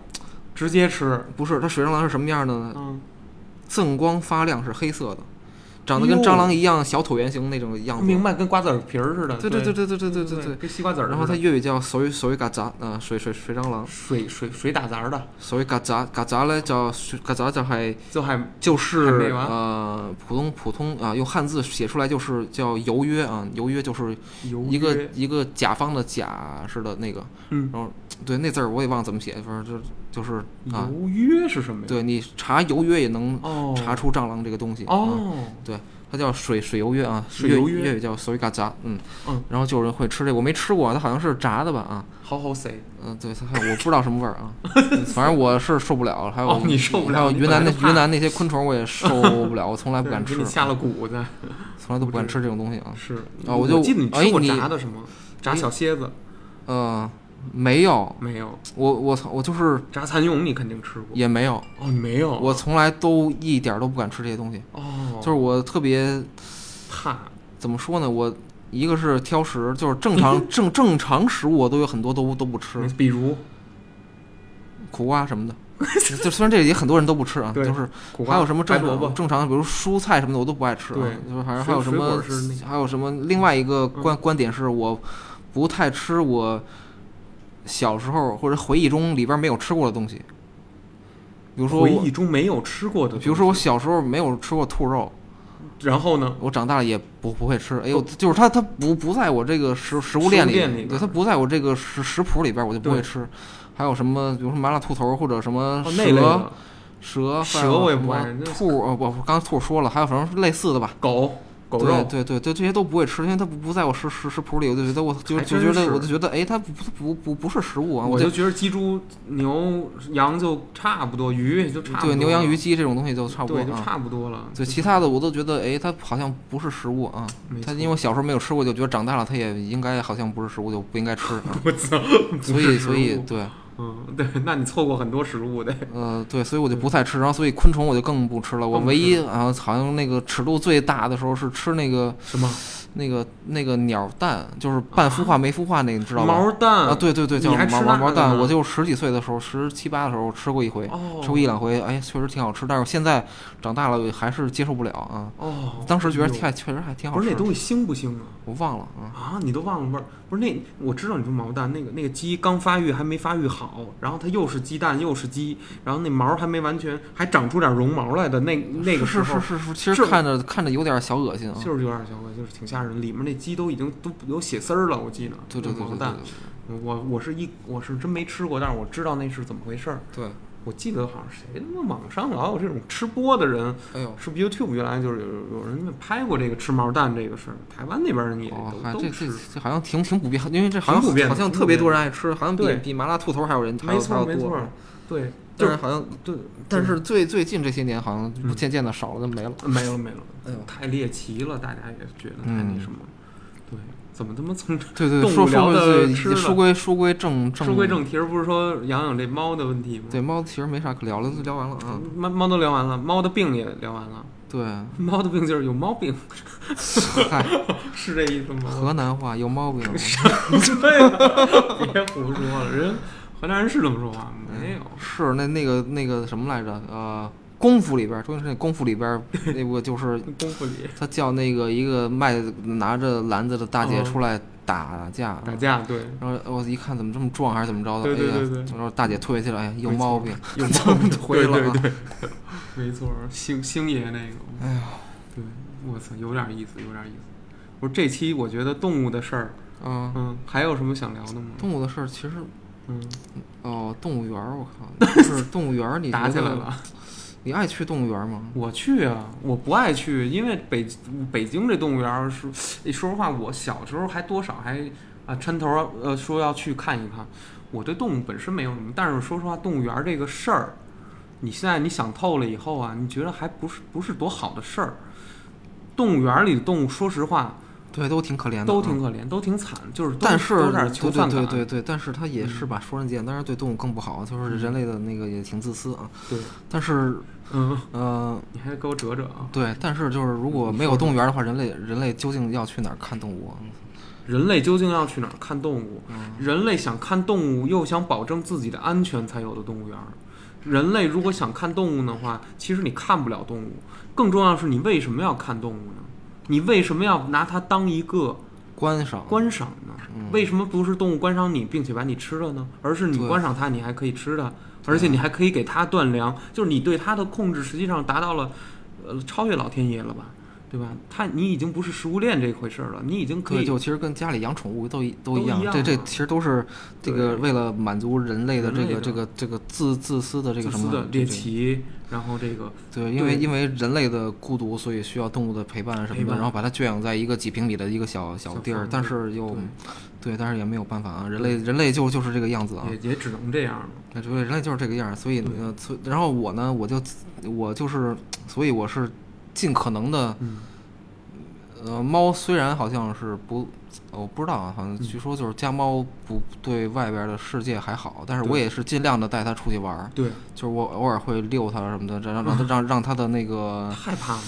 [SPEAKER 1] 直接吃，
[SPEAKER 2] 不是它水蟑螂是什么样的呢？
[SPEAKER 1] 嗯，
[SPEAKER 2] 锃光发亮，是黑色的，长得跟
[SPEAKER 1] 哟
[SPEAKER 2] 蟑螂一样小椭圆形那种样子。
[SPEAKER 1] 嗯明白，跟瓜子儿皮儿似的。
[SPEAKER 2] 对
[SPEAKER 1] 对
[SPEAKER 2] 对对对对对
[SPEAKER 1] 对
[SPEAKER 2] 对对。
[SPEAKER 1] 跟西瓜子儿似的。
[SPEAKER 2] 然后它粤语叫水水曱甴，啊，水水水蟑螂，
[SPEAKER 1] 水水水打杂儿的，
[SPEAKER 2] 水曱甴曱甴咧就水曱甴
[SPEAKER 1] 就
[SPEAKER 2] 就係
[SPEAKER 1] 啊还
[SPEAKER 2] 就
[SPEAKER 1] 還
[SPEAKER 2] 是
[SPEAKER 1] 沒完
[SPEAKER 2] 呃普通普通啊、用汉字写出来就是叫游约啊，游约就是
[SPEAKER 1] 有
[SPEAKER 2] 一个一个甲方的甲似的那个，
[SPEAKER 1] 嗯
[SPEAKER 2] 然后对那字儿我也忘怎么写，反正就就是啊，
[SPEAKER 1] 游约是什么呀？
[SPEAKER 2] 对你查游约也能
[SPEAKER 1] 哦，
[SPEAKER 2] 查出蟑螂这个东西。嗯
[SPEAKER 1] 哦，
[SPEAKER 2] 它叫水水游约啊，
[SPEAKER 1] 水
[SPEAKER 2] 粤
[SPEAKER 1] 游约
[SPEAKER 2] 粤语叫水嘎炸，嗯
[SPEAKER 1] 嗯，
[SPEAKER 2] 然后就有人会吃这个，我没吃过，它好像是炸的吧啊，
[SPEAKER 1] 好好 say，
[SPEAKER 2] 嗯，对，它还我不知道什么味儿 啊，嗯反正我是受不了，还有、
[SPEAKER 1] 哦你受不了
[SPEAKER 2] 还有
[SPEAKER 1] 你
[SPEAKER 2] 云
[SPEAKER 1] 本
[SPEAKER 2] 南
[SPEAKER 1] 来
[SPEAKER 2] 那
[SPEAKER 1] 就怕
[SPEAKER 2] 云南那些昆虫我也受不了，我从 来不敢
[SPEAKER 1] 对
[SPEAKER 2] 吃
[SPEAKER 1] 给你，下了蛊子。
[SPEAKER 2] 从来都不敢吃这种东西啊，
[SPEAKER 1] 是
[SPEAKER 2] 啊我就
[SPEAKER 1] 记得你
[SPEAKER 2] 哎
[SPEAKER 1] 吃过
[SPEAKER 2] 你哎
[SPEAKER 1] 炸的什么？炸小蝎子
[SPEAKER 2] 呃，没有，
[SPEAKER 1] 没有？
[SPEAKER 2] 我我操，我就是
[SPEAKER 1] 炸蚕蛹你肯定吃过
[SPEAKER 2] 也没有，
[SPEAKER 1] 哦，你没有？
[SPEAKER 2] 我从来都一点儿都不敢吃这些东西，
[SPEAKER 1] 哦，
[SPEAKER 2] 就是我特别
[SPEAKER 1] 怕
[SPEAKER 2] 怎么说呢，我一个是挑食，就是 正常正正常食物我都有很多都都不吃，
[SPEAKER 1] 比如
[SPEAKER 2] 苦瓜什 么的。就虽然这里很多人都不吃啊，
[SPEAKER 1] 对
[SPEAKER 2] 就是
[SPEAKER 1] 苦瓜
[SPEAKER 2] 还有什么
[SPEAKER 1] 白
[SPEAKER 2] 正
[SPEAKER 1] 萝卜
[SPEAKER 2] 常正常的，比如蔬菜什么的我都不爱吃啊
[SPEAKER 1] 对。
[SPEAKER 2] 就是还
[SPEAKER 1] 水
[SPEAKER 2] 还有什么
[SPEAKER 1] 水果是那嗯个
[SPEAKER 2] 还有什么另外一个观观点是我不太吃我小时候或者回忆中里边没有吃过的东西，比如说
[SPEAKER 1] 回
[SPEAKER 2] 我
[SPEAKER 1] 忆中没有吃过的，
[SPEAKER 2] 比如说，我小时候没有吃过兔肉，
[SPEAKER 1] 然后呢？
[SPEAKER 2] 我长大了也不不会吃。哎呦，就是它它不不在我这个食食物链
[SPEAKER 1] 食物链里边
[SPEAKER 2] 对，它不在我这个食食谱里边，我就不
[SPEAKER 1] 对
[SPEAKER 2] 会吃。还有什么，比如说麻辣兔头或者什么
[SPEAKER 1] 哦，那类
[SPEAKER 2] 蛇
[SPEAKER 1] 的
[SPEAKER 2] 蛇
[SPEAKER 1] 蛇
[SPEAKER 2] 还有
[SPEAKER 1] 我也
[SPEAKER 2] 什
[SPEAKER 1] 不
[SPEAKER 2] 么
[SPEAKER 1] 爱那
[SPEAKER 2] 兔呃不不，刚才兔说了，还有什么类似的吧？
[SPEAKER 1] 狗狗
[SPEAKER 2] 对
[SPEAKER 1] 肉，
[SPEAKER 2] 对对对，这些都不会吃，因为它不不在我食食食谱里，我就觉得我就
[SPEAKER 1] 还
[SPEAKER 2] 就
[SPEAKER 1] 真
[SPEAKER 2] 觉得
[SPEAKER 1] 是
[SPEAKER 2] 我就觉得哎，它不不不不是食物啊，
[SPEAKER 1] 我
[SPEAKER 2] 就
[SPEAKER 1] 就觉得鸡、猪、牛、羊就差不多，鱼也就差不多
[SPEAKER 2] 对
[SPEAKER 1] 了，
[SPEAKER 2] 牛羊鱼鸡这种东西就差不多
[SPEAKER 1] 对就
[SPEAKER 2] 啊。
[SPEAKER 1] 差不多了。
[SPEAKER 2] 对，其他的我都觉得，哎，它好像不是食物啊。
[SPEAKER 1] 没
[SPEAKER 2] 它
[SPEAKER 1] 错
[SPEAKER 2] 因为我小时候没有吃过，就觉得长大了它也应该好像不是食物，就不应该 吃啊。
[SPEAKER 1] 我操，
[SPEAKER 2] 所以，所
[SPEAKER 1] 不是
[SPEAKER 2] 以
[SPEAKER 1] 食物
[SPEAKER 2] 对，
[SPEAKER 1] 嗯，对，那你错过很多食物的，
[SPEAKER 2] 呃，对，所以我就不太吃，然后所以昆虫我就更不吃了。我
[SPEAKER 1] 更不
[SPEAKER 2] 唯一
[SPEAKER 1] 吃
[SPEAKER 2] 啊，好像那个尺度最大的时候是吃那个
[SPEAKER 1] 什么
[SPEAKER 2] 那个那个鸟蛋，就是半孵化没孵化那个，你知道吗？
[SPEAKER 1] 啊毛蛋
[SPEAKER 2] 啊，对对对，
[SPEAKER 1] 你
[SPEAKER 2] 叫
[SPEAKER 1] 还
[SPEAKER 2] 毛
[SPEAKER 1] 吃
[SPEAKER 2] 毛
[SPEAKER 1] 那
[SPEAKER 2] 毛
[SPEAKER 1] 个
[SPEAKER 2] 蛋。
[SPEAKER 1] 呢
[SPEAKER 2] 我就十几岁的时候，十七八的时候吃过一回，
[SPEAKER 1] 哦，
[SPEAKER 2] 吃过一两回，哎，确实挺好吃。但是我现在长大了还是接受不了啊。
[SPEAKER 1] 哦，
[SPEAKER 2] 当时觉得
[SPEAKER 1] 哎
[SPEAKER 2] 太确实还挺
[SPEAKER 1] 呦
[SPEAKER 2] 好
[SPEAKER 1] 不
[SPEAKER 2] 吃
[SPEAKER 1] 是
[SPEAKER 2] 的
[SPEAKER 1] 那，东西腥不腥啊？
[SPEAKER 2] 我忘了啊。
[SPEAKER 1] 啊，你都忘了味儿？不是那我知道你说毛蛋，那个那个鸡刚发育还没发育好，然后它又是鸡蛋又是鸡，然后那毛还没完全还长出点绒毛来的那那个时
[SPEAKER 2] 是
[SPEAKER 1] 候
[SPEAKER 2] 是是是，其实
[SPEAKER 1] 是
[SPEAKER 2] 看着看着有点小恶心啊。
[SPEAKER 1] 就是有点小恶心，就是挺吓人。里面那鸡都已经都有血丝儿了，我记得。
[SPEAKER 2] 对对对
[SPEAKER 1] 那毛
[SPEAKER 2] 对
[SPEAKER 1] 蛋，我我是一我是真没吃过，但是我知道那是怎么回事儿。
[SPEAKER 2] 对，
[SPEAKER 1] 我记得好像谁他妈网上老有这种吃播的人，
[SPEAKER 2] 哎呦，
[SPEAKER 1] 是不是 YouTube 原来就是有有人拍过这个吃毛蛋这个事儿，台湾那边人也都、
[SPEAKER 2] 哦，还
[SPEAKER 1] 都
[SPEAKER 2] 这这
[SPEAKER 1] 吃。
[SPEAKER 2] 这好像挺挺普遍，嗯因为这好像
[SPEAKER 1] 挺普遍的
[SPEAKER 2] 好像
[SPEAKER 1] 挺
[SPEAKER 2] 特别
[SPEAKER 1] 普遍的
[SPEAKER 2] 多人爱吃，好像比
[SPEAKER 1] 对
[SPEAKER 2] 比麻辣兔头还有人还
[SPEAKER 1] 没
[SPEAKER 2] 有嗯还
[SPEAKER 1] 错
[SPEAKER 2] 有
[SPEAKER 1] 没
[SPEAKER 2] 多
[SPEAKER 1] 错，，对，就
[SPEAKER 2] 但
[SPEAKER 1] 是
[SPEAKER 2] 是好像
[SPEAKER 1] 对，
[SPEAKER 2] 但是最最近这些年好像就
[SPEAKER 1] 嗯
[SPEAKER 2] 渐渐的少了，就没了。
[SPEAKER 1] 没了没了，
[SPEAKER 2] 哎呦
[SPEAKER 1] 太猎奇了，大家也觉得太
[SPEAKER 2] 嗯
[SPEAKER 1] 那什么了。对，怎么他妈从
[SPEAKER 2] 对对，
[SPEAKER 1] 动
[SPEAKER 2] 对，
[SPEAKER 1] 物
[SPEAKER 2] 说
[SPEAKER 1] 聊
[SPEAKER 2] 说
[SPEAKER 1] 的
[SPEAKER 2] 回
[SPEAKER 1] 吃
[SPEAKER 2] 去，
[SPEAKER 1] 的
[SPEAKER 2] 书归书归正正
[SPEAKER 1] 书归，正题儿？不是说养养这猫的问题吗？
[SPEAKER 2] 对猫其实没啥可聊了，就聊完了啊。
[SPEAKER 1] 猫猫都聊完了，猫的病也聊完了。
[SPEAKER 2] 对，
[SPEAKER 1] 猫的病就是有猫病，
[SPEAKER 2] 嗨，
[SPEAKER 1] 是这意思吗？
[SPEAKER 2] 河南话有毛病，啊
[SPEAKER 1] 对呀，别胡说了，人河南人是这么说话吗？没有，
[SPEAKER 2] 是那那个那个什么来着？呃，功夫里边儿，周星驰那功夫 里边儿那个就是
[SPEAKER 1] 功夫里
[SPEAKER 2] 他叫那个一个卖拿着篮子的大姐
[SPEAKER 1] 嗯
[SPEAKER 2] 出来打架，
[SPEAKER 1] 打架，对，
[SPEAKER 2] 然后我一看怎么这么壮还是怎么着的，
[SPEAKER 1] 对对对
[SPEAKER 2] 哎
[SPEAKER 1] 对
[SPEAKER 2] 呀，然后大姐退下去了，哎呀，有
[SPEAKER 1] 没错
[SPEAKER 2] 毛病，
[SPEAKER 1] 有猫病
[SPEAKER 2] 回了啊
[SPEAKER 1] 对对对，没错，星星爷那个，
[SPEAKER 2] 哎呀，
[SPEAKER 1] 对，我操，有点意思，有点意思。不是这期我觉得动物的事儿，
[SPEAKER 2] 嗯，
[SPEAKER 1] 嗯，还有什么想聊的吗？
[SPEAKER 2] 动物的事儿其实
[SPEAKER 1] 嗯，
[SPEAKER 2] 哦，动物园儿，我靠， 就是动物园儿，你
[SPEAKER 1] 打起
[SPEAKER 2] 觉
[SPEAKER 1] 来
[SPEAKER 2] 得
[SPEAKER 1] 了。
[SPEAKER 2] 你爱去动物园儿吗？
[SPEAKER 1] 我去啊，我不爱去，因为北北京这动物园儿是，诶说实话，我小时候还多少还啊抻头儿呃说要去看一看。我对动物本身没有什么，但是说实话，动物园儿这个事儿，你现在你想透了以后啊，你觉得还不是不是多好的事儿。动物园儿里的动物，说实话，
[SPEAKER 2] 对，都挺可怜的，
[SPEAKER 1] 都
[SPEAKER 2] 嗯
[SPEAKER 1] 挺可怜，都挺惨，就是都
[SPEAKER 2] 但是
[SPEAKER 1] 都有点
[SPEAKER 2] 对
[SPEAKER 1] 囚
[SPEAKER 2] 对
[SPEAKER 1] 犯
[SPEAKER 2] 对
[SPEAKER 1] 感。啊嗯
[SPEAKER 2] 对对，但是它也是把双刃剑，当然对动物更不好，就是人类的那个也挺自私啊。
[SPEAKER 1] 对
[SPEAKER 2] 但是，
[SPEAKER 1] 嗯，
[SPEAKER 2] 呃，
[SPEAKER 1] 你还给我折折啊！
[SPEAKER 2] 对，但是就是如果没有动物园的话，人类人类究竟要去哪儿看动物啊？
[SPEAKER 1] 人类究竟要去哪儿看动物？人类想看动物，又想保证自己的安全，才有的动物园儿。人类如果想看动物的话，其实你看不了动物。更重要的是，你为什么要看动物呢？你为什么要拿它当一个
[SPEAKER 2] 观赏，
[SPEAKER 1] 观赏呢？为什么不是动物观赏你，并且把你吃了呢？而是你
[SPEAKER 2] 嗯对
[SPEAKER 1] 观赏它，你还可以吃它，而且你还可以给它断粮，就是你对它的控制实际上达到了，呃，超越老天爷了吧，对吧？它你已经不是食物链这一回事儿了，你已经可
[SPEAKER 2] 对，
[SPEAKER 1] 以
[SPEAKER 2] 就其实跟家里养宠物都一
[SPEAKER 1] 都
[SPEAKER 2] 一
[SPEAKER 1] 一
[SPEAKER 2] 样，
[SPEAKER 1] 样
[SPEAKER 2] 这这
[SPEAKER 1] 啊
[SPEAKER 2] 其实都是这个
[SPEAKER 1] 对
[SPEAKER 2] 为了满足人类的这
[SPEAKER 1] 人类的
[SPEAKER 2] 个这个这个自自私的这个
[SPEAKER 1] 自
[SPEAKER 2] 什
[SPEAKER 1] 私
[SPEAKER 2] 么
[SPEAKER 1] 的
[SPEAKER 2] 这
[SPEAKER 1] 猎
[SPEAKER 2] 这
[SPEAKER 1] 奇，然后这个
[SPEAKER 2] 对，因为
[SPEAKER 1] 对
[SPEAKER 2] 因为人类的孤独，所以需要动物的陪伴什
[SPEAKER 1] 陪
[SPEAKER 2] 么的，
[SPEAKER 1] 伴
[SPEAKER 2] 然后把它圈养在一个几平米的一个小小
[SPEAKER 1] 小
[SPEAKER 2] 地儿
[SPEAKER 1] 房，
[SPEAKER 2] 但
[SPEAKER 1] 子
[SPEAKER 2] 是又对，但是也没有办法啊，人类人类就就是这个样子啊，
[SPEAKER 1] 也也只能这样了。
[SPEAKER 2] 对，人类就是这个样儿，所以
[SPEAKER 1] 嗯
[SPEAKER 2] 呃，所以然后我呢，我就我就是，所以我是尽可能的，
[SPEAKER 1] 嗯
[SPEAKER 2] 呃，猫虽然好像是不，我不知道啊，好
[SPEAKER 1] 嗯
[SPEAKER 2] 像据说就是家猫不对外边的世界还好，但是我
[SPEAKER 1] 对
[SPEAKER 2] 也是尽量的带它出去玩儿，
[SPEAKER 1] 对，
[SPEAKER 2] 就是我偶尔会遛它什么的，让 让它让让它的那个
[SPEAKER 1] 害怕吗？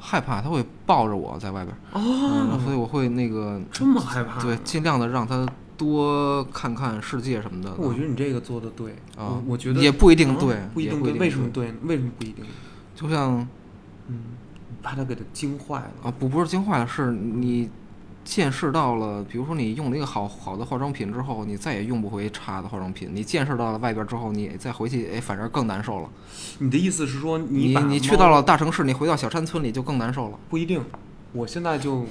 [SPEAKER 2] 害怕，它会抱着我在外边儿，嗯，
[SPEAKER 1] 哦，
[SPEAKER 2] 所
[SPEAKER 1] 啊
[SPEAKER 2] 以我会那个
[SPEAKER 1] 这么害怕？
[SPEAKER 2] 对，尽量的让它多看看世界什么的。
[SPEAKER 1] 我觉得你这个做的对，
[SPEAKER 2] 啊
[SPEAKER 1] 我我觉得
[SPEAKER 2] 也不一定
[SPEAKER 1] 啊
[SPEAKER 2] 对
[SPEAKER 1] 不一
[SPEAKER 2] 也
[SPEAKER 1] 定
[SPEAKER 2] 不一
[SPEAKER 1] 对，
[SPEAKER 2] 定
[SPEAKER 1] 为什么
[SPEAKER 2] 对
[SPEAKER 1] 对呢？为什么不一定？
[SPEAKER 2] 就像
[SPEAKER 1] 嗯，怕他给他惊坏了。
[SPEAKER 2] 啊，不不是惊坏了，是你见识到了，比如说你用了一个好好的化妆品之后，你再也用不回差的化妆品。你见识到了外边之后，你再回去，哎，反而更难受了。
[SPEAKER 1] 你的意思是说你
[SPEAKER 2] 你
[SPEAKER 1] 把
[SPEAKER 2] 你去
[SPEAKER 1] 猫
[SPEAKER 2] 到了大城市，你回到小山村里就更难受了。
[SPEAKER 1] 不一定，我现在就，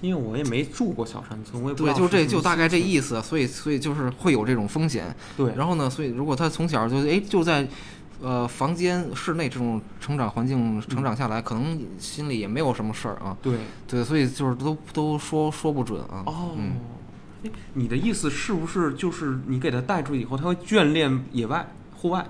[SPEAKER 1] 因为我也没住过小山村，我也不知
[SPEAKER 2] 对，
[SPEAKER 1] 道
[SPEAKER 2] 就是这
[SPEAKER 1] 什
[SPEAKER 2] 就
[SPEAKER 1] 么
[SPEAKER 2] 大概这意思，所以所以就是会有这种风险。
[SPEAKER 1] 对，
[SPEAKER 2] 然后呢，所以如果他从小就哎就在呃房间室内这种成长环境成长下来，可能心里也没有什么事儿啊。
[SPEAKER 1] 对
[SPEAKER 2] 对，所以就是都都说说不准啊。
[SPEAKER 1] 哦。
[SPEAKER 2] 嗯，
[SPEAKER 1] 哎你的意思是不是就是你给它带出去以后，它会眷恋野外、户外？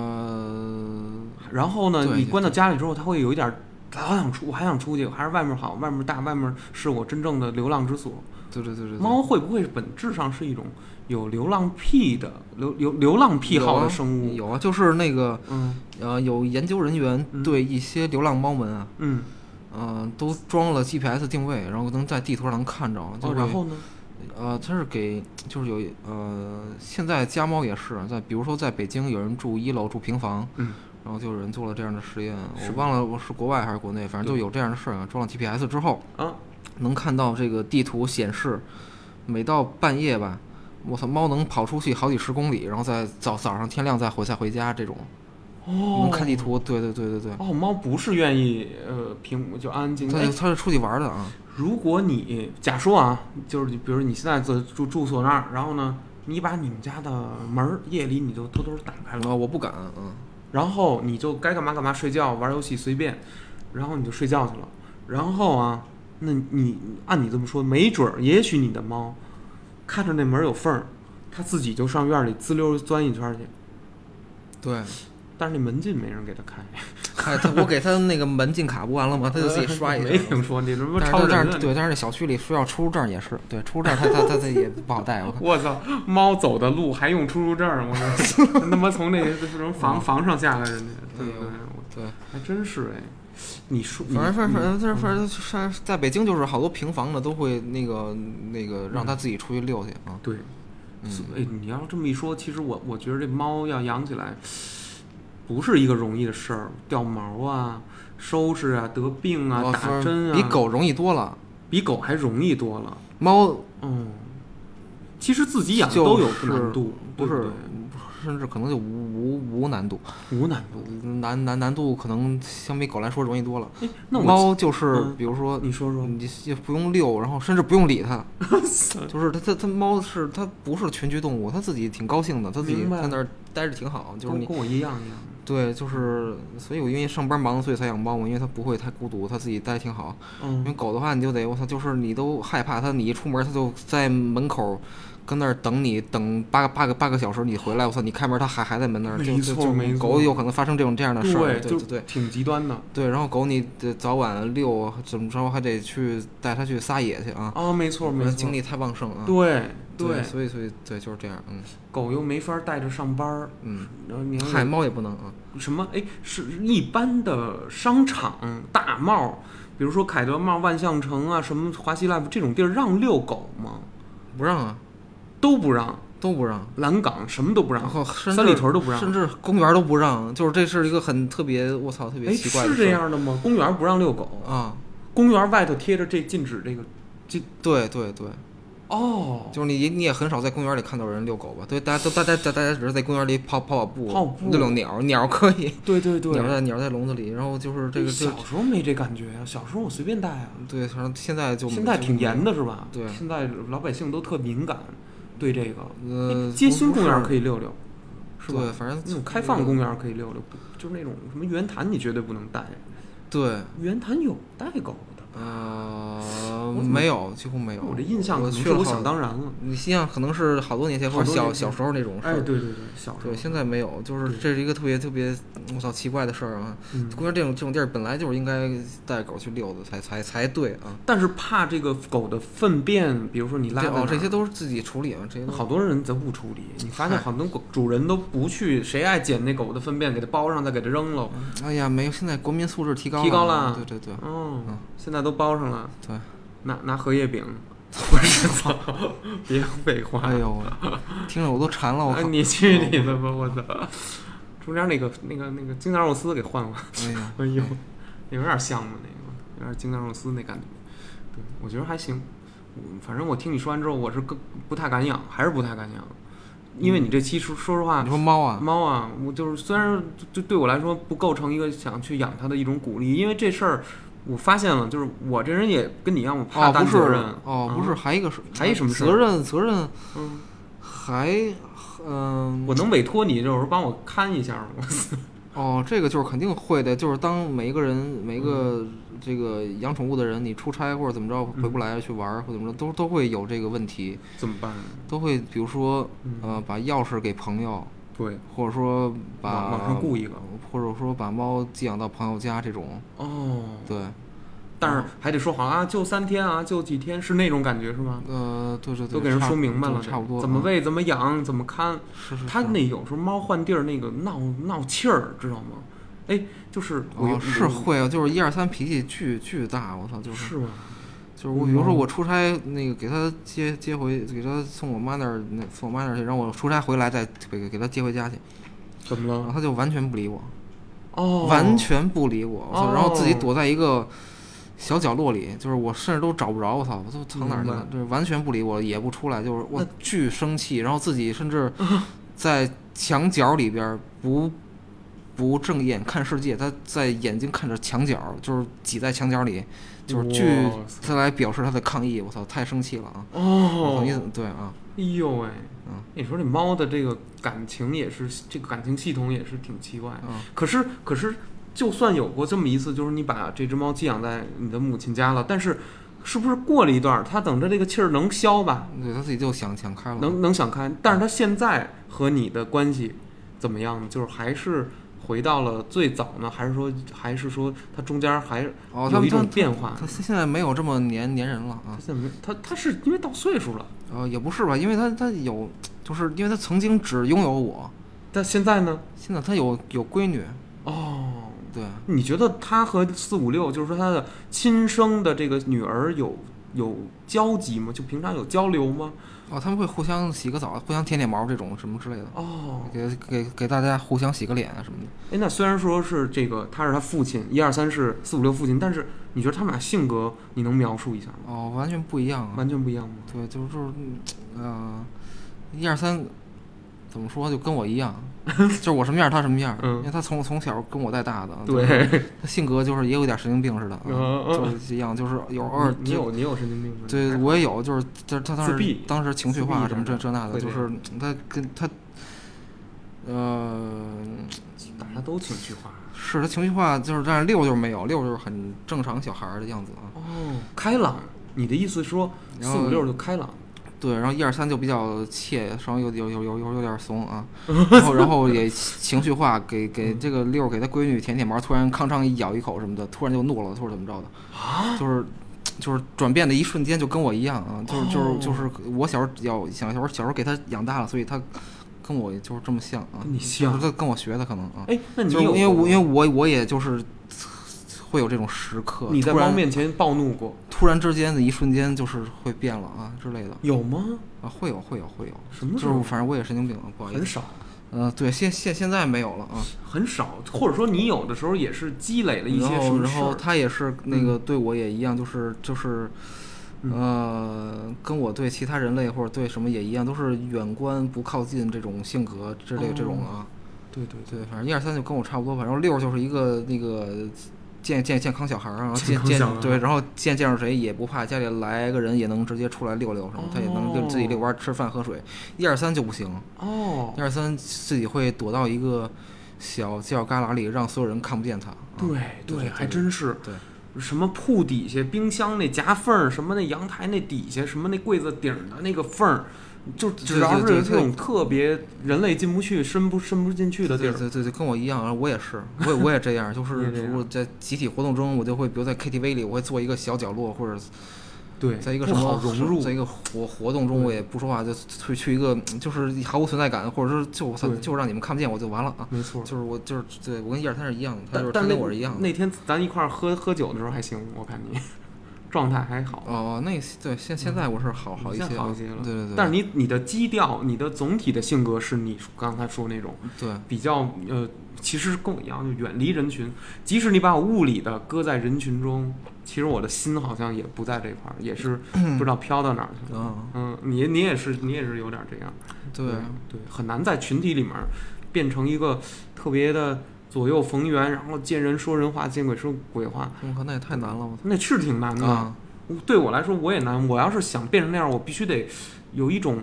[SPEAKER 2] 呃，
[SPEAKER 1] 然后呢，
[SPEAKER 2] 对
[SPEAKER 1] 你
[SPEAKER 2] 对
[SPEAKER 1] 关到家里之后，它会有一点儿，它好想出，我还想出去，还是外面好，外面大，外面是我真正的流浪之所。
[SPEAKER 2] 对对对对对。
[SPEAKER 1] 猫会不会本质上是一种有流浪癖的流流流浪癖好的生物？
[SPEAKER 2] 有啊，有啊就是那个
[SPEAKER 1] 嗯
[SPEAKER 2] 呃，有研究人员
[SPEAKER 1] 嗯
[SPEAKER 2] 对一些流浪猫们啊，
[SPEAKER 1] 嗯，
[SPEAKER 2] 嗯、都装了 GPS 定位，然后能在地图上能看着。就
[SPEAKER 1] 哦，
[SPEAKER 2] 是、
[SPEAKER 1] 然后呢？
[SPEAKER 2] 呃，它是给就是有呃，现在家猫也是在，比如说在北京有人住一楼住平房，
[SPEAKER 1] 嗯，
[SPEAKER 2] 然后就有人做了这样的实验，
[SPEAKER 1] 是
[SPEAKER 2] 我
[SPEAKER 1] 吗
[SPEAKER 2] 忘了我是国外还是国内，反正就有这样的事儿啊。装了 GPS 之后，
[SPEAKER 1] 啊，
[SPEAKER 2] 能看到这个地图显示，每到半夜吧，我操，猫能跑出去好几十公里，然后再早早上天亮再回再回家这种。
[SPEAKER 1] 哦，
[SPEAKER 2] 能看地。图，对对对对对，
[SPEAKER 1] 哦，猫不是愿意呃平就安安静静。
[SPEAKER 2] 它
[SPEAKER 1] 哎
[SPEAKER 2] 就它是出去玩的啊，
[SPEAKER 1] 如果你假说啊，就是比如你现在住住住所那儿，然后呢，你把你们家的门儿夜里你就偷偷打开
[SPEAKER 2] 啊
[SPEAKER 1] 了，
[SPEAKER 2] 我不敢，嗯，
[SPEAKER 1] 然后你就该干嘛干嘛，睡觉、玩游戏随便，然后你就睡觉去了。然后啊，那你按你这么说，没准儿，也许你的猫看着那门儿有缝儿，它自己就上院里滋溜钻一圈儿去，
[SPEAKER 2] 对，
[SPEAKER 1] 但是那门禁没人给它开，
[SPEAKER 2] 哎，它我给它那个门禁卡不完了吗？它就自 己刷一
[SPEAKER 1] 没
[SPEAKER 2] 下。
[SPEAKER 1] 听说你他妈
[SPEAKER 2] 但是
[SPEAKER 1] 超
[SPEAKER 2] 但
[SPEAKER 1] 人
[SPEAKER 2] 是
[SPEAKER 1] 啊！
[SPEAKER 2] 对，但是小区里需要出入证也是，对，出入证它它它它也不好带，我看。
[SPEAKER 1] 我操，猫走的路还用出入证儿？我说他妈从那个什 么
[SPEAKER 2] 嗯
[SPEAKER 1] 房房上下来人
[SPEAKER 2] 哎
[SPEAKER 1] 家，对不对？我
[SPEAKER 2] 对，
[SPEAKER 1] 还真是哎，你说，你
[SPEAKER 2] 反正反
[SPEAKER 1] 嗯
[SPEAKER 2] 正反正反正就是在北京就是好多平房的都会那个那个让它自己出去溜去啊。
[SPEAKER 1] 对，所以你要这么一说，其实我我觉得这猫要养起来，不是一个容易的事儿，掉毛啊、收拾啊、得病啊、
[SPEAKER 2] 我
[SPEAKER 1] 打
[SPEAKER 2] 说
[SPEAKER 1] 针啊，
[SPEAKER 2] 比狗容易多了，
[SPEAKER 1] 比狗还容易多了。
[SPEAKER 2] 猫
[SPEAKER 1] 嗯，其实自己养
[SPEAKER 2] 就
[SPEAKER 1] 都有
[SPEAKER 2] 是
[SPEAKER 1] 难度，
[SPEAKER 2] 不
[SPEAKER 1] 对
[SPEAKER 2] 是
[SPEAKER 1] 对，
[SPEAKER 2] 甚至可能就无无无难度，
[SPEAKER 1] 无难度。
[SPEAKER 2] 难难难度可能相比狗来说容易多了。
[SPEAKER 1] 哎，那我
[SPEAKER 2] 猫就是
[SPEAKER 1] 嗯
[SPEAKER 2] 比如说
[SPEAKER 1] 你说 说，
[SPEAKER 2] 你也不用遛，然后甚至不用理它，就是它它它猫是它不是群居动物，它自己挺高兴的，它自己
[SPEAKER 1] 明白
[SPEAKER 2] 在那儿待着挺好，就是
[SPEAKER 1] 跟
[SPEAKER 2] 你
[SPEAKER 1] 跟我一样一样。
[SPEAKER 2] 对，就是所以我因为上班忙，所以才养猫嘛，因为它不会太孤独，它自己待挺好。因为
[SPEAKER 1] 嗯，
[SPEAKER 2] 狗的话，你就得我操，就是你都害怕它，你一出门它就在门口跟那儿等你，等八个八个八个小时你回来，我操，你开门它还还在门那儿，就
[SPEAKER 1] 没
[SPEAKER 2] 就
[SPEAKER 1] 错
[SPEAKER 2] 就
[SPEAKER 1] 没
[SPEAKER 2] 狗
[SPEAKER 1] 错
[SPEAKER 2] 有可能发生这种这样的事
[SPEAKER 1] 嗯
[SPEAKER 2] 儿，
[SPEAKER 1] 对，
[SPEAKER 2] 对
[SPEAKER 1] 就
[SPEAKER 2] 对对啊
[SPEAKER 1] 挺极端的。
[SPEAKER 2] 对，然后狗你得早晚遛怎么着还得去带它去撒野去啊，
[SPEAKER 1] 啊，没错没
[SPEAKER 2] 我的
[SPEAKER 1] 错
[SPEAKER 2] 精，力太旺盛啊，
[SPEAKER 1] 对
[SPEAKER 2] 对，所以所以对就是这样，嗯
[SPEAKER 1] 狗又没法带着上班儿，
[SPEAKER 2] 嗯，
[SPEAKER 1] 然后你要
[SPEAKER 2] 嗨，猫也不能啊，
[SPEAKER 1] 什么？哎，是一般的商场大帽，比如说凯德帽、万象城啊，什么华西 life 这种地儿让遛狗吗？
[SPEAKER 2] 不让啊，
[SPEAKER 1] 都不让，
[SPEAKER 2] 都不让。
[SPEAKER 1] 蓝港什么都不
[SPEAKER 2] 然
[SPEAKER 1] 让。
[SPEAKER 2] 后甚
[SPEAKER 1] 三
[SPEAKER 2] 至
[SPEAKER 1] 里屯都不让
[SPEAKER 2] 甚至公园都不让，就是这是一个很特别，我操，特别
[SPEAKER 1] 哎，
[SPEAKER 2] 奇怪的
[SPEAKER 1] 是
[SPEAKER 2] 事儿
[SPEAKER 1] 这样的吗？公园不让遛狗，
[SPEAKER 2] 啊，
[SPEAKER 1] 公园外头贴着这禁止这个。
[SPEAKER 2] 对对对，
[SPEAKER 1] 哦，
[SPEAKER 2] 就是你你也很少在公园里看到有人遛狗吧？对，大家都大家大大家只是在公园里跑跑跑步，
[SPEAKER 1] 跑步
[SPEAKER 2] 遛遛鸟，鸟可以，
[SPEAKER 1] 对 对对，
[SPEAKER 2] 鸟在鸟在笼子里，然后就是这个就
[SPEAKER 1] 小时候没这感觉啊，小时候我随便带啊。
[SPEAKER 2] 对，反正现在就
[SPEAKER 1] 现在挺严
[SPEAKER 2] 的，
[SPEAKER 1] 的是吧？
[SPEAKER 2] 对
[SPEAKER 1] 现在老百姓都特敏感，对这个。哎
[SPEAKER 2] 呃，
[SPEAKER 1] 街心公园可
[SPEAKER 2] 以
[SPEAKER 1] 以溜溜，是吧
[SPEAKER 2] 对，？反正
[SPEAKER 1] 那种
[SPEAKER 2] 就
[SPEAKER 1] 开放公园可以溜溜，就是那种什么圆坛，你绝对不能带。
[SPEAKER 2] 对，
[SPEAKER 1] 圆坛有带狗的，
[SPEAKER 2] 呃
[SPEAKER 1] 我，怎么
[SPEAKER 2] 没有，几乎没有，
[SPEAKER 1] 我这印象可
[SPEAKER 2] 我
[SPEAKER 1] 能
[SPEAKER 2] 去
[SPEAKER 1] 是
[SPEAKER 2] 了
[SPEAKER 1] 我
[SPEAKER 2] 好
[SPEAKER 1] 想当然了。
[SPEAKER 2] 你印象可能是好多年前或
[SPEAKER 1] 好
[SPEAKER 2] 者
[SPEAKER 1] 多
[SPEAKER 2] 小
[SPEAKER 1] 年前
[SPEAKER 2] 小时候那种事
[SPEAKER 1] 哎，
[SPEAKER 2] 儿，
[SPEAKER 1] 对对对，小时候
[SPEAKER 2] 对，现在没有，就是
[SPEAKER 1] 对
[SPEAKER 2] 这是一个特别特别，嗯我操，奇怪的事儿啊！
[SPEAKER 1] 嗯
[SPEAKER 2] 公园这种这种地儿本来就是应该带狗去遛的，才才才对啊。
[SPEAKER 1] 但是怕这个狗的粪便，比如说你拉
[SPEAKER 2] 这
[SPEAKER 1] 到
[SPEAKER 2] 哦，这些都是自己处理啊，这些都
[SPEAKER 1] 好多人咱不处理。你发现
[SPEAKER 2] 嗨
[SPEAKER 1] 好多狗主人都不去，谁爱捡那狗的粪便，给它包上再给它扔了。
[SPEAKER 2] 哎呀，没有，现在国民素质提高
[SPEAKER 1] 嗯提高
[SPEAKER 2] 了，啊
[SPEAKER 1] 了
[SPEAKER 2] 对对对
[SPEAKER 1] 哦
[SPEAKER 2] 嗯，
[SPEAKER 1] 现在都包上了，
[SPEAKER 2] 对。
[SPEAKER 1] 拿拿荷叶 饼。我是操，别废话。
[SPEAKER 2] 哎呦，听着我都馋了，我
[SPEAKER 1] 啊
[SPEAKER 2] 靠！哦
[SPEAKER 1] 你去你的吧，我操！中间那个那个那个京酱肉丝给换换，
[SPEAKER 2] 哎呀，
[SPEAKER 1] 哎呦，有点像吗？那个有点京酱肉丝那感觉。对，我觉得还行。我反正我听你说完之后，我是更不太敢养，还是不太敢养，因为你这期说说实话
[SPEAKER 2] 你，说猫啊，
[SPEAKER 1] 猫啊，我就是虽然就对我来说不构成一个想去养它的一种鼓励，因为这事儿我发现了，就是我这人也跟你一样，我怕
[SPEAKER 2] 哦，
[SPEAKER 1] 担
[SPEAKER 2] 不是
[SPEAKER 1] 责任。，
[SPEAKER 2] 哦，不是，还一个是，
[SPEAKER 1] 嗯还一什么事儿
[SPEAKER 2] 责任责任
[SPEAKER 1] 嗯，
[SPEAKER 2] 还嗯，
[SPEAKER 1] 我能委托你，就是帮我看一下吗？
[SPEAKER 2] 哦，这个就是肯定会的，就是当每一个人、每一个
[SPEAKER 1] 嗯
[SPEAKER 2] 这个养宠物的人，你出差或者怎么着回不来去玩儿或者怎么着，都都会有这个问题，
[SPEAKER 1] 怎么办？
[SPEAKER 2] 都会比如说
[SPEAKER 1] 嗯
[SPEAKER 2] 呃把钥匙给朋友，
[SPEAKER 1] 对，
[SPEAKER 2] 或者说
[SPEAKER 1] 网
[SPEAKER 2] 把
[SPEAKER 1] 网上雇一个
[SPEAKER 2] 或者说把猫寄养到朋友家这种，
[SPEAKER 1] 哦，
[SPEAKER 2] 对，
[SPEAKER 1] 但是还得说好啊，就三天啊，就几天，是那种感觉是吗？
[SPEAKER 2] 呃，对对对，
[SPEAKER 1] 嗯都给人
[SPEAKER 2] 差
[SPEAKER 1] 说明白了，
[SPEAKER 2] 对差不多
[SPEAKER 1] 怎么
[SPEAKER 2] 嗯
[SPEAKER 1] 喂，怎么养，怎么看。
[SPEAKER 2] 是是
[SPEAKER 1] 它
[SPEAKER 2] 是
[SPEAKER 1] 那有时候猫换地儿那个闹闹气儿，知道吗？哎，就是我有
[SPEAKER 2] 哦是会啊，就是一二三脾气巨巨大，我操，就是
[SPEAKER 1] 是吗？
[SPEAKER 2] 就是我，比如说我出差那个给他接接回，给他送我妈那儿，那送我妈那儿去，然后我出差回来再给给他接回家去，
[SPEAKER 1] 怎么
[SPEAKER 2] 然后
[SPEAKER 1] 了？
[SPEAKER 2] 他就完全不理我，
[SPEAKER 1] 哦，
[SPEAKER 2] 完全不理我，我操，
[SPEAKER 1] 哦
[SPEAKER 2] 然后自己躲在一个小角落里，就是我甚至都找不着，我操，我都藏哪儿去
[SPEAKER 1] 明
[SPEAKER 2] 了
[SPEAKER 1] 白？
[SPEAKER 2] 就是完全不理我，也不出来，就是我
[SPEAKER 1] 那
[SPEAKER 2] 巨生气，然后自己 甚至在墙角里边儿不。不正眼看世界，他在眼睛看着墙角，就是挤在墙角里，就是巨
[SPEAKER 1] 哇塞
[SPEAKER 2] 他来表示他的抗议。我操，太生气了啊！我
[SPEAKER 1] 哦
[SPEAKER 2] 操，你怎么对啊？
[SPEAKER 1] 哎呦喂、
[SPEAKER 2] 嗯
[SPEAKER 1] 你说这猫的这个感情也是，这个感情系统也是挺奇怪的。
[SPEAKER 2] 嗯
[SPEAKER 1] 可是，可是，就算有过这么一次，就是你把这只猫寄养在你的母亲家了，但是，是不是过了一段儿，它等着这个气儿能消吧，
[SPEAKER 2] 对他自己就想想开了。
[SPEAKER 1] 能能想开？但是它现在和你的关系怎么样呢？就是还是回到了最早呢，还是说，还是说它中间还
[SPEAKER 2] 哦，他
[SPEAKER 1] 有
[SPEAKER 2] 们
[SPEAKER 1] 一
[SPEAKER 2] 他
[SPEAKER 1] 种
[SPEAKER 2] 们
[SPEAKER 1] 变化？
[SPEAKER 2] 他现在没有这么粘粘人了啊
[SPEAKER 1] 它。怎么？它它是因为到岁数了，
[SPEAKER 2] 呃，也不是吧，因为他他有，就是因为他曾经只拥有我，
[SPEAKER 1] 但现在呢？
[SPEAKER 2] 现在他有有闺女，
[SPEAKER 1] 哦，
[SPEAKER 2] 对，
[SPEAKER 1] 你觉得他和四五六，就是说他的亲生的这个女儿有有交集吗？就平常有交流吗？
[SPEAKER 2] 哦，他们会互相洗个澡，互相舔舔毛这种什么之类的，
[SPEAKER 1] 哦，
[SPEAKER 2] 给给给大家互相洗个脸啊什么的。
[SPEAKER 1] 哎，那虽然说是这个他是他父亲，一二三是四五六父亲，但是你觉得他们俩性格，你能描述一下吗？
[SPEAKER 2] 哦，完全不一样啊。
[SPEAKER 1] 完全不一样吗？
[SPEAKER 2] 对，就是就是，嗯呃，一二三，怎么说就跟我一样， 就是我什么样儿他什么样儿，
[SPEAKER 1] 嗯
[SPEAKER 2] 因为他从从小跟我带大的，就 是
[SPEAKER 1] 对，
[SPEAKER 2] 他性格就是也有点神经病似的，
[SPEAKER 1] 嗯
[SPEAKER 2] 啊就是这样，就是有偶尔
[SPEAKER 1] 你你有你有神经病吗？
[SPEAKER 2] 对我也有，就是就是他当
[SPEAKER 1] 自
[SPEAKER 2] 时
[SPEAKER 1] 闭
[SPEAKER 2] 当时情绪
[SPEAKER 1] 自闭
[SPEAKER 2] 化
[SPEAKER 1] 一
[SPEAKER 2] 什么
[SPEAKER 1] 点
[SPEAKER 2] 这
[SPEAKER 1] 儿
[SPEAKER 2] 这那的，
[SPEAKER 1] 会
[SPEAKER 2] 就
[SPEAKER 1] 这
[SPEAKER 2] 是他跟他呃，
[SPEAKER 1] 大家都情绪化。
[SPEAKER 2] 是他情绪化，就是但是六就是没有，六就是很正常小孩儿的样子啊。
[SPEAKER 1] 哦，开朗，你的意思是说
[SPEAKER 2] 然
[SPEAKER 1] 四
[SPEAKER 2] 后
[SPEAKER 1] 五六就开朗？
[SPEAKER 2] 对，然后一二三就比较怯，稍微有有有有有有点怂啊，然后然后也情绪化，给给这个六儿给他闺女舔舔毛，突然康昌一咬一口什么的，突然就怒了，或者怎么着的，
[SPEAKER 1] 啊
[SPEAKER 2] 就是就是转变的一瞬间，就跟我一样啊，就是
[SPEAKER 1] 哦
[SPEAKER 2] 就是就是我小时候要想小时候小时候给他养大了，所以他跟我就是这么像啊，
[SPEAKER 1] 跟你
[SPEAKER 2] 就是
[SPEAKER 1] 像？
[SPEAKER 2] 他跟我学的可能啊，
[SPEAKER 1] 哎，那你
[SPEAKER 2] 就是
[SPEAKER 1] 有
[SPEAKER 2] 因为我因为
[SPEAKER 1] 为
[SPEAKER 2] 我我也就是会有这种时刻，
[SPEAKER 1] 你在
[SPEAKER 2] 突
[SPEAKER 1] 猫
[SPEAKER 2] 然
[SPEAKER 1] 面前暴怒过
[SPEAKER 2] 突然之间的一瞬间就是会变了啊之类的。
[SPEAKER 1] 有吗？
[SPEAKER 2] 啊，会有会有会有，
[SPEAKER 1] 什么
[SPEAKER 2] 就
[SPEAKER 1] 时候
[SPEAKER 2] 是反正我也神经病，不好意
[SPEAKER 1] 很
[SPEAKER 2] 思。
[SPEAKER 1] 少，
[SPEAKER 2] 嗯、对，现现现在没有了啊。
[SPEAKER 1] 很少，或者说你有的时候也是积累了一些
[SPEAKER 2] 然
[SPEAKER 1] 什
[SPEAKER 2] 后
[SPEAKER 1] 么
[SPEAKER 2] 然
[SPEAKER 1] 事
[SPEAKER 2] 后
[SPEAKER 1] 儿。
[SPEAKER 2] 他也是那个对我也一样，就是就是，
[SPEAKER 1] 嗯
[SPEAKER 2] 呃，跟我对其他人类或者对什么也一样，都是远观不靠近这种性格之类
[SPEAKER 1] 哦
[SPEAKER 2] 这种啊。
[SPEAKER 1] 对对对，
[SPEAKER 2] 对，反正一二三就跟我差不多，反正六就是一个那个。健健健康小孩儿，然后
[SPEAKER 1] 健
[SPEAKER 2] 见
[SPEAKER 1] 康
[SPEAKER 2] 见
[SPEAKER 1] 小孩儿
[SPEAKER 2] 对，然后见见着谁也不怕，家里来个人也能直接出来溜溜什么，他也能
[SPEAKER 1] 哦
[SPEAKER 2] 自己遛弯儿吃饭喝水。一二三就不行，
[SPEAKER 1] 哦，
[SPEAKER 2] 一二三自己会躲到一个小犄角旮旯里，让所有人看不见他。啊
[SPEAKER 1] 对
[SPEAKER 2] 对
[SPEAKER 1] 对，
[SPEAKER 2] 对
[SPEAKER 1] 还真是。
[SPEAKER 2] 对，
[SPEAKER 1] 什么铺底下、冰箱那夹缝儿，什么那阳台那底下，什么那柜子顶儿的那个缝儿，就只要
[SPEAKER 2] 对
[SPEAKER 1] 是
[SPEAKER 2] 对
[SPEAKER 1] 这种特别人类进不去、伸不伸不进去的地
[SPEAKER 2] 对
[SPEAKER 1] 儿，
[SPEAKER 2] 对对对，跟我一样，啊，我也是，我也我也这样，就
[SPEAKER 1] 你也
[SPEAKER 2] 是
[SPEAKER 1] 这样
[SPEAKER 2] 如果在集体活动中，我就会比如在 KTV 里，我会做一个小角落，或者
[SPEAKER 1] 对，
[SPEAKER 2] 在一个
[SPEAKER 1] 不
[SPEAKER 2] 什么
[SPEAKER 1] 好融入
[SPEAKER 2] 在。一个活活动中，我也不说话，就去去一个就是毫无存在感，或者说就我操
[SPEAKER 1] 对
[SPEAKER 2] 就让你们看不见我就完了啊。
[SPEAKER 1] 没错，
[SPEAKER 2] 就是我就是对我跟一二三是一样的，他就
[SPEAKER 1] 但
[SPEAKER 2] 是他
[SPEAKER 1] 但那
[SPEAKER 2] 跟我是一样的。
[SPEAKER 1] 那天咱一块儿喝喝酒的时候还行，我看你 状态还好。
[SPEAKER 2] 哦，那对现现在我是好好一
[SPEAKER 1] 现在嗯
[SPEAKER 2] 些
[SPEAKER 1] 好
[SPEAKER 2] 了
[SPEAKER 1] 一些了
[SPEAKER 2] 对对对。
[SPEAKER 1] 但是你你的基调、你的总体的性格是你刚才说那种
[SPEAKER 2] 对
[SPEAKER 1] 比较呃，其实跟我一样，就远离人群。即使你把我物理的搁在人群中，其实我的心好像也不在这块儿，也是不知道飘到哪儿去了。
[SPEAKER 2] 嗯
[SPEAKER 1] 嗯，你你也是你也是有点这样，
[SPEAKER 2] 对
[SPEAKER 1] 对，很难在群体里面变成一个特别的左右逢源，然后见人说人话，见鬼说鬼话，
[SPEAKER 2] 我嗯靠，那也太难了，我
[SPEAKER 1] 那是挺难
[SPEAKER 2] 操
[SPEAKER 1] 的。
[SPEAKER 2] 啊！
[SPEAKER 1] 对我来说我也难。我要是想变成那样，我必须得有一种，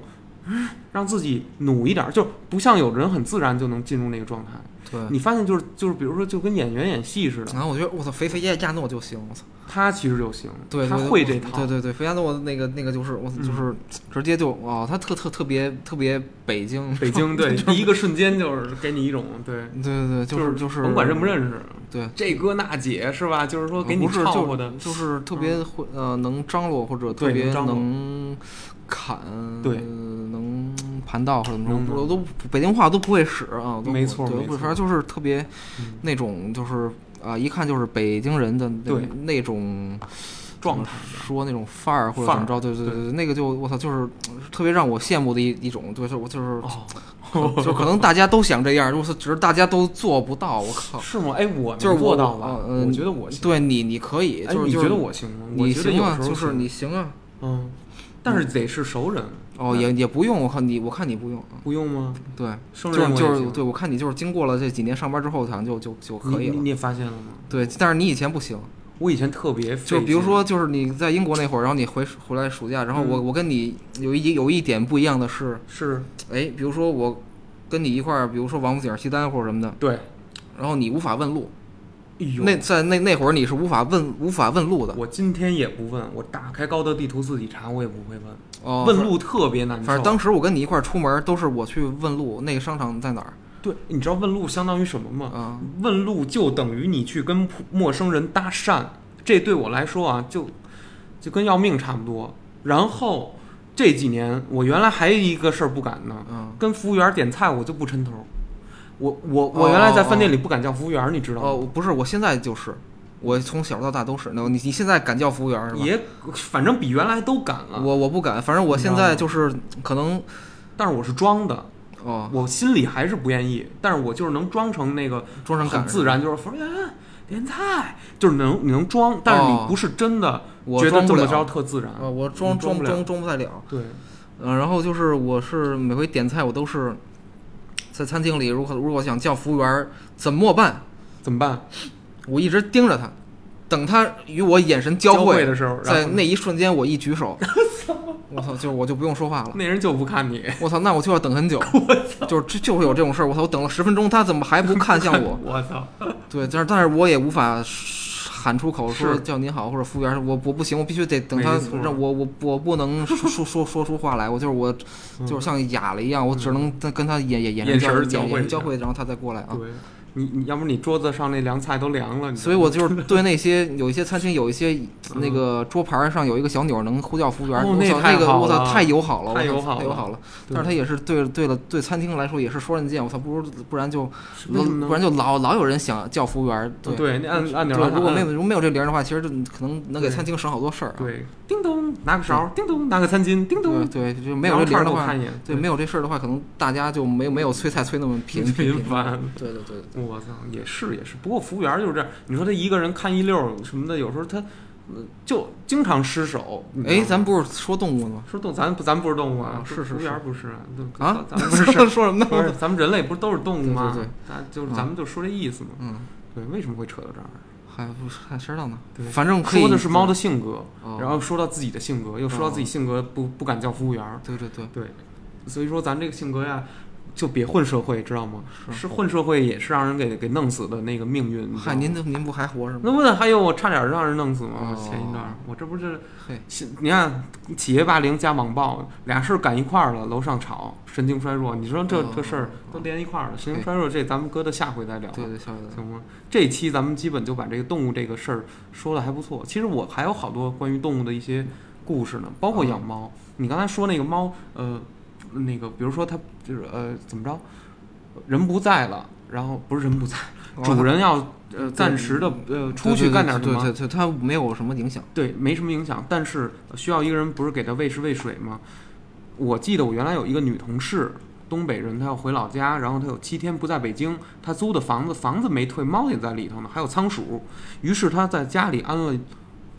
[SPEAKER 1] 嗯，让自己努一点儿，就不像有的人很自然就能进入那个状态。
[SPEAKER 2] 对，
[SPEAKER 1] 你发现就是就是，比如说就跟演员演戏似的，
[SPEAKER 2] 然后我觉得我操，肥肥亚亚诺就行，我操，
[SPEAKER 1] 他其实就行，
[SPEAKER 2] 对，
[SPEAKER 1] 他
[SPEAKER 2] 对
[SPEAKER 1] 会
[SPEAKER 2] 我
[SPEAKER 1] 这套，嗯
[SPEAKER 2] 对对对，肥亚诺那个那个就是我操，就是直接就哦，他特特特别特别北京，
[SPEAKER 1] 北京 对，第一个瞬间就是给你一种对，
[SPEAKER 2] 对对对，就是
[SPEAKER 1] 就
[SPEAKER 2] 就是
[SPEAKER 1] 甭管认不，认识，
[SPEAKER 2] 对，
[SPEAKER 1] 这哥那姐是吧？就是说给你
[SPEAKER 2] 不是
[SPEAKER 1] 唱
[SPEAKER 2] 就
[SPEAKER 1] 和的，
[SPEAKER 2] 就是特别会呃能张罗或者特
[SPEAKER 1] 嗯对
[SPEAKER 2] 别
[SPEAKER 1] 能张罗
[SPEAKER 2] 能砍，
[SPEAKER 1] 对
[SPEAKER 2] 能盘道或者怎么
[SPEAKER 1] 能
[SPEAKER 2] 着，
[SPEAKER 1] 能
[SPEAKER 2] 我都北京话都不会使啊，我都
[SPEAKER 1] 没
[SPEAKER 2] 不
[SPEAKER 1] 错
[SPEAKER 2] 对
[SPEAKER 1] 没
[SPEAKER 2] 不
[SPEAKER 1] 错
[SPEAKER 2] 反正就是特别
[SPEAKER 1] 嗯
[SPEAKER 2] 那种就是啊，一看就是北京人的那
[SPEAKER 1] 对
[SPEAKER 2] 那种。
[SPEAKER 1] 状态
[SPEAKER 2] 说那种范儿或者怎么着，对对对，那个就我操，就是特别让我羡慕的一一种，对，就我就是
[SPEAKER 1] 哦，
[SPEAKER 2] 就可能大家都想这样，我操，只是大家都做不到，我靠，
[SPEAKER 1] 是吗？哎，我
[SPEAKER 2] 就是
[SPEAKER 1] 能做
[SPEAKER 2] 我
[SPEAKER 1] 到了，
[SPEAKER 2] 嗯
[SPEAKER 1] 我觉得 我行。
[SPEAKER 2] 对你你可以，
[SPEAKER 1] 哎，
[SPEAKER 2] 就是
[SPEAKER 1] 你
[SPEAKER 2] 就
[SPEAKER 1] 觉
[SPEAKER 2] 是
[SPEAKER 1] 得我行吗？我
[SPEAKER 2] 你
[SPEAKER 1] 觉得有
[SPEAKER 2] 行啊，
[SPEAKER 1] 时候
[SPEAKER 2] 就是
[SPEAKER 1] 行
[SPEAKER 2] 你行啊，
[SPEAKER 1] 嗯，但是得是熟人嗯
[SPEAKER 2] 哦也也不用，我看你我看你不用，嗯
[SPEAKER 1] 不用吗？
[SPEAKER 2] 对，
[SPEAKER 1] 生
[SPEAKER 2] 就
[SPEAKER 1] 日
[SPEAKER 2] 是
[SPEAKER 1] 我
[SPEAKER 2] 就
[SPEAKER 1] 也
[SPEAKER 2] 是
[SPEAKER 1] 行
[SPEAKER 2] 对我看你就是经过了这几年上班之后，好像就就就可以
[SPEAKER 1] 你你
[SPEAKER 2] 了，
[SPEAKER 1] 你也发现了吗？
[SPEAKER 2] 对，但是你以前不行，
[SPEAKER 1] 我以前特别费
[SPEAKER 2] 就比如
[SPEAKER 1] 劲嗯
[SPEAKER 2] 说，就是你在英国那会儿，然后你回回来暑假，然后我、我跟你有一有一点不一样的是，
[SPEAKER 1] 是
[SPEAKER 2] 哎，比如说我跟你一块儿，比如说王府井、西单或者什么的，
[SPEAKER 1] 对，
[SPEAKER 2] 然后你无法问路，
[SPEAKER 1] 哎呦
[SPEAKER 2] 那在那那会儿你是无法问无法问路的，
[SPEAKER 1] 我今天也不问，我打开高德地图自己查，我也不会问，
[SPEAKER 2] 哦，
[SPEAKER 1] 问路特别难受。
[SPEAKER 2] 反。反正当时我跟你一块儿出门，都是我去问路，那个商场在哪儿？
[SPEAKER 1] 对，你知道问路相当于什么吗？
[SPEAKER 2] 啊、
[SPEAKER 1] 问路就等于你去跟普陌生人搭讪，这对我来说啊，就就跟要命差不多。然后这几年，我原来还有一个事儿不敢呢，
[SPEAKER 2] 嗯
[SPEAKER 1] 跟服务员点菜我就不抻头儿。我我我原来在饭店里不敢叫服务员，你知道吗？
[SPEAKER 2] 哦，我不是，我现在就是，我从小到大都是。那你你现在敢叫服务员儿是吧？
[SPEAKER 1] 也反正比原来都敢了，
[SPEAKER 2] 我我不敢，反正我现在就是可能
[SPEAKER 1] 但是我是装的，
[SPEAKER 2] 哦，
[SPEAKER 1] 我心里还是不愿意，但是我就是能装成那个
[SPEAKER 2] 装成
[SPEAKER 1] 很
[SPEAKER 2] 敢
[SPEAKER 1] 自。然，就是服务员点菜，就是能你能装，但是
[SPEAKER 2] 哦
[SPEAKER 1] 你不是真的
[SPEAKER 2] 我
[SPEAKER 1] 觉得
[SPEAKER 2] 装
[SPEAKER 1] 这
[SPEAKER 2] 不
[SPEAKER 1] 么
[SPEAKER 2] 了
[SPEAKER 1] 着特自然。
[SPEAKER 2] 啊，我装
[SPEAKER 1] 你装
[SPEAKER 2] 装
[SPEAKER 1] 不了
[SPEAKER 2] 装装不太了。
[SPEAKER 1] 对，
[SPEAKER 2] 嗯、然后就是我是每回点菜，我都是在餐厅里，如果如果想叫服务员儿怎么办？
[SPEAKER 1] 怎么办？
[SPEAKER 2] 我一直盯着他，等他与我眼神
[SPEAKER 1] 交
[SPEAKER 2] 汇
[SPEAKER 1] 的时候，然
[SPEAKER 2] 在
[SPEAKER 1] 后
[SPEAKER 2] 那一瞬间，我一举手，我操，就是我就不用说话了。
[SPEAKER 1] 那人就不看你，
[SPEAKER 2] 我操，那我就要等 很久，就是这就会有这种事儿。我操，我等了十分钟，他怎么还不看向 我？
[SPEAKER 1] 我操，
[SPEAKER 2] 对，但是但是我也无法喊出口说
[SPEAKER 1] 是
[SPEAKER 2] 叫你好或者服务员，我我不行，我必须得等他
[SPEAKER 1] 没错
[SPEAKER 2] 让我我我不能说说说说出话来，我就是我就是像哑了一样，我只能跟跟他眼眼
[SPEAKER 1] 嗯
[SPEAKER 2] 眼
[SPEAKER 1] 眼
[SPEAKER 2] 神
[SPEAKER 1] 神
[SPEAKER 2] 交
[SPEAKER 1] 儿
[SPEAKER 2] 眼
[SPEAKER 1] 交汇
[SPEAKER 2] 眼
[SPEAKER 1] 一
[SPEAKER 2] 神交
[SPEAKER 1] 下
[SPEAKER 2] 汇，然后他再过来啊。
[SPEAKER 1] 对你你要不你桌子上那凉菜都凉了，你知道吗
[SPEAKER 2] 所以我就是对那些有一些餐厅有一些那个桌牌上有一个小钮儿能呼叫服务员，
[SPEAKER 1] 嗯哦
[SPEAKER 2] 我
[SPEAKER 1] 那
[SPEAKER 2] 操
[SPEAKER 1] 太
[SPEAKER 2] 那个
[SPEAKER 1] 好
[SPEAKER 2] 我操
[SPEAKER 1] 了
[SPEAKER 2] 太友好了，
[SPEAKER 1] 太
[SPEAKER 2] 我
[SPEAKER 1] 友
[SPEAKER 2] 操
[SPEAKER 1] 好
[SPEAKER 2] 太
[SPEAKER 1] 了
[SPEAKER 2] 友好了。
[SPEAKER 1] 对
[SPEAKER 2] 但是他也是对对了对餐厅来说也是说人见，我操，不如不然就是
[SPEAKER 1] 为
[SPEAKER 2] 老
[SPEAKER 1] 什么呢哦
[SPEAKER 2] 不然就老老有人想叫服务员，对
[SPEAKER 1] 对，那按按钮
[SPEAKER 2] 对，
[SPEAKER 1] 来
[SPEAKER 2] 如果
[SPEAKER 1] 按
[SPEAKER 2] 没有如果没有这铃儿的话，其实就可能能给
[SPEAKER 1] 对
[SPEAKER 2] 餐厅省好多事儿、啊。
[SPEAKER 1] 对，叮咚拿个勺，叮咚拿个餐巾，叮
[SPEAKER 2] 对
[SPEAKER 1] 咚
[SPEAKER 2] 对，就没有这铃
[SPEAKER 1] 聊天
[SPEAKER 2] 儿的
[SPEAKER 1] 都
[SPEAKER 2] 话
[SPEAKER 1] 看，一眼，
[SPEAKER 2] 对没有这事儿的话，可能大家就没有没有催菜催那么频频
[SPEAKER 1] 频繁。
[SPEAKER 2] 对对对，
[SPEAKER 1] 我操，也是也是，不过服务员就是这样，你说他一个人看一溜儿什么的，有时候他呃就经常失手。你知道
[SPEAKER 2] 哎，
[SPEAKER 1] 吗
[SPEAKER 2] 咱不是说动物呢吗？
[SPEAKER 1] 说动，咱不咱不是动物啊
[SPEAKER 2] 啊，是是
[SPEAKER 1] 服务员
[SPEAKER 2] 是
[SPEAKER 1] 不是啊，对
[SPEAKER 2] 啊，
[SPEAKER 1] 咱 咱们不是。
[SPEAKER 2] 说什么
[SPEAKER 1] 不是，
[SPEAKER 2] 呢？
[SPEAKER 1] 咱们人类不是都是动物吗？
[SPEAKER 2] 对对
[SPEAKER 1] 咱就是
[SPEAKER 2] 啊
[SPEAKER 1] 咱们就说这意思嘛。
[SPEAKER 2] 嗯，
[SPEAKER 1] 对，为什么会扯到这儿？
[SPEAKER 2] 还不是还知道呢
[SPEAKER 1] 对，
[SPEAKER 2] 反正嗯可以
[SPEAKER 1] 说的是猫的，性格，
[SPEAKER 2] 哦
[SPEAKER 1] 然后说到自己的性格，又说到自己性格不不敢叫服务员儿，
[SPEAKER 2] 对对对，
[SPEAKER 1] 对，所以说咱这个性格呀，就别混社会，知道吗？
[SPEAKER 2] 是
[SPEAKER 1] 是混社会也是让人给给弄死的那个命运。你知道
[SPEAKER 2] 嗨，
[SPEAKER 1] 吗
[SPEAKER 2] 您这您不还活着吗？
[SPEAKER 1] 那不得还有我差点让人弄死吗？
[SPEAKER 2] 哦
[SPEAKER 1] 前一段儿我这不是
[SPEAKER 2] 嘿，
[SPEAKER 1] 现你看企业霸凌加网暴俩事儿赶一块儿了，楼上吵，神经衰弱，你说这、
[SPEAKER 2] 哦
[SPEAKER 1] 这事儿都连一块儿了，神经衰弱这咱们搁到下回再聊吧。
[SPEAKER 2] 对对，下回再
[SPEAKER 1] 行吗？这一期咱们基本就把这个动物这个事儿说的还不错。其实我还有好多关于动物的一些故事呢，包括养
[SPEAKER 2] 啊
[SPEAKER 1] 猫。你刚才说那个猫，呃，那个比如说它就是呃怎么着，人不在了，然后不是人不在，
[SPEAKER 2] 哦
[SPEAKER 1] 主人要呃暂时的呃出去干点什
[SPEAKER 2] 对对
[SPEAKER 1] 么，
[SPEAKER 2] 对，对它没有什么影响。
[SPEAKER 1] 对，没什么影响。但是呃需要一个人不是给它喂食喂水吗？我记得我原来有一个女同事，东北人，她要回老家，然后她有七天不在北京，她租的房子房子没退，猫也在里头呢，还有仓鼠。于是她在家里安了，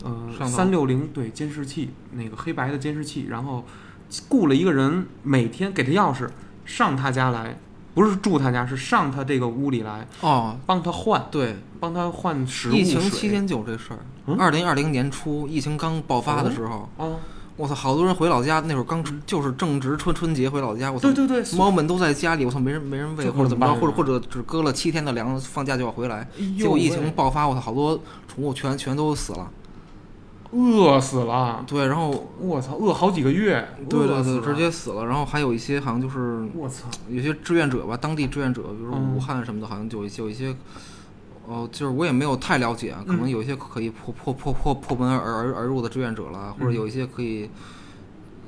[SPEAKER 1] 呃，
[SPEAKER 2] 上头
[SPEAKER 1] 三六零对监视器，那个黑白的监视器，然后呃雇了一个人，每天给她钥匙，上她家来，不是住她家，是上她这个屋里来，
[SPEAKER 2] 哦，
[SPEAKER 1] 帮她换，
[SPEAKER 2] 对，
[SPEAKER 1] 帮她换食物水。
[SPEAKER 2] 疫情期间就有这事儿。
[SPEAKER 1] 嗯
[SPEAKER 2] 二零二零年初，疫情刚爆发的时候，
[SPEAKER 1] 啊，
[SPEAKER 2] 我操，好多人回老家，那会儿刚出就是正值春春节回老家，我操
[SPEAKER 1] 嗯对，对对，
[SPEAKER 2] 猫们都在家里，我操，没人没人喂，
[SPEAKER 1] 这可
[SPEAKER 2] 或者
[SPEAKER 1] 怎
[SPEAKER 2] 怎么
[SPEAKER 1] 么
[SPEAKER 2] 着，
[SPEAKER 1] 办
[SPEAKER 2] 或者
[SPEAKER 1] 呀哎
[SPEAKER 2] 或者只割了七天的粮，放假就要回来。结
[SPEAKER 1] 结
[SPEAKER 2] 果疫情爆发，我操，好多宠物全全都死了。
[SPEAKER 1] 饿死了，
[SPEAKER 2] 对，然后
[SPEAKER 1] 我操，饿好几个月，
[SPEAKER 2] 对对
[SPEAKER 1] 饿死
[SPEAKER 2] 对，
[SPEAKER 1] 了
[SPEAKER 2] 直，接死了。然后还有一些好像就是
[SPEAKER 1] 我操，
[SPEAKER 2] 有些志愿者吧，当地志愿者，比如说
[SPEAKER 1] 嗯
[SPEAKER 2] 武汉什么的，好像就有一些有一些，哦，就是我也没有太了解啊，可能
[SPEAKER 1] 嗯
[SPEAKER 2] 有一些可以破破破破破门而而而入的志愿者啦，或者
[SPEAKER 1] 嗯
[SPEAKER 2] 有一些可以。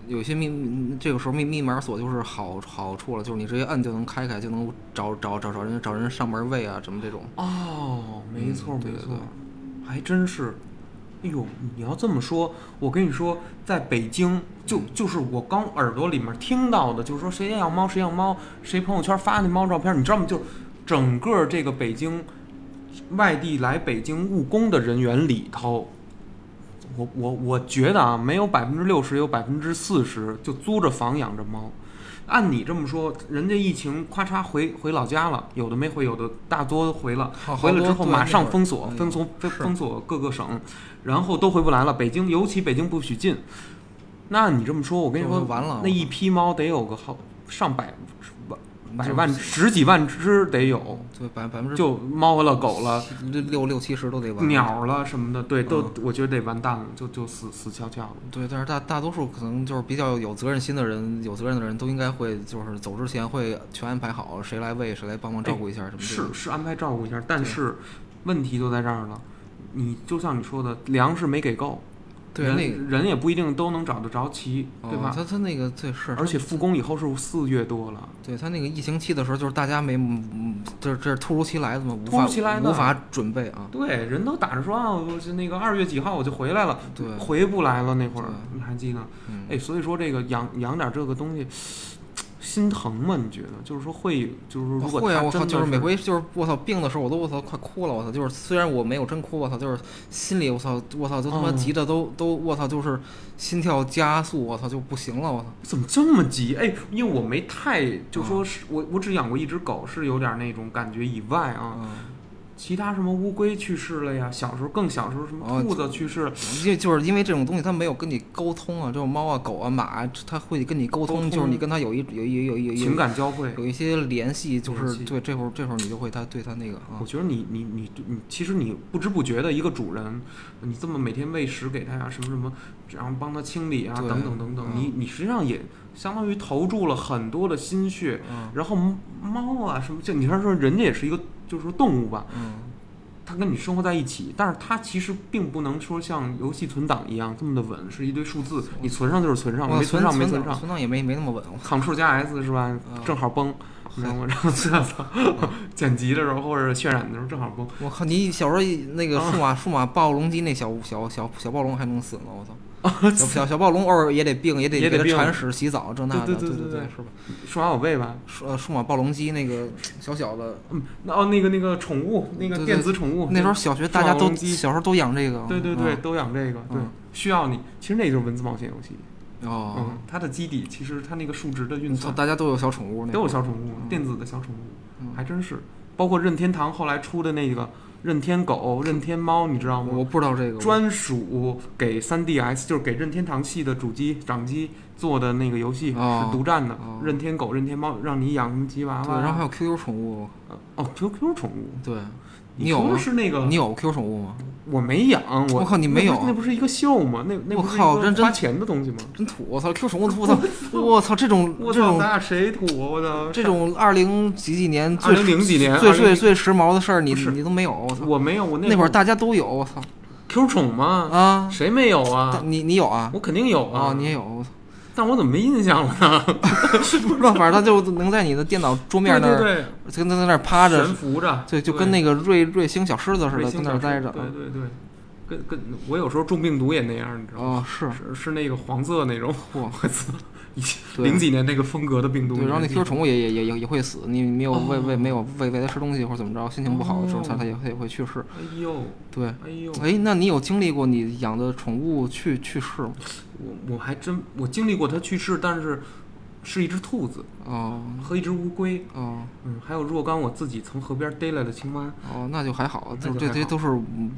[SPEAKER 2] 有一些密，这个时候密密码锁就是好好处了，就是你直接摁就能开开，就能找找找找人找人上门喂啊，什么这种。
[SPEAKER 1] 哦，没错
[SPEAKER 2] 嗯对
[SPEAKER 1] 没
[SPEAKER 2] 对
[SPEAKER 1] 错，还真是。哎呦，你要这么说，我跟你说，在北京就就是我刚耳朵里面听到的，就是说谁养猫谁养猫，谁朋友圈发那猫照片，你知道吗？就是整个这个北京外地来北京务工的人员里头，我我我觉得啊，没有百分之六十，有百分之四十就租着房养着猫。按你这么说，人家疫情咔嚓回回老家了，有的没回，有的大多回了。
[SPEAKER 2] 好
[SPEAKER 1] 回了之
[SPEAKER 2] 好多
[SPEAKER 1] 后
[SPEAKER 2] 对
[SPEAKER 1] 马
[SPEAKER 2] 那会
[SPEAKER 1] 上
[SPEAKER 2] 儿
[SPEAKER 1] 封锁，
[SPEAKER 2] 哎呦
[SPEAKER 1] 封锁封
[SPEAKER 2] 是
[SPEAKER 1] 封锁各个省，然后都回不来了。北京尤其北京不许进。那你这么说，我跟你
[SPEAKER 2] 就
[SPEAKER 1] 说，
[SPEAKER 2] 完了
[SPEAKER 1] 那一批猫得有个好上百百
[SPEAKER 2] 就
[SPEAKER 1] 万十几万只得有，
[SPEAKER 2] 对百百分之
[SPEAKER 1] 就猫了狗了。
[SPEAKER 2] 六六六七十都得完。
[SPEAKER 1] 鸟了什么的，对，都、我觉得得完蛋了，就就死死翘翘了。
[SPEAKER 2] 对，但是大大多数可能就是比较有责任心的人，有责任的人都应该会，就是走之前会全安排好，谁来喂，谁来帮忙照顾一下什么这
[SPEAKER 1] 哎是
[SPEAKER 2] 种。
[SPEAKER 1] 是安排照顾一下，但是问题就在这儿了，你就像你说的，粮食没给够，
[SPEAKER 2] 对，
[SPEAKER 1] 人
[SPEAKER 2] 那个
[SPEAKER 1] 人也不一定都能找得着齐，对
[SPEAKER 2] 哦
[SPEAKER 1] 吧？
[SPEAKER 2] 他他那个对是，
[SPEAKER 1] 而且复工以后是四月多了，
[SPEAKER 2] 对他那个疫情期的时候，就是大家没，嗯这这是突如其来的嘛，无
[SPEAKER 1] 突
[SPEAKER 2] 法
[SPEAKER 1] 如其来的
[SPEAKER 2] 无法准备啊。
[SPEAKER 1] 对，人都打着说啊，我是那个二月几号我就回来了，
[SPEAKER 2] 对
[SPEAKER 1] 回不来了那会儿
[SPEAKER 2] 对，
[SPEAKER 1] 你还记得？
[SPEAKER 2] 嗯，
[SPEAKER 1] 哎，所以说这个养养点这个东西，心疼吗？你觉得？就是说哦会，就是如果
[SPEAKER 2] 会啊，
[SPEAKER 1] 它
[SPEAKER 2] 我靠，
[SPEAKER 1] 真的
[SPEAKER 2] 就是
[SPEAKER 1] 是
[SPEAKER 2] 每回就是我操病的时候，我都我操快哭了，我操，就是虽然我没有真哭，我操，就是心里我操我操都他妈
[SPEAKER 1] 嗯
[SPEAKER 2] 急的都都我操就是心跳加速，我操就不行了，我操。
[SPEAKER 1] 怎么这么急？哎，因为我没太就说是我我只养过一只狗，是有点那种感觉以外啊，
[SPEAKER 2] 嗯
[SPEAKER 1] 其他什么乌龟去世了呀，小时候更小时候什么
[SPEAKER 2] 哦
[SPEAKER 1] 兔子去世了，
[SPEAKER 2] 就就是因为这种东西，它没有跟你沟通啊，这种猫啊、狗啊、马啊，它会跟你沟
[SPEAKER 1] 沟
[SPEAKER 2] 通，
[SPEAKER 1] 通
[SPEAKER 2] 就是你跟它有一有一有一有一
[SPEAKER 1] 情感交汇。
[SPEAKER 2] 有一些联系，就
[SPEAKER 1] 联
[SPEAKER 2] 是
[SPEAKER 1] 系
[SPEAKER 2] 对这会儿这会儿你就会它对它那个啊
[SPEAKER 1] 我，觉得你你你你，其实你不知不觉的一个主人，你这么每天喂食给它呀，什么什么，然后帮它清理啊，
[SPEAKER 2] 对
[SPEAKER 1] 等等等等，
[SPEAKER 2] 嗯
[SPEAKER 1] 你你实际上也相当于投注了很多的心血。
[SPEAKER 2] 嗯
[SPEAKER 1] 然后猫啊什么，就你像说人家也是一个就是说动物吧，
[SPEAKER 2] 嗯，
[SPEAKER 1] 它跟你生活在一起，但是它其实并不能说像游戏存档一样这么的稳，是一堆数字，你存上就是存上，
[SPEAKER 2] 我
[SPEAKER 1] 没
[SPEAKER 2] 存
[SPEAKER 1] 上没
[SPEAKER 2] 存
[SPEAKER 1] 上
[SPEAKER 2] 档也没没那么稳，
[SPEAKER 1] ，Ctrl 加 S 是吧
[SPEAKER 2] 嗯？
[SPEAKER 1] 正好崩，你知道吗？然后 剪辑的时候或者渲染的时候正好崩。
[SPEAKER 2] 我靠！你小时候那个数
[SPEAKER 1] 啊
[SPEAKER 2] 码数码暴龙机那小小小小暴龙还能死呢，我操！ 小小小暴龙偶尔也得病，也得
[SPEAKER 1] 也得
[SPEAKER 2] 给它
[SPEAKER 1] 病
[SPEAKER 2] 铲屎、洗澡这那的，
[SPEAKER 1] 对对
[SPEAKER 2] 对
[SPEAKER 1] 对对
[SPEAKER 2] 对
[SPEAKER 1] 对，
[SPEAKER 2] 是吧？
[SPEAKER 1] 数码宝贝吧，
[SPEAKER 2] 数呃数码暴龙机那个小小的，
[SPEAKER 1] 嗯，那哦那个那个宠物，那
[SPEAKER 2] 对
[SPEAKER 1] 个
[SPEAKER 2] 对
[SPEAKER 1] 电子宠物，
[SPEAKER 2] 那时候小学大家
[SPEAKER 1] 数码暴
[SPEAKER 2] 都
[SPEAKER 1] 龙机
[SPEAKER 2] 小时候都养这个，
[SPEAKER 1] 对对对，
[SPEAKER 2] 嗯，
[SPEAKER 1] 都养这个，对
[SPEAKER 2] 嗯，
[SPEAKER 1] 需要你。其实那就是文字冒险游戏，
[SPEAKER 2] 哦
[SPEAKER 1] 嗯，，它的基底其实它那个数值的运
[SPEAKER 2] 操，
[SPEAKER 1] 算
[SPEAKER 2] 大家都有小宠物那
[SPEAKER 1] 都有
[SPEAKER 2] 个，
[SPEAKER 1] 小宠物，
[SPEAKER 2] 嗯
[SPEAKER 1] 电子的小宠物。
[SPEAKER 2] 嗯
[SPEAKER 1] 还真是，包括任天堂后来出的那个任天狗、任天猫，你知道吗？
[SPEAKER 2] 我不知道这个，
[SPEAKER 1] 专属给 3DS，就是给任天堂系的主机、掌机做的那个游戏、
[SPEAKER 2] 哦
[SPEAKER 1] 是独占的。
[SPEAKER 2] 哦
[SPEAKER 1] 任天狗、任天猫，让你养什么吉娃
[SPEAKER 2] 对，
[SPEAKER 1] 娃，
[SPEAKER 2] 然后还有 QQ 宠物，
[SPEAKER 1] 呃哦 QQ 宠物，
[SPEAKER 2] 对，你
[SPEAKER 1] 你
[SPEAKER 2] 有
[SPEAKER 1] 说的
[SPEAKER 2] 吗？
[SPEAKER 1] 是那个
[SPEAKER 2] 你有 QQ 宠物吗？
[SPEAKER 1] 我没养，我
[SPEAKER 2] 我靠你没有
[SPEAKER 1] 那不是那不是一个秀吗？那那
[SPEAKER 2] 我
[SPEAKER 1] 不是
[SPEAKER 2] 靠
[SPEAKER 1] 一
[SPEAKER 2] 认
[SPEAKER 1] 个
[SPEAKER 2] 真
[SPEAKER 1] 花钱的东西吗？
[SPEAKER 2] 真土！我操，Q 宠物 我操，我操，这种
[SPEAKER 1] 我
[SPEAKER 2] 这
[SPEAKER 1] 操，
[SPEAKER 2] 种
[SPEAKER 1] 咱俩谁土啊？我操，
[SPEAKER 2] 这种二零几几年
[SPEAKER 1] 二
[SPEAKER 2] 最
[SPEAKER 1] 零零几年，
[SPEAKER 2] 最最
[SPEAKER 1] 2000
[SPEAKER 2] 最时髦的事儿，你
[SPEAKER 1] 不是
[SPEAKER 2] 你都没有，我操！
[SPEAKER 1] 我没有，我
[SPEAKER 2] 那会儿大家都有，我操
[SPEAKER 1] Q 宠嘛，
[SPEAKER 2] 啊！
[SPEAKER 1] 谁没有
[SPEAKER 2] 但
[SPEAKER 1] 啊？
[SPEAKER 2] 你你有啊？
[SPEAKER 1] 我肯定有
[SPEAKER 2] 啊，
[SPEAKER 1] 啊，
[SPEAKER 2] 你也有，我操！
[SPEAKER 1] 但我怎么没印象了呢？
[SPEAKER 2] 不知道，反正它就能在你的电脑 桌面那
[SPEAKER 1] 对
[SPEAKER 2] 儿，
[SPEAKER 1] 对
[SPEAKER 2] 跟在那儿趴
[SPEAKER 1] 对，
[SPEAKER 2] 着
[SPEAKER 1] 悬，浮着，
[SPEAKER 2] 对，就跟
[SPEAKER 1] 对
[SPEAKER 2] 那个瑞瑞星小狮子似
[SPEAKER 1] 卫
[SPEAKER 2] 的，
[SPEAKER 1] 星
[SPEAKER 2] 跟那儿
[SPEAKER 1] 小
[SPEAKER 2] 待
[SPEAKER 1] 车
[SPEAKER 2] 着。
[SPEAKER 1] 对对对，跟跟我有时候中病毒也那样，你知道吗？
[SPEAKER 2] 哦，是，
[SPEAKER 1] 是是那个黄色那种，
[SPEAKER 2] 嚯
[SPEAKER 1] 我操！一
[SPEAKER 2] 对
[SPEAKER 1] 零几年那个风格的病毒，
[SPEAKER 2] 对，然后那
[SPEAKER 1] 你
[SPEAKER 2] Q
[SPEAKER 1] 还记
[SPEAKER 2] 宠物也也也也也会死，你没有喂
[SPEAKER 1] 哦
[SPEAKER 2] 喂没有喂喂它吃东西或者怎么着，心情不好的时候，它它也会也会去世。
[SPEAKER 1] 得哎呦，
[SPEAKER 2] 对，
[SPEAKER 1] 哎呦，
[SPEAKER 2] 哎，那你有经历过你养的宠物去去世吗？
[SPEAKER 1] 我我还真我经历过它去世，但是是一只兔子
[SPEAKER 2] 哦
[SPEAKER 1] 和一只乌龟，
[SPEAKER 2] 哦
[SPEAKER 1] 嗯，还有若干我自己从河边逮来的青蛙。
[SPEAKER 2] 哦，那就还好，
[SPEAKER 1] 那
[SPEAKER 2] 就
[SPEAKER 1] 就
[SPEAKER 2] 这
[SPEAKER 1] 还
[SPEAKER 2] 些
[SPEAKER 1] 好
[SPEAKER 2] 都是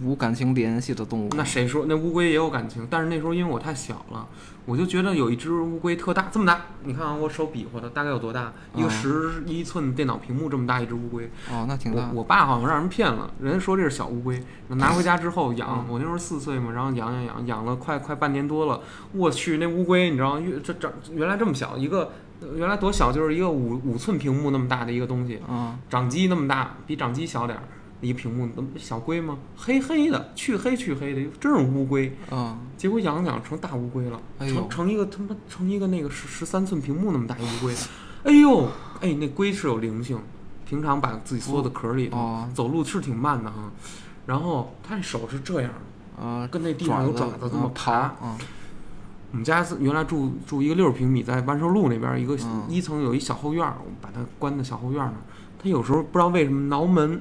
[SPEAKER 2] 无感情联系的动物。
[SPEAKER 1] 那谁说那乌龟也有感情？但是那时候因为我太小了，我就觉得有一只乌龟特大，这么大，你看啊，我手比划的大概有多大？一
[SPEAKER 2] 嗯
[SPEAKER 1] 个十一寸电脑屏幕这么大一只乌龟。
[SPEAKER 2] 哦，那挺大
[SPEAKER 1] 我。我爸好像让人骗了，人家说这是小乌龟，拿回家之后养，
[SPEAKER 2] 嗯
[SPEAKER 1] 我那时候四岁嘛，然后养养养养了快快半年多了，我去那乌龟，你知道越这长原来这么小一个，呃原来多小就是一个五五寸屏幕那么大的一个东西，
[SPEAKER 2] 嗯，
[SPEAKER 1] 掌机那么大，比掌机小点儿。一个屏幕，那么小龟吗？黑黑的，去黑去黑的，真是乌龟。
[SPEAKER 2] 嗯，
[SPEAKER 1] 结果养着养着成大乌龟了，
[SPEAKER 2] 哎呦
[SPEAKER 1] 成成一个他妈成一个那个十十三寸屏幕那么大一乌龟，哎呦，哎那龟是有灵性，平常把自己缩在壳里头，
[SPEAKER 2] 哦
[SPEAKER 1] 走路是挺慢的哈。然后它这手是这样的，
[SPEAKER 2] 呃，
[SPEAKER 1] 跟那地上有爪子这么
[SPEAKER 2] 刨
[SPEAKER 1] 爬。
[SPEAKER 2] 嗯
[SPEAKER 1] 我们家是原来住住一个六十平米，在万寿路那边一个
[SPEAKER 2] 嗯
[SPEAKER 1] 一层有一小后院儿，我们把它关在小后院儿那儿。它有时候不知道为什么挠门，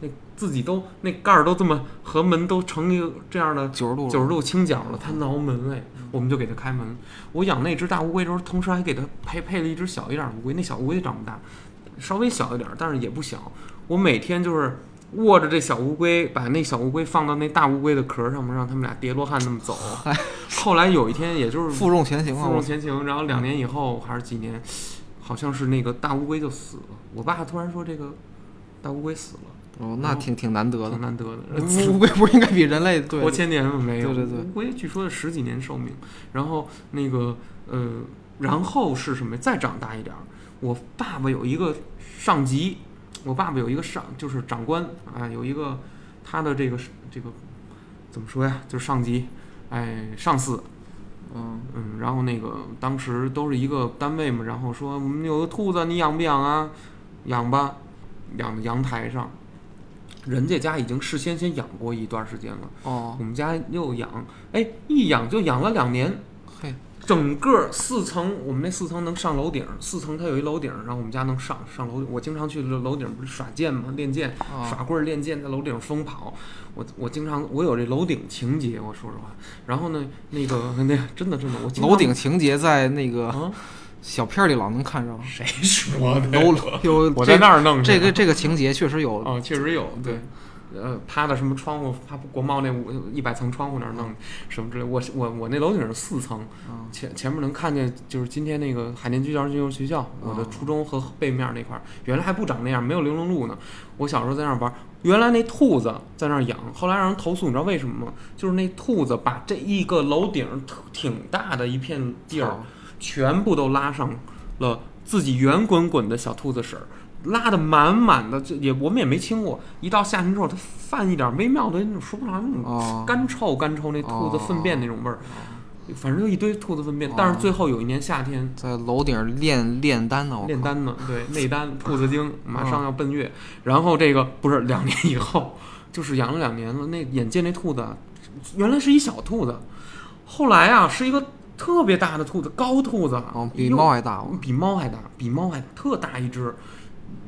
[SPEAKER 1] 那自己都那盖儿都这么和门都成一个这样的
[SPEAKER 2] 九十度了，嗯
[SPEAKER 1] 九十度倾角了，它挠门哎，我们就给它开门。我养那只大乌龟的时候，同时还给它配配了一只小一点的乌龟，那小乌龟长不大，稍微小一点儿，但是也不小。我每天就是握着这小乌龟，把那小乌龟放到那大乌龟的壳上面，让他们俩叠罗汉那么走。
[SPEAKER 2] 哎
[SPEAKER 1] 后来有一天，也就是
[SPEAKER 2] 负重前行啊！
[SPEAKER 1] 负
[SPEAKER 2] 我
[SPEAKER 1] 重前行，然后两年以后还是几年，好像是那个大乌龟就死了。我爸突然说这个大乌龟死了，
[SPEAKER 2] 哦，那挺挺难得的
[SPEAKER 1] 嗯
[SPEAKER 2] 呃
[SPEAKER 1] 挺。难得 的。
[SPEAKER 2] 乌龟不是应该比人 类对
[SPEAKER 1] 活千年没有，
[SPEAKER 2] 对对对
[SPEAKER 1] 乌龟据说是十几年寿命。然后那个呃，然后是什么？再长大一点儿，我爸爸有一个上级，我爸爸有一个上就是长官啊，有一个他的这个这个怎么说呀？就是上级，哎，上司。
[SPEAKER 2] 嗯
[SPEAKER 1] 嗯，然后那个当时都是一个单位嘛，然后说我们有个兔子，你养不养啊？养吧，养阳台上，人家家已经事先先养过一段时间了。
[SPEAKER 2] 哦
[SPEAKER 1] 我们家又养，哎，一养就养了两年，
[SPEAKER 2] 嘿
[SPEAKER 1] 整个四层，我们那四层能上楼顶，四层它有一楼顶，然后我们家能上上楼顶。我经常去楼楼顶不是耍剑吗？练剑，
[SPEAKER 2] 啊
[SPEAKER 1] 耍棍儿练剑，在楼顶疯跑。我我经常我有这楼顶情节，我说实话。然后呢，那个那真的真的，我经常
[SPEAKER 2] 楼顶情节在那个
[SPEAKER 1] 啊，
[SPEAKER 2] 小片儿里老能看着，
[SPEAKER 1] 谁说的？
[SPEAKER 2] 楼有
[SPEAKER 1] 哎我
[SPEAKER 2] 这
[SPEAKER 1] 在那儿弄去哦
[SPEAKER 2] 这个这个情节确实有，
[SPEAKER 1] 哦，确实有对。呃，趴到什么窗户，趴国贸那五一百层窗户那儿弄什么之类。我我我那楼顶是四层，
[SPEAKER 2] 嗯
[SPEAKER 1] 前前面能看见就是今天那个海淀区教师技术学校，我的初中和背面那块儿，原来还不长那样，没有玲珑路呢。我小时候在那儿玩，原来那兔子在那儿养，后来让人投诉，你知道为什么吗？就是那兔子把这一个楼顶特挺大的一片地儿
[SPEAKER 2] 操
[SPEAKER 1] 全部都拉上了自己圆滚滚的小兔子屎，拉的满满的，这也我们也没清过。一到夏天之后，它泛一点微妙的那种说不上来那种
[SPEAKER 2] 哦，
[SPEAKER 1] 干臭干臭那兔子粪便那种味儿，反正就一堆兔子粪便
[SPEAKER 2] 哦。
[SPEAKER 1] 但是最后有一年夏天。
[SPEAKER 2] 在楼顶儿炼炼丹呢，我靠
[SPEAKER 1] 炼丹
[SPEAKER 2] 哦
[SPEAKER 1] 呢，对，内丹，兔子精，马上要奔月。然后这个不是两年以后，就是养了两年了。那眼见那兔子啊，原来是一小兔子，后来啊是一个特别大的兔子，高兔子，
[SPEAKER 2] 哦，比
[SPEAKER 1] 又
[SPEAKER 2] 猫还大，
[SPEAKER 1] 比猫还大，比猫还大特大一只，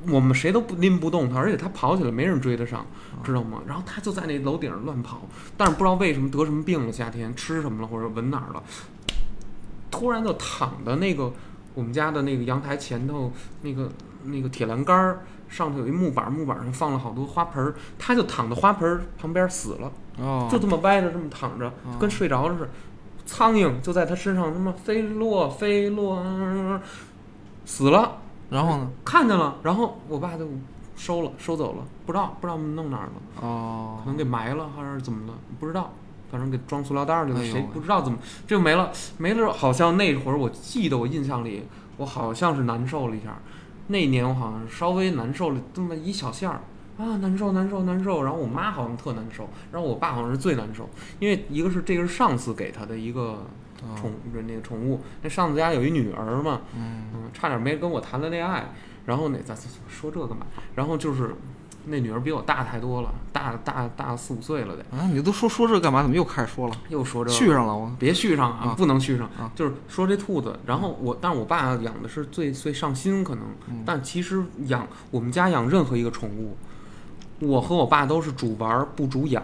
[SPEAKER 1] 我们谁都不拎不动它，而且它跑起来没人追得上，知道吗？然后它就在那楼顶上乱跑，但是不知道为什么得什么病了，夏天吃什么了或者闻哪儿了，突然就躺在那个我们家的那个阳台前头那个那个铁栏杆儿上头有一木板，木板上放了好多花盆儿，它就躺在花盆儿旁边死了。
[SPEAKER 2] 哦，
[SPEAKER 1] 就这么歪着这么躺着，
[SPEAKER 2] 嗯
[SPEAKER 1] 跟睡着了似的。苍蝇就在他身上他妈飞落飞落、嗯死了，
[SPEAKER 2] 然后呢？
[SPEAKER 1] 看见了，然后我爸就收了收走了，不知道不知道弄哪儿了，可
[SPEAKER 2] 哦，
[SPEAKER 1] 能给埋了还是怎么了，不知道。反正给装塑料袋儿里了，
[SPEAKER 2] 哎呦
[SPEAKER 1] 谁
[SPEAKER 2] 喂
[SPEAKER 1] 不知道怎么这就没了没了。好像那会儿我记得我印象里，我好像是难受了一下。那年我好像稍微难受了这么一小下儿啊，难受难受难受。然后我妈好像特难受，然后我爸好像是最难受，因为一个是这个是上司给他的一个
[SPEAKER 2] 哦
[SPEAKER 1] 宠、那个宠物，那上司家有一女儿嘛，
[SPEAKER 2] 嗯，
[SPEAKER 1] 嗯，差点没跟我谈了恋爱。然后那咱咱说这干嘛？然后就是那女儿比我大太多了，大大大四五岁了得。
[SPEAKER 2] 啊，你都说说这干嘛？怎么又开始说了？
[SPEAKER 1] 又说这
[SPEAKER 2] 续上了我，
[SPEAKER 1] 别续上啊
[SPEAKER 2] 啊，
[SPEAKER 1] 不能续上
[SPEAKER 2] 啊。
[SPEAKER 1] 就是说这兔子，然后我，但是我爸养的是最最上心，可能
[SPEAKER 2] 嗯，
[SPEAKER 1] 但其实养我们家养任何一个宠物，我和我爸都是主玩儿不主养。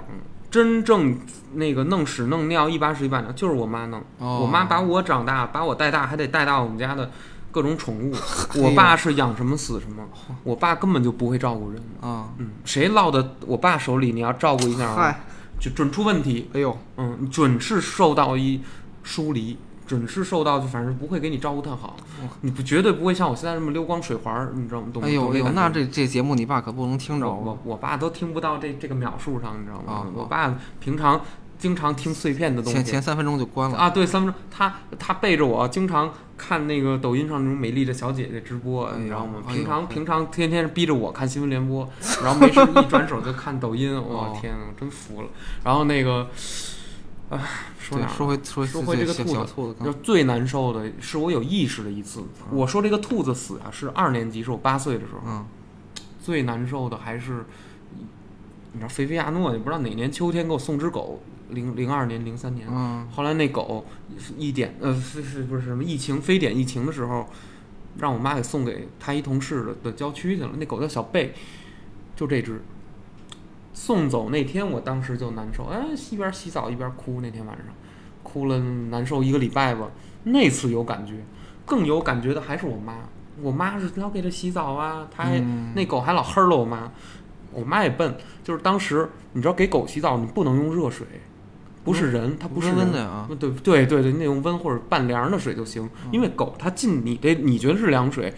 [SPEAKER 1] 真正那个弄屎弄尿一把屎一把尿，就是我妈弄。
[SPEAKER 2] 哦
[SPEAKER 1] 我妈把我长大，把我带大，还得带大我们家的各种宠 物。
[SPEAKER 2] 呦
[SPEAKER 1] 我爸是养什么死什么，
[SPEAKER 2] 哎
[SPEAKER 1] 我爸根本就不会照顾人。
[SPEAKER 2] 啊，
[SPEAKER 1] 嗯，谁落到我爸手里，你要照顾一下啊，
[SPEAKER 2] 嗨，
[SPEAKER 1] 就准出问题。
[SPEAKER 2] 哎呦，
[SPEAKER 1] 嗯，准是受到一疏离，准是受到就反正不会给你照顾特好，你不绝对不会像我现在这么溜光水环儿，你知道吗？懂
[SPEAKER 2] 哎呦
[SPEAKER 1] 懂
[SPEAKER 2] 哎呦，
[SPEAKER 1] 感觉
[SPEAKER 2] 那这这节目你爸可不能听着
[SPEAKER 1] 我我我爸都听不到这这个秒数上，你知道吗？
[SPEAKER 2] 啊
[SPEAKER 1] 我爸平常经常听碎片的东
[SPEAKER 2] 前
[SPEAKER 1] 西。
[SPEAKER 2] 前三分钟就关了。
[SPEAKER 1] 啊，对，三分钟，他他背着我，经常看那个抖音上那种美丽的小姐姐直播，
[SPEAKER 2] 哎呦
[SPEAKER 1] 你知道吗？
[SPEAKER 2] 哎呦
[SPEAKER 1] 平常
[SPEAKER 2] 哎
[SPEAKER 1] 平常天天逼着我看新闻联播，然后没事一转手就看抖 音，我
[SPEAKER 2] 哦
[SPEAKER 1] 天啊，真服了。然后那个，啊，说
[SPEAKER 2] 对
[SPEAKER 1] 哪，儿了
[SPEAKER 2] 说回说
[SPEAKER 1] 说回这个
[SPEAKER 2] 小
[SPEAKER 1] 兔子
[SPEAKER 2] 小兔子
[SPEAKER 1] 就
[SPEAKER 2] 刚，
[SPEAKER 1] 最难受的是我有意识的一次。我说这个兔子死啊，是二年级，是我八岁的时候。
[SPEAKER 2] 嗯，
[SPEAKER 1] 最难受的还是，你知道菲菲亚诺，也不知道哪年秋天给我送只狗，零零二年、零三年。
[SPEAKER 2] 嗯，
[SPEAKER 1] 后来那狗一点呃，非是不是什么疫情非典疫情的时候，让我妈给送给她一同事的的郊区去了。那狗叫小贝，就这只。送走那天，我当时就难受，哎，一边洗澡一边哭。那天晚上，哭了难受一个礼拜吧。那次有感觉，更有感觉的还是我妈。我妈是老给它洗澡啊，她还、
[SPEAKER 2] 嗯
[SPEAKER 1] 那狗还老黑了我妈。我妈也笨，就是当时你知道给狗洗澡，你不能用热水，不是人，它不是
[SPEAKER 2] 温
[SPEAKER 1] 人
[SPEAKER 2] 温的啊，
[SPEAKER 1] 对对对对，那种温或者半凉的水就行，
[SPEAKER 2] 嗯
[SPEAKER 1] 因为狗它进你这，你觉得是凉水，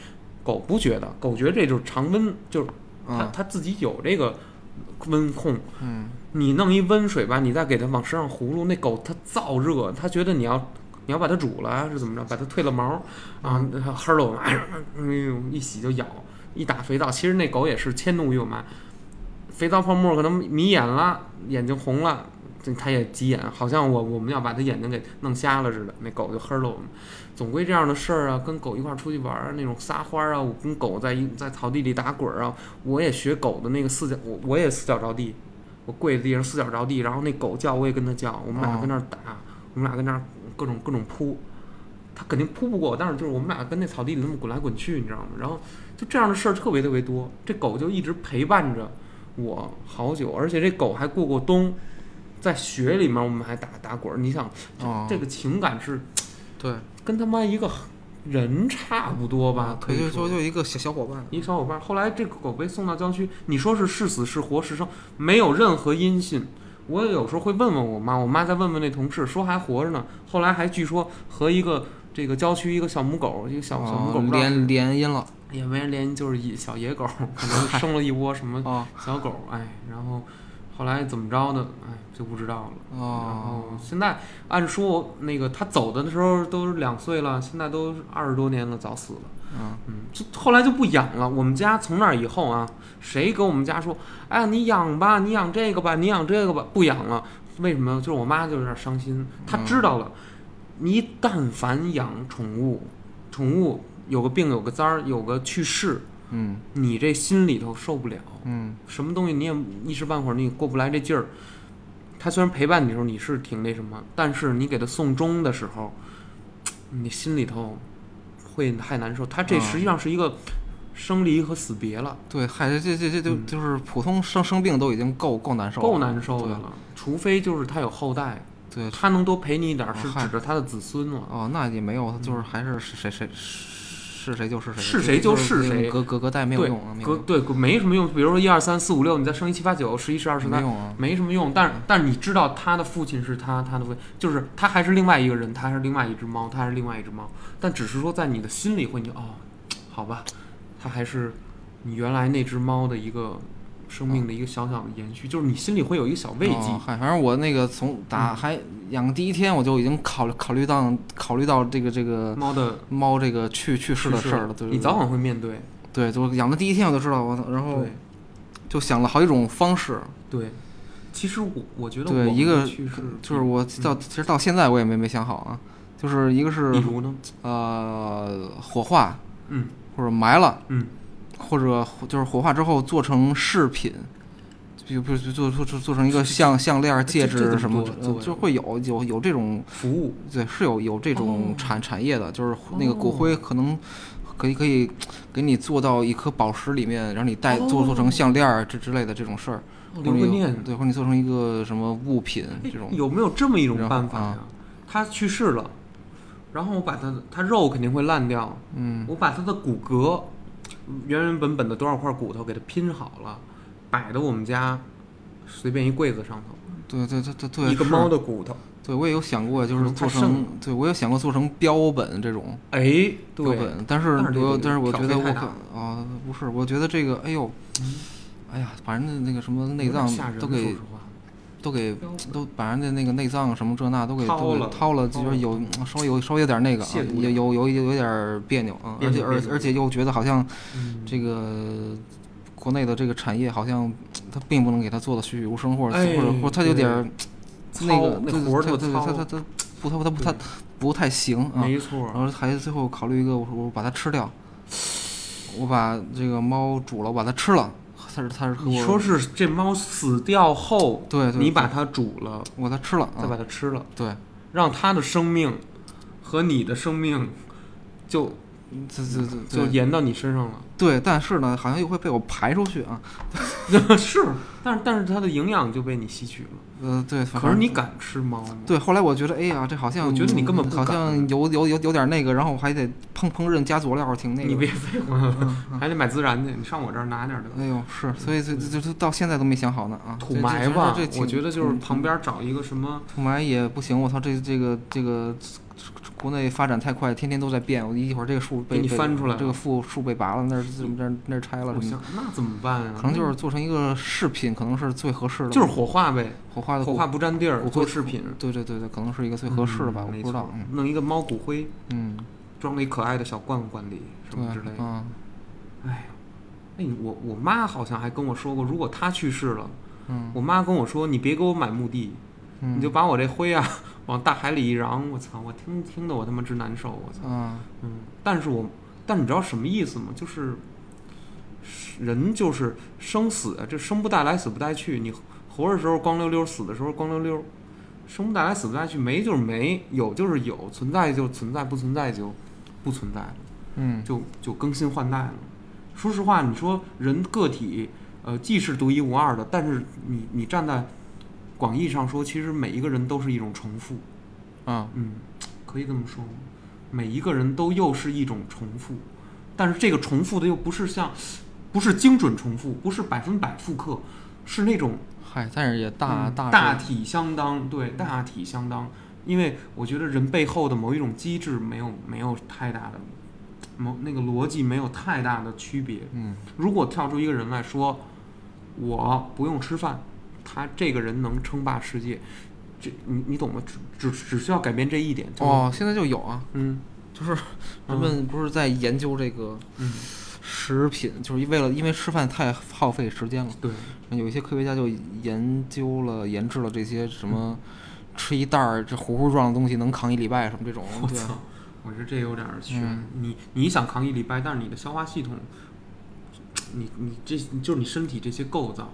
[SPEAKER 1] 狗不觉得，狗觉得这就是常温，就是它
[SPEAKER 2] 嗯
[SPEAKER 1] 它自己有这个温控。
[SPEAKER 2] 嗯，
[SPEAKER 1] 你弄一温水吧，你再给它往身上葫芦，那狗它燥热，它觉得你要你要把它煮了啊是怎么着，把它褪了毛啊，它黑了我妈，哎呦一洗就咬，一打肥皂，其实那狗也是迁怒于我妈，肥皂泡沫可能迷眼了，眼睛红了。这它也急眼，好像我我们要把它眼睛给弄瞎了似的。那狗就黑了我们，总归这样的事儿啊，跟狗一块儿出去玩儿啊，那种撒欢儿啊，我跟狗在一在草地里打滚儿啊，我也学狗的那个四脚，啊我我也四脚着地，我跪地上四脚着地，然后那狗叫我也跟它叫，我们俩
[SPEAKER 2] 哦
[SPEAKER 1] 跟那儿打，我们俩跟那儿呃各种各种扑，它肯定扑不过我，但是就是我们俩跟那草地里那么滚来滚去，你知道吗？然后就这样的事儿特别特别多，这狗就一直陪伴着我好久，而且这狗还过过冬，在雪里面我们还打打滚儿，你想
[SPEAKER 2] 哦，
[SPEAKER 1] 这个情感是
[SPEAKER 2] 对，
[SPEAKER 1] 跟他妈一个人差不多吧，可
[SPEAKER 2] 对，
[SPEAKER 1] 以
[SPEAKER 2] 啊就
[SPEAKER 1] 说
[SPEAKER 2] 就就一个小小伙伴，
[SPEAKER 1] 一个小伙伴儿。后来这个狗被送到郊区，你说是是死是活是生，没有任何音信。我有时候会问问我妈，我妈再问问那同事，说还活着呢。后来还据说和一个这个郊区一个小母狗，一个小小母狗
[SPEAKER 2] 哦
[SPEAKER 1] 不知道
[SPEAKER 2] 联联姻了
[SPEAKER 1] 也没人联，就是一小野狗，可能生了一窝什么
[SPEAKER 2] 啊
[SPEAKER 1] 小狗，哎，然后后来怎么着呢？哎，就不知道了。然后
[SPEAKER 2] 哦，
[SPEAKER 1] 现在按说那个他走的时候都是两岁了，现在都二十多年了，早死了。
[SPEAKER 2] 嗯，
[SPEAKER 1] 嗯，就后来就不养了。我们家从那以后啊，谁跟我们家说，哎呀，你养吧，你养这个吧，你养这个吧，不养了。为什么？就是我妈就有点伤心，她知道了，你但凡养宠物，宠物有个病，有个灾儿，有个去世，
[SPEAKER 2] 嗯
[SPEAKER 1] 你这心里头受不了。
[SPEAKER 2] 嗯
[SPEAKER 1] 什么东西你也一时半会儿你也过不来这劲儿。他虽然陪伴你的时候你是挺那什么，但是你给他送终的时候，你心里头会太难受。他这
[SPEAKER 2] 啊
[SPEAKER 1] 实际上是一个生离和死别了，
[SPEAKER 2] 对，嗨，这这这这就就是普通生生病都已经够够难受
[SPEAKER 1] 嗯
[SPEAKER 2] 了，
[SPEAKER 1] 够难受的了。除非就是他有后代，
[SPEAKER 2] 对，对，
[SPEAKER 1] 他能多陪你一点儿，
[SPEAKER 2] 啊
[SPEAKER 1] 是
[SPEAKER 2] 嗨
[SPEAKER 1] 指着他的子孙了。
[SPEAKER 2] 哦，那也没有，就是还是谁谁是谁就是谁，
[SPEAKER 1] 是谁
[SPEAKER 2] 就
[SPEAKER 1] 就是谁
[SPEAKER 2] 隔隔隔代没有
[SPEAKER 1] 对
[SPEAKER 2] 用啊，没，有
[SPEAKER 1] 隔
[SPEAKER 2] 用
[SPEAKER 1] 对隔没什么用。比如说一二三四五六，你再生一七八九十一十二十
[SPEAKER 2] 没
[SPEAKER 1] 三，
[SPEAKER 2] 用啊，
[SPEAKER 1] 没什么用，但是但是你知道他的父亲是他，他的父亲就是他还是另外一个人，他还是另外一只猫，他还是另外一只猫，但只是说在你的心里会你就哦，好吧，他还是你原来那只猫的一个生命的一个小小的延续，就是你心里会有一个小慰藉。
[SPEAKER 2] 嗯哦嗨，反正我那个从
[SPEAKER 1] 嗯
[SPEAKER 2] 打还养第一天，我就已经考虑考虑到考虑到这个这个
[SPEAKER 1] 猫的
[SPEAKER 2] 猫这个去去世
[SPEAKER 1] 是
[SPEAKER 2] 的事儿了，对，
[SPEAKER 1] 你早晚会面对。
[SPEAKER 2] 对，就养的第一天我就知道，我操然后
[SPEAKER 1] 对
[SPEAKER 2] 就想了好几种方式，
[SPEAKER 1] 对，其实我我觉得
[SPEAKER 2] 对
[SPEAKER 1] 我们
[SPEAKER 2] 一个
[SPEAKER 1] 去世
[SPEAKER 2] 就是我
[SPEAKER 1] 嗯
[SPEAKER 2] 到其实到现在我也没没想好啊，就是一个是
[SPEAKER 1] 比如呢，
[SPEAKER 2] 呃火化
[SPEAKER 1] 嗯
[SPEAKER 2] 或者埋了，
[SPEAKER 1] 嗯
[SPEAKER 2] 或者就是火化之后做成饰品。比如，比如做做做做成一个项项链、戒
[SPEAKER 1] 呃这怎
[SPEAKER 2] 指
[SPEAKER 1] 么
[SPEAKER 2] 什么
[SPEAKER 1] 做，
[SPEAKER 2] 呃
[SPEAKER 1] 做呀
[SPEAKER 2] 就会有有有这种
[SPEAKER 1] 服务
[SPEAKER 2] 对，是有有这
[SPEAKER 1] 哦
[SPEAKER 2] 种产、产业的，就是那个骨灰可能可以可以给你做到一颗宝石里面，让你戴做做成项链儿之之类的这种事儿，
[SPEAKER 1] 哦
[SPEAKER 2] 或者
[SPEAKER 1] 留个
[SPEAKER 2] 你
[SPEAKER 1] 念。
[SPEAKER 2] 对，或者你做成一个什么物品
[SPEAKER 1] 哎
[SPEAKER 2] 这种，啊
[SPEAKER 1] 有没有这么一种
[SPEAKER 2] 然后
[SPEAKER 1] 办法呀、他去世了，然后我把他的他肉肯定会烂掉，
[SPEAKER 2] 嗯，
[SPEAKER 1] 我把他的骨骼原原本本的多少块骨头给他拼好了，摆到我们家随便一柜子上头，
[SPEAKER 2] 对对对对对，
[SPEAKER 1] 一个
[SPEAKER 2] 是
[SPEAKER 1] 猫，的骨头，
[SPEAKER 2] 对我也有想过，就
[SPEAKER 1] 可
[SPEAKER 2] 是
[SPEAKER 1] 能
[SPEAKER 2] 做
[SPEAKER 1] 怕剩
[SPEAKER 2] 成，对我有想过做成标本这种
[SPEAKER 1] 哎，
[SPEAKER 2] 标
[SPEAKER 1] 对，
[SPEAKER 2] 本，但是
[SPEAKER 1] 但是这
[SPEAKER 2] 我
[SPEAKER 1] 个
[SPEAKER 2] 但是我
[SPEAKER 1] 挑
[SPEAKER 2] 觉
[SPEAKER 1] 费
[SPEAKER 2] 得我
[SPEAKER 1] 太
[SPEAKER 2] 可
[SPEAKER 1] 大嗯
[SPEAKER 2] 啊、不是，我觉得这个哎呦，哎呀，把人家那个什么内
[SPEAKER 1] 有点
[SPEAKER 2] 脏
[SPEAKER 1] 吓人，
[SPEAKER 2] 都
[SPEAKER 1] 说
[SPEAKER 2] 给
[SPEAKER 1] 实话，
[SPEAKER 2] 都给
[SPEAKER 1] 标本
[SPEAKER 2] 都把人家那个内脏什么这那都给
[SPEAKER 1] 掏
[SPEAKER 2] 都
[SPEAKER 1] 了
[SPEAKER 2] 给掏了，就
[SPEAKER 1] 掏了
[SPEAKER 2] 是有嗯稍微有稍微有点那个啊
[SPEAKER 1] 亵渎，
[SPEAKER 2] 有有有有有点别扭啊，
[SPEAKER 1] 别扭
[SPEAKER 2] 而且而
[SPEAKER 1] 别扭
[SPEAKER 2] 而且又觉得好像
[SPEAKER 1] 嗯，
[SPEAKER 2] 这个国内的这个产业好像它并不能给它做的栩栩如生，或者
[SPEAKER 1] 哎
[SPEAKER 2] 或者或者它有点儿
[SPEAKER 1] 对
[SPEAKER 2] 那个
[SPEAKER 1] 糙那
[SPEAKER 2] 对
[SPEAKER 1] 活儿
[SPEAKER 2] 对
[SPEAKER 1] 特
[SPEAKER 2] 对
[SPEAKER 1] 糙
[SPEAKER 2] 它它它不它不它不它
[SPEAKER 1] 对
[SPEAKER 2] 不太行啊，
[SPEAKER 1] 没错
[SPEAKER 2] 然，后还最后考虑一个，我说我把它吃掉，我把这个猫煮了，我把它吃了，它是它是和
[SPEAKER 1] 你
[SPEAKER 2] 我
[SPEAKER 1] 说是这猫死掉后，
[SPEAKER 2] 对对，
[SPEAKER 1] 你把它煮了，
[SPEAKER 2] 我把它吃了
[SPEAKER 1] 再
[SPEAKER 2] 啊，
[SPEAKER 1] 把它吃了，
[SPEAKER 2] 对。
[SPEAKER 1] 让它的生命和你的生命就
[SPEAKER 2] 这这这
[SPEAKER 1] 就
[SPEAKER 2] 对
[SPEAKER 1] 延到你身上了。
[SPEAKER 2] 对，但是呢，好像又会被我排出去啊。
[SPEAKER 1] 是，但是但是它的营养就被你吸取了。
[SPEAKER 2] 呃，对，反
[SPEAKER 1] 可是
[SPEAKER 2] 正
[SPEAKER 1] 你敢吃猫吗？
[SPEAKER 2] 对，后来我觉得，哎呀，这好像
[SPEAKER 1] 我觉得你根本不
[SPEAKER 2] 好
[SPEAKER 1] 敢
[SPEAKER 2] 像有有有有点那个，然后我还得烹烹饪加佐料，挺那个。嗯
[SPEAKER 1] 你别废话了，还得买孜然去。你上我这儿拿点儿得了。
[SPEAKER 2] 哎呦，是，所以这这这这到现在都没想好呢啊。
[SPEAKER 1] 土
[SPEAKER 2] 这这
[SPEAKER 1] 埋
[SPEAKER 2] 这
[SPEAKER 1] 吧
[SPEAKER 2] 这，挺
[SPEAKER 1] 我觉得就是
[SPEAKER 2] 嗯
[SPEAKER 1] 旁边找一个什么，
[SPEAKER 2] 土埋也不行，我操，这这个这个国内发展太快，天天都在变，我一会儿这个树被
[SPEAKER 1] 给你
[SPEAKER 2] 被
[SPEAKER 1] 翻出来
[SPEAKER 2] 这个树树被拔了，那儿怎么这儿那儿拆了
[SPEAKER 1] 我
[SPEAKER 2] 什么
[SPEAKER 1] 想那怎么办啊
[SPEAKER 2] 的，？可能就是做成一个饰品，可能是最合适的，
[SPEAKER 1] 就是火化呗，
[SPEAKER 2] 火化的
[SPEAKER 1] 火
[SPEAKER 2] 骨
[SPEAKER 1] 化不占地儿，
[SPEAKER 2] 我
[SPEAKER 1] 做
[SPEAKER 2] 会
[SPEAKER 1] 饰品
[SPEAKER 2] 对对对对，可能是一个最合适的吧，
[SPEAKER 1] 嗯
[SPEAKER 2] 我
[SPEAKER 1] 没
[SPEAKER 2] 不知道
[SPEAKER 1] 错。
[SPEAKER 2] 嗯
[SPEAKER 1] 弄一个猫骨灰，
[SPEAKER 2] 嗯，
[SPEAKER 1] 装了一可爱的小罐罐里什么之类
[SPEAKER 2] 对，
[SPEAKER 1] 的。
[SPEAKER 2] 嗯
[SPEAKER 1] 哎呀，哎，我我妈好像还跟我说过，如果她去世了，
[SPEAKER 2] 嗯
[SPEAKER 1] 我妈跟我说，你别给我买墓地，
[SPEAKER 2] 嗯，
[SPEAKER 1] 你就把我这灰啊往大海里一扬，我操！我听听得我他妈直难受，我操！
[SPEAKER 2] 嗯
[SPEAKER 1] 嗯，但是我，但你知道什么意思吗？就是人就是生死，啊这生不带来，死不带去。你活着时候光溜溜，死的时候光溜溜，生不带来，死不带去，没就是没，有就是有，存在就存在，不存在就不存在了。
[SPEAKER 2] 嗯
[SPEAKER 1] 就就更新换代了。说实话，你说人个体，呃，既是独一无二的，但是你你站在广义上说，其实每一个人都是一种重复。
[SPEAKER 2] 啊
[SPEAKER 1] 嗯嗯，可以这么说吗。每一个人都又是一种重复，但是这个重复的又不是像，不是精准重复，不是百分百复刻，是那种
[SPEAKER 2] 嗨，但是也大、
[SPEAKER 1] 嗯大
[SPEAKER 2] 大大
[SPEAKER 1] 体相当，对，大体相当。因为我觉得人背后的某一种机制没有没有太大的某那个逻辑没有太大的区别。
[SPEAKER 2] 嗯，
[SPEAKER 1] 如果跳出一个人来说，我不用吃饭，他这个人能称霸世界，这你你懂吗？只只只需要改变这一点。就是、，
[SPEAKER 2] 哦，现在就有啊，
[SPEAKER 1] 嗯
[SPEAKER 2] 就是人
[SPEAKER 1] 嗯
[SPEAKER 2] 们不是在研究这个
[SPEAKER 1] 嗯，
[SPEAKER 2] 食品，就是为了因为吃饭太耗费时间了，
[SPEAKER 1] 对，
[SPEAKER 2] 有一些科学家就研究了、研制了这些什么。吃一袋儿这糊糊状的东西能扛一礼拜什么这种，
[SPEAKER 1] 嗯我
[SPEAKER 2] 对，啊
[SPEAKER 1] 操，我觉得这有点儿悬。
[SPEAKER 2] 嗯
[SPEAKER 1] 你你想扛一礼拜，但是你的消化系统，你你这就是你身体这些构造，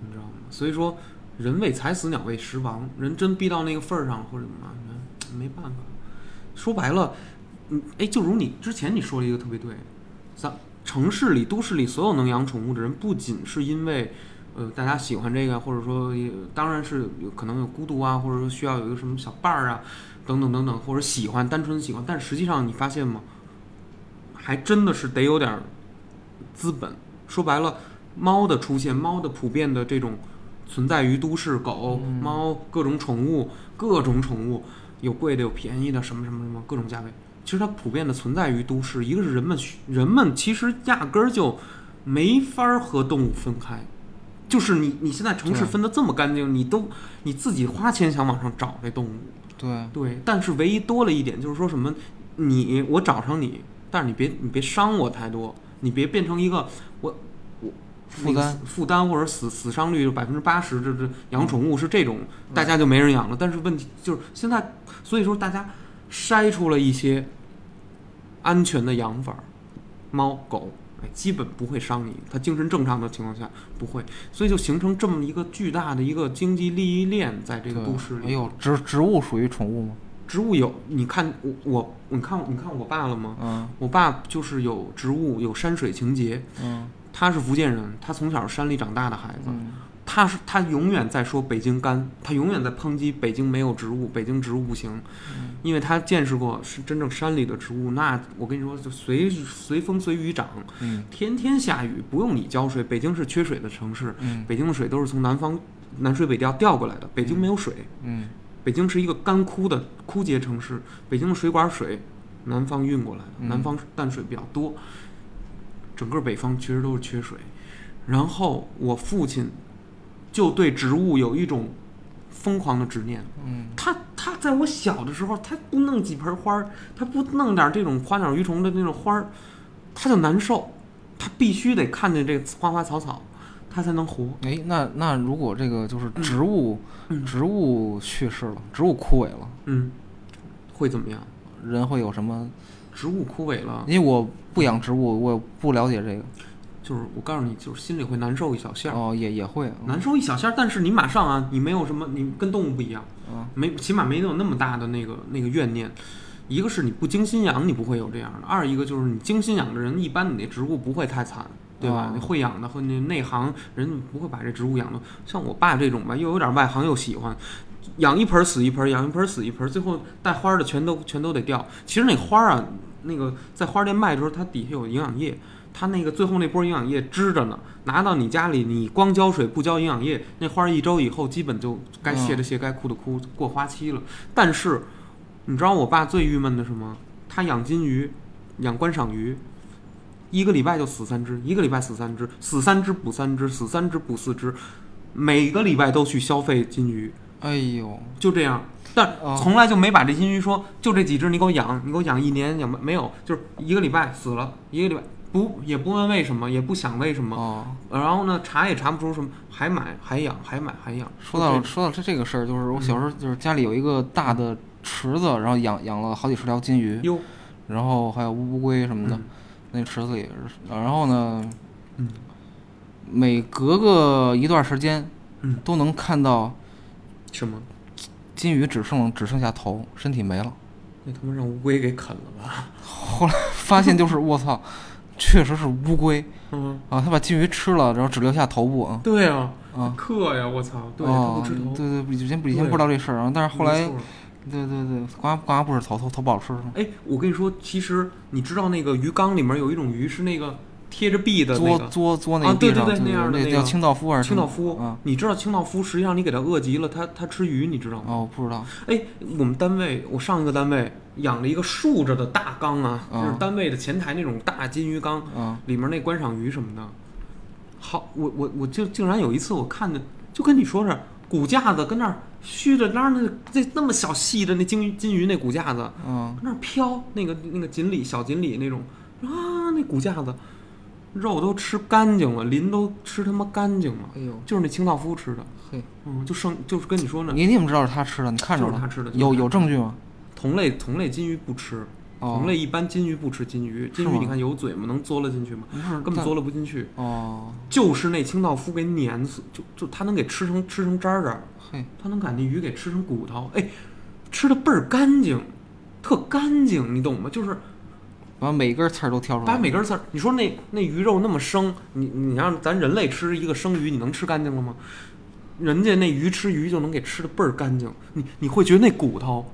[SPEAKER 1] 你知道吗？所以说，人为财死，鸟为食亡。人真逼到那个份儿上或者怎么着，没办法。说白了，嗯，哎，就如你之前你说了一个特别对，咱城市里、都市里所有能养宠物的人，不仅是因为。呃，大家喜欢这个，或者说也，当然是有可能有孤独啊，或者说需要有一个什么小伴儿啊，等等等等，或者喜欢单纯喜欢，但实际上你发现吗？还真的是得有点儿资本。说白了，猫的出现，猫的普遍的这种存在于都市，狗、
[SPEAKER 2] 嗯
[SPEAKER 1] 猫各种宠物，各种宠物有贵的有便宜的，什么什么什么各种价位。其实它普遍的存在于都市，一个是人们需人们其实压根儿就没法儿和动物分开，就是你你现在城市
[SPEAKER 2] 对
[SPEAKER 1] 分得这么干净，你都你自己花钱想往上找这动物，
[SPEAKER 2] 对，
[SPEAKER 1] 对，但是唯一多了一点就是说什么，你我找上你，但是你别你别伤我太多，你别变成一个我我
[SPEAKER 2] 负
[SPEAKER 1] 那个
[SPEAKER 2] 担
[SPEAKER 1] 死负担或者死死伤率百分之八十，这这养宠物是这种，
[SPEAKER 2] 嗯
[SPEAKER 1] 大家就没人养了。但是问题就是现在，所以说大家筛出了一些安全的养法儿，猫狗。哎，基本不会伤你，它精神正常的情况下不会，所以就形成这么一个巨大的一个经济利益链，在这个
[SPEAKER 2] 对
[SPEAKER 1] 都市里。
[SPEAKER 2] 哎呦，植植物属于宠物吗？
[SPEAKER 1] 植物有，你看我我你看你看我爸了吗？
[SPEAKER 2] 嗯
[SPEAKER 1] 我爸就是有植物有山水情结，
[SPEAKER 2] 嗯
[SPEAKER 1] 他是福建人，他从小是山里长大的孩子，
[SPEAKER 2] 嗯，
[SPEAKER 1] 他是他永远在说北京干，他永远在抨击北京没有植物，北京植物不行，因为他见识过是真正山里的植物，那我跟你说就随随风随雨长，
[SPEAKER 2] 嗯
[SPEAKER 1] 天天下雨，不用你浇水，北京是缺水的城市，
[SPEAKER 2] 嗯
[SPEAKER 1] 北京的水都是从南方南水北调调过来的，北京没有水。
[SPEAKER 2] 嗯
[SPEAKER 1] 北京是一个干枯的枯竭城市，北京的水管水，南方运过来的，
[SPEAKER 2] 嗯
[SPEAKER 1] 南方淡水比较多，整个北方其实都是缺水。然后我父亲就对植物有一种疯狂的执念，
[SPEAKER 2] 嗯
[SPEAKER 1] 他他在我小的时候，他不弄几盆花儿，他不弄点这种花鸟鱼虫的那种花儿，他就难受，他必须得看见这个花花草草，他才能活。
[SPEAKER 2] 哎，那那如果这个就是植物，
[SPEAKER 1] 嗯
[SPEAKER 2] 植物去世了，植物枯萎了，
[SPEAKER 1] 嗯，会怎么样？
[SPEAKER 2] 人会有什么？
[SPEAKER 1] 植物枯萎了，
[SPEAKER 2] 因为我不养植
[SPEAKER 1] 嗯
[SPEAKER 2] 物，我不了解这个，
[SPEAKER 1] 就是我告诉你，就是心里会难受一小下儿，
[SPEAKER 2] 哦，也也会，嗯
[SPEAKER 1] 难受一小下儿。但是你马上啊，你没有什么，你跟动物不一样，
[SPEAKER 2] 嗯
[SPEAKER 1] 没起码没有那么大的那个那个怨念。一个是你不精心养，你不会有这样的；二一个就是你精心养的人，一般你那植物不会太惨，对吧？
[SPEAKER 2] 哦
[SPEAKER 1] 你会养的和那内行人不会把这植物养的像我爸这种吧，又有点外行又喜欢，养一盆儿死一盆儿，养一盆儿死一盆儿，最后带花儿的全都全都得掉。其实那花儿啊，那个在花店卖的时候，它底下有营养液，它那个最后那波营养液支着呢，拿到你家里，你光浇水不浇营养液，那花儿一周以后基本就该谢的谢，该枯的枯，过花期了。但是你知道我爸最郁闷的是什么？他养金鱼，养观赏鱼。一个礼拜就死三只，一个礼拜死三只，死三只补三只，死三只补四只，每个礼拜都去消费金鱼，
[SPEAKER 2] 哎呦，
[SPEAKER 1] 就这样。但
[SPEAKER 2] 哦
[SPEAKER 1] 从来就没把这金鱼说，就这几只你给我养，你给我养一年养不没有，就是一个礼拜死了，一个礼拜不也不问为什么，也不想为什么，
[SPEAKER 2] 哦，
[SPEAKER 1] 然后呢查也查不出什么，还买还养还买还养。
[SPEAKER 2] 说到
[SPEAKER 1] 就
[SPEAKER 2] 说到这这个事儿，就是我小时
[SPEAKER 1] 嗯
[SPEAKER 2] 候就是家里有一个大的池子，然后养养了好几十条金
[SPEAKER 1] 这
[SPEAKER 2] 鱼，
[SPEAKER 1] 哟，
[SPEAKER 2] 然后还有乌乌龟什么的，
[SPEAKER 1] 嗯
[SPEAKER 2] 那池子里，然后呢，
[SPEAKER 1] 嗯
[SPEAKER 2] 每隔个一段时间
[SPEAKER 1] 嗯，
[SPEAKER 2] 都能看到
[SPEAKER 1] 什么？
[SPEAKER 2] 金鱼只剩只剩下头，身体没了。
[SPEAKER 1] 那他妈让乌龟给啃了吧？
[SPEAKER 2] 后来发现就是我操，确实是乌龟
[SPEAKER 1] 嗯，
[SPEAKER 2] 啊，它把金鱼吃了，然后只留下头部啊
[SPEAKER 1] 对啊，
[SPEAKER 2] 啊。
[SPEAKER 1] 克呀，我操，对，它
[SPEAKER 2] 哦
[SPEAKER 1] 不吃头，
[SPEAKER 2] 对对，以前以前
[SPEAKER 1] 对
[SPEAKER 2] 不知道这事儿，然后但是后来
[SPEAKER 1] 没错
[SPEAKER 2] 对对对，刚刚刚不是投投投保吃吗？
[SPEAKER 1] 哎，我跟你说，其实你知道那个鱼缸里面有一种鱼是那个贴着壁的那
[SPEAKER 2] 作
[SPEAKER 1] 个
[SPEAKER 2] 作作那
[SPEAKER 1] 啊
[SPEAKER 2] 个
[SPEAKER 1] 对
[SPEAKER 2] 地上，
[SPEAKER 1] 对对那样的
[SPEAKER 2] 那
[SPEAKER 1] 那
[SPEAKER 2] 叫
[SPEAKER 1] 个
[SPEAKER 2] 清道夫还是
[SPEAKER 1] 清道
[SPEAKER 2] 什么
[SPEAKER 1] 夫。
[SPEAKER 2] 啊？
[SPEAKER 1] 你知道清道夫，实际上你给它饿极了，它它吃鱼，你知道吗？
[SPEAKER 2] 哦，不知道，
[SPEAKER 1] 哎，我们单位，我上一个单位养了一个竖着的大缸啊，
[SPEAKER 2] 啊
[SPEAKER 1] 就是单位的前台那种大金鱼缸，
[SPEAKER 2] 嗯，
[SPEAKER 1] 里面那观赏鱼什么的。好，我我我就竟然有一次我看的，就跟你说是骨架子跟那儿虚着那儿那那那么小细的那金鱼金鱼那骨架子，
[SPEAKER 2] 嗯，
[SPEAKER 1] 那儿飘，那个那个锦鲤小锦鲤那种啊，那骨架子肉都吃干净了，鳞都吃他妈干净了，
[SPEAKER 2] 哎呦，
[SPEAKER 1] 就是那清道夫吃的，
[SPEAKER 2] 嘿，
[SPEAKER 1] 嗯，就剩就是跟你说呢，
[SPEAKER 2] 你你怎么知道是他吃的？你看着
[SPEAKER 1] 就是
[SPEAKER 2] 了？
[SPEAKER 1] 他吃的就是
[SPEAKER 2] 有
[SPEAKER 1] 他
[SPEAKER 2] 有证据吗？
[SPEAKER 1] 同类同类金鱼不吃，
[SPEAKER 2] 哦
[SPEAKER 1] 同，类一般金鱼不吃金鱼，金
[SPEAKER 2] 是
[SPEAKER 1] 鱼
[SPEAKER 2] 吗
[SPEAKER 1] 你看有嘴吗？能嘬了进去吗？
[SPEAKER 2] 不是
[SPEAKER 1] 根本
[SPEAKER 2] 但
[SPEAKER 1] 嘬了不进去，
[SPEAKER 2] 哦，
[SPEAKER 1] 就是那清道夫给碾死，就就他能给吃成吃成渣儿渣儿，
[SPEAKER 2] 嘿，
[SPEAKER 1] 他能把那鱼给吃成骨头，哎，吃的倍儿干净，特干净，你懂吗？就是。
[SPEAKER 2] 把每根刺儿都挑出来，
[SPEAKER 1] 把每根刺儿，你说那那鱼肉那么生，你你让咱人类吃一个生鱼，你能吃干净了吗？人家那鱼吃鱼就能给吃的倍儿干净，你你会觉得那骨头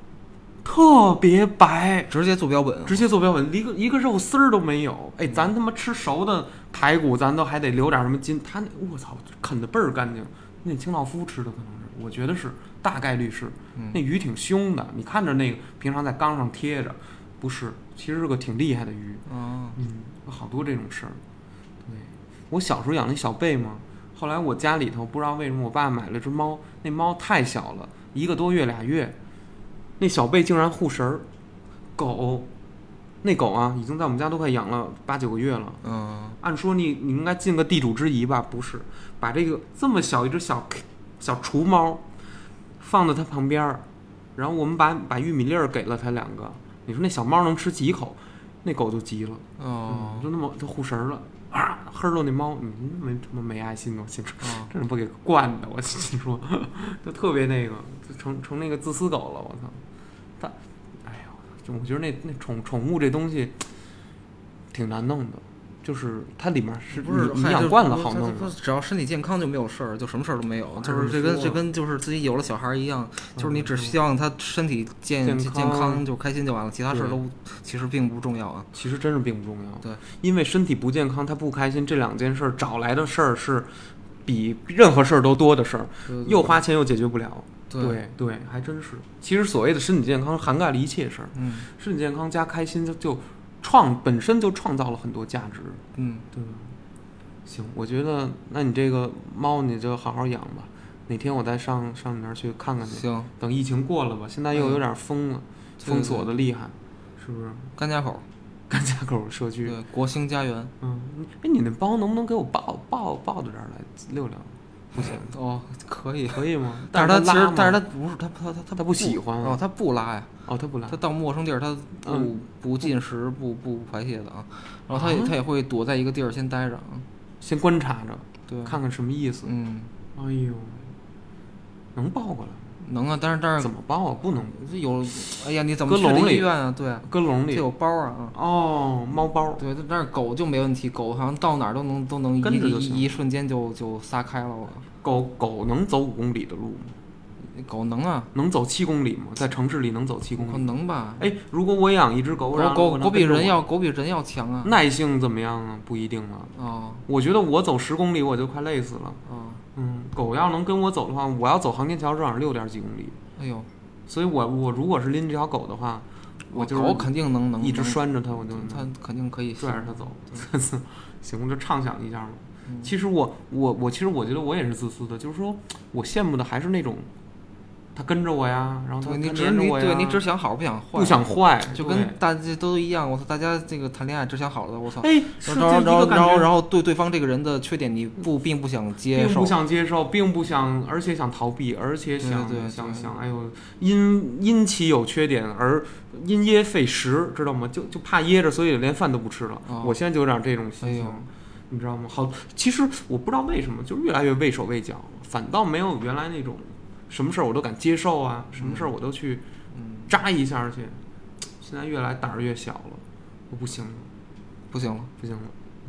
[SPEAKER 1] 特别白，
[SPEAKER 2] 直接做标本，
[SPEAKER 1] 直接做标本，一个一个肉丝儿都没有。哎，咱他妈吃熟的排骨，咱都还得留点什么筋，他那我操啃的倍儿干净。那清道夫吃的可能是，我觉得是大概率是。
[SPEAKER 2] 嗯
[SPEAKER 1] 那鱼挺凶的，你看着那个平常在缸上贴着，不是，其实是个挺厉害的鱼。
[SPEAKER 2] 嗯，
[SPEAKER 1] 嗯，好多这种事儿。对，我小时候养了一小贝嘛，后来我家里头不知道为什么，我爸买了只猫，那猫太小了，一个多月俩月，那小贝竟然护食儿。狗，那狗啊，已经在我们家都快养了八九个月了。
[SPEAKER 2] 嗯，
[SPEAKER 1] 按说你你应该尽个地主之谊吧？不是，把这个这么小一只小小厨猫放到它旁边儿，然后我们把把玉米粒儿给了它两个，你说那小猫能吃几口？那狗就急了。
[SPEAKER 2] 哦
[SPEAKER 1] 嗯，，就那么就护食儿了啊，黑着那猫，你没他妈没爱心呢，我心说，
[SPEAKER 2] 哦
[SPEAKER 1] 真是把给惯的，我心说， 就特别那个，就成成那个自私狗了，我操！但，哎呦，就我觉得那那宠宠物这东西挺难弄的，就是它里面是
[SPEAKER 2] 不是，
[SPEAKER 1] 你你
[SPEAKER 2] 嗨
[SPEAKER 1] 养
[SPEAKER 2] 就
[SPEAKER 1] 惯了
[SPEAKER 2] 不
[SPEAKER 1] 好
[SPEAKER 2] 他
[SPEAKER 1] 弄
[SPEAKER 2] 他
[SPEAKER 1] 的，
[SPEAKER 2] 只要身体健康就没有事儿，就什么事儿都没有。就是这
[SPEAKER 1] 说嗯
[SPEAKER 2] 跟这跟就是自己有了小孩儿一样，就是你只希望他身体健
[SPEAKER 1] 健
[SPEAKER 2] 健
[SPEAKER 1] 康
[SPEAKER 2] 康就开心就完了，其他事儿
[SPEAKER 1] 对
[SPEAKER 2] 都其实并不重要啊。
[SPEAKER 1] 其实真是并不重要。
[SPEAKER 2] 对，
[SPEAKER 1] 因为身体不健康，它不开心，这两件事儿找来的事儿是比任何事儿都多的事儿，又花钱又解决不了。
[SPEAKER 2] 对，
[SPEAKER 1] 对，还真是。其实所谓的身体健康涵盖了一切事儿，
[SPEAKER 2] 嗯
[SPEAKER 1] 身体健康加开心就就创本身就创造了很多价值，
[SPEAKER 2] 嗯，
[SPEAKER 1] 对吧？行，我觉得那你这个猫你就好好养吧，哪天我再上上你那儿去看看去。
[SPEAKER 2] 行，
[SPEAKER 1] 等疫情过了吧，现在又
[SPEAKER 2] 嗯
[SPEAKER 1] 有点封了，
[SPEAKER 2] 对
[SPEAKER 1] 封锁的厉害，是 不是？
[SPEAKER 2] 甘家口，
[SPEAKER 1] 甘家口社区，
[SPEAKER 2] 对，国兴家园。
[SPEAKER 1] 嗯，你哎，你那包能不能给我抱抱抱到这儿来遛遛？不 行，
[SPEAKER 2] 哦，可以。
[SPEAKER 1] 可以吗？
[SPEAKER 2] 但是他其
[SPEAKER 1] 拉
[SPEAKER 2] 实
[SPEAKER 1] 吗，
[SPEAKER 2] 但是他不是他他他
[SPEAKER 1] 他不喜欢
[SPEAKER 2] 哦，他不拉呀，
[SPEAKER 1] 哦，他不来
[SPEAKER 2] 他，到陌生地儿他不
[SPEAKER 1] 嗯
[SPEAKER 2] 不进食不不排泄的啊，然后
[SPEAKER 1] 啊
[SPEAKER 2] 他也他也会躲在一个地儿先待着啊，
[SPEAKER 1] 先观察着，
[SPEAKER 2] 对，
[SPEAKER 1] 看看什么意思。
[SPEAKER 2] 嗯，
[SPEAKER 1] 哎呦，能抱过来？
[SPEAKER 2] 能啊，但是但是
[SPEAKER 1] 怎么抱啊？不能，
[SPEAKER 2] 这有，哎呀，你怎么
[SPEAKER 1] 搁
[SPEAKER 2] 去
[SPEAKER 1] 笼
[SPEAKER 2] 的
[SPEAKER 1] 里
[SPEAKER 2] 医院啊？对啊，
[SPEAKER 1] 搁笼
[SPEAKER 2] 这
[SPEAKER 1] 里。
[SPEAKER 2] 有包啊，
[SPEAKER 1] 哦，猫包
[SPEAKER 2] 啊，对，但是狗就没问题，狗好像到哪儿都能都能
[SPEAKER 1] 跟着就行
[SPEAKER 2] 一一一瞬间就就撒开了我。
[SPEAKER 1] 狗狗能走五公里的路吗？
[SPEAKER 2] 狗能啊，
[SPEAKER 1] 能走七公里吗？在城市里能走七公
[SPEAKER 2] 狗
[SPEAKER 1] 里？
[SPEAKER 2] 能吧？
[SPEAKER 1] 哎，如果我养一只狗，然后
[SPEAKER 2] 狗狗
[SPEAKER 1] 我
[SPEAKER 2] 狗比
[SPEAKER 1] 跟着我
[SPEAKER 2] 人要狗比人要强啊。
[SPEAKER 1] 耐性怎么样啊？不一定啊。
[SPEAKER 2] 哦
[SPEAKER 1] 我觉得我走十公里我就快累死了。
[SPEAKER 2] 哦，
[SPEAKER 1] 嗯，狗要能跟我走的话，我要走航天桥正好六点几公里，
[SPEAKER 2] 哎呦，
[SPEAKER 1] 所以我我如果是拎这条狗的话，我就
[SPEAKER 2] 狗
[SPEAKER 1] 是
[SPEAKER 2] 肯定能能
[SPEAKER 1] 一直
[SPEAKER 2] 能
[SPEAKER 1] 拴着它，我就能啊
[SPEAKER 2] 它肯定可以
[SPEAKER 1] 拽着它走。
[SPEAKER 2] 对
[SPEAKER 1] 行，我就畅想一下嘛。
[SPEAKER 2] 嗯
[SPEAKER 1] 其实我我我其实我觉得我也是自私的，就是说我羡慕的还是那种，他跟着我呀，然后他
[SPEAKER 2] 对你
[SPEAKER 1] 他
[SPEAKER 2] 只
[SPEAKER 1] 黏着
[SPEAKER 2] 你
[SPEAKER 1] 我呀，
[SPEAKER 2] 对你只想好不想坏，
[SPEAKER 1] 不想坏，
[SPEAKER 2] 就
[SPEAKER 1] 对
[SPEAKER 2] 跟大家都一样。我操，大家这个谈恋爱只想好的，我操。
[SPEAKER 1] 哎，是这一
[SPEAKER 2] 然后然
[SPEAKER 1] 个
[SPEAKER 2] 后
[SPEAKER 1] 感
[SPEAKER 2] 然后
[SPEAKER 1] 觉，
[SPEAKER 2] 然后对对方这个人的缺点你不并不想接
[SPEAKER 1] 并
[SPEAKER 2] 受
[SPEAKER 1] 不，想接受，并不想，而且想逃避，而且想
[SPEAKER 2] 对对对
[SPEAKER 1] 想
[SPEAKER 2] 对
[SPEAKER 1] 想，哎呦，因因其有缺点而因噎废食，知道吗？就就怕噎着，所以连饭都不吃了。
[SPEAKER 2] 哦
[SPEAKER 1] 我现在就有点这种心情。
[SPEAKER 2] 哎呦
[SPEAKER 1] 你知道吗？好，其实我不知道为什么，就越来越畏手畏脚，反倒没有原来那种什么事儿我都敢接受啊，什么事儿我都去
[SPEAKER 2] 嗯，
[SPEAKER 1] 扎一下儿去。现在越来胆儿越小了，我不行了，
[SPEAKER 2] 不行了，
[SPEAKER 1] 不行了，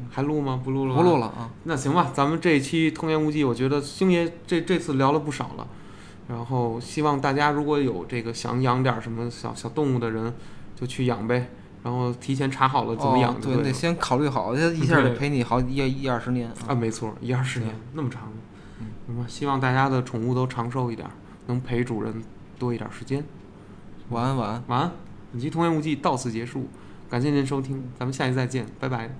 [SPEAKER 1] 还录吗？不录了，
[SPEAKER 2] 不录。了啊。
[SPEAKER 1] 那行吧，咱们这一期《通言无忌》，我觉得星爷这这次聊了不少了，然后希望大家如果有这个想养点什么小小动物的人，就去养呗。然后提前查好了怎么
[SPEAKER 2] 哦
[SPEAKER 1] 养就
[SPEAKER 2] 对，你
[SPEAKER 1] 了
[SPEAKER 2] 得先考虑好，他一下得
[SPEAKER 1] 对
[SPEAKER 2] 陪你好一一二十年
[SPEAKER 1] 啊，没错，一二十年那么长。
[SPEAKER 2] 嗯
[SPEAKER 1] 那么希望大家的宠物都长寿一点，能陪主人多一点时间。
[SPEAKER 2] 晚安，晚安。
[SPEAKER 1] 晚安，本期《童言无忌》到此结束，感谢您收听，咱们下期再见，拜拜。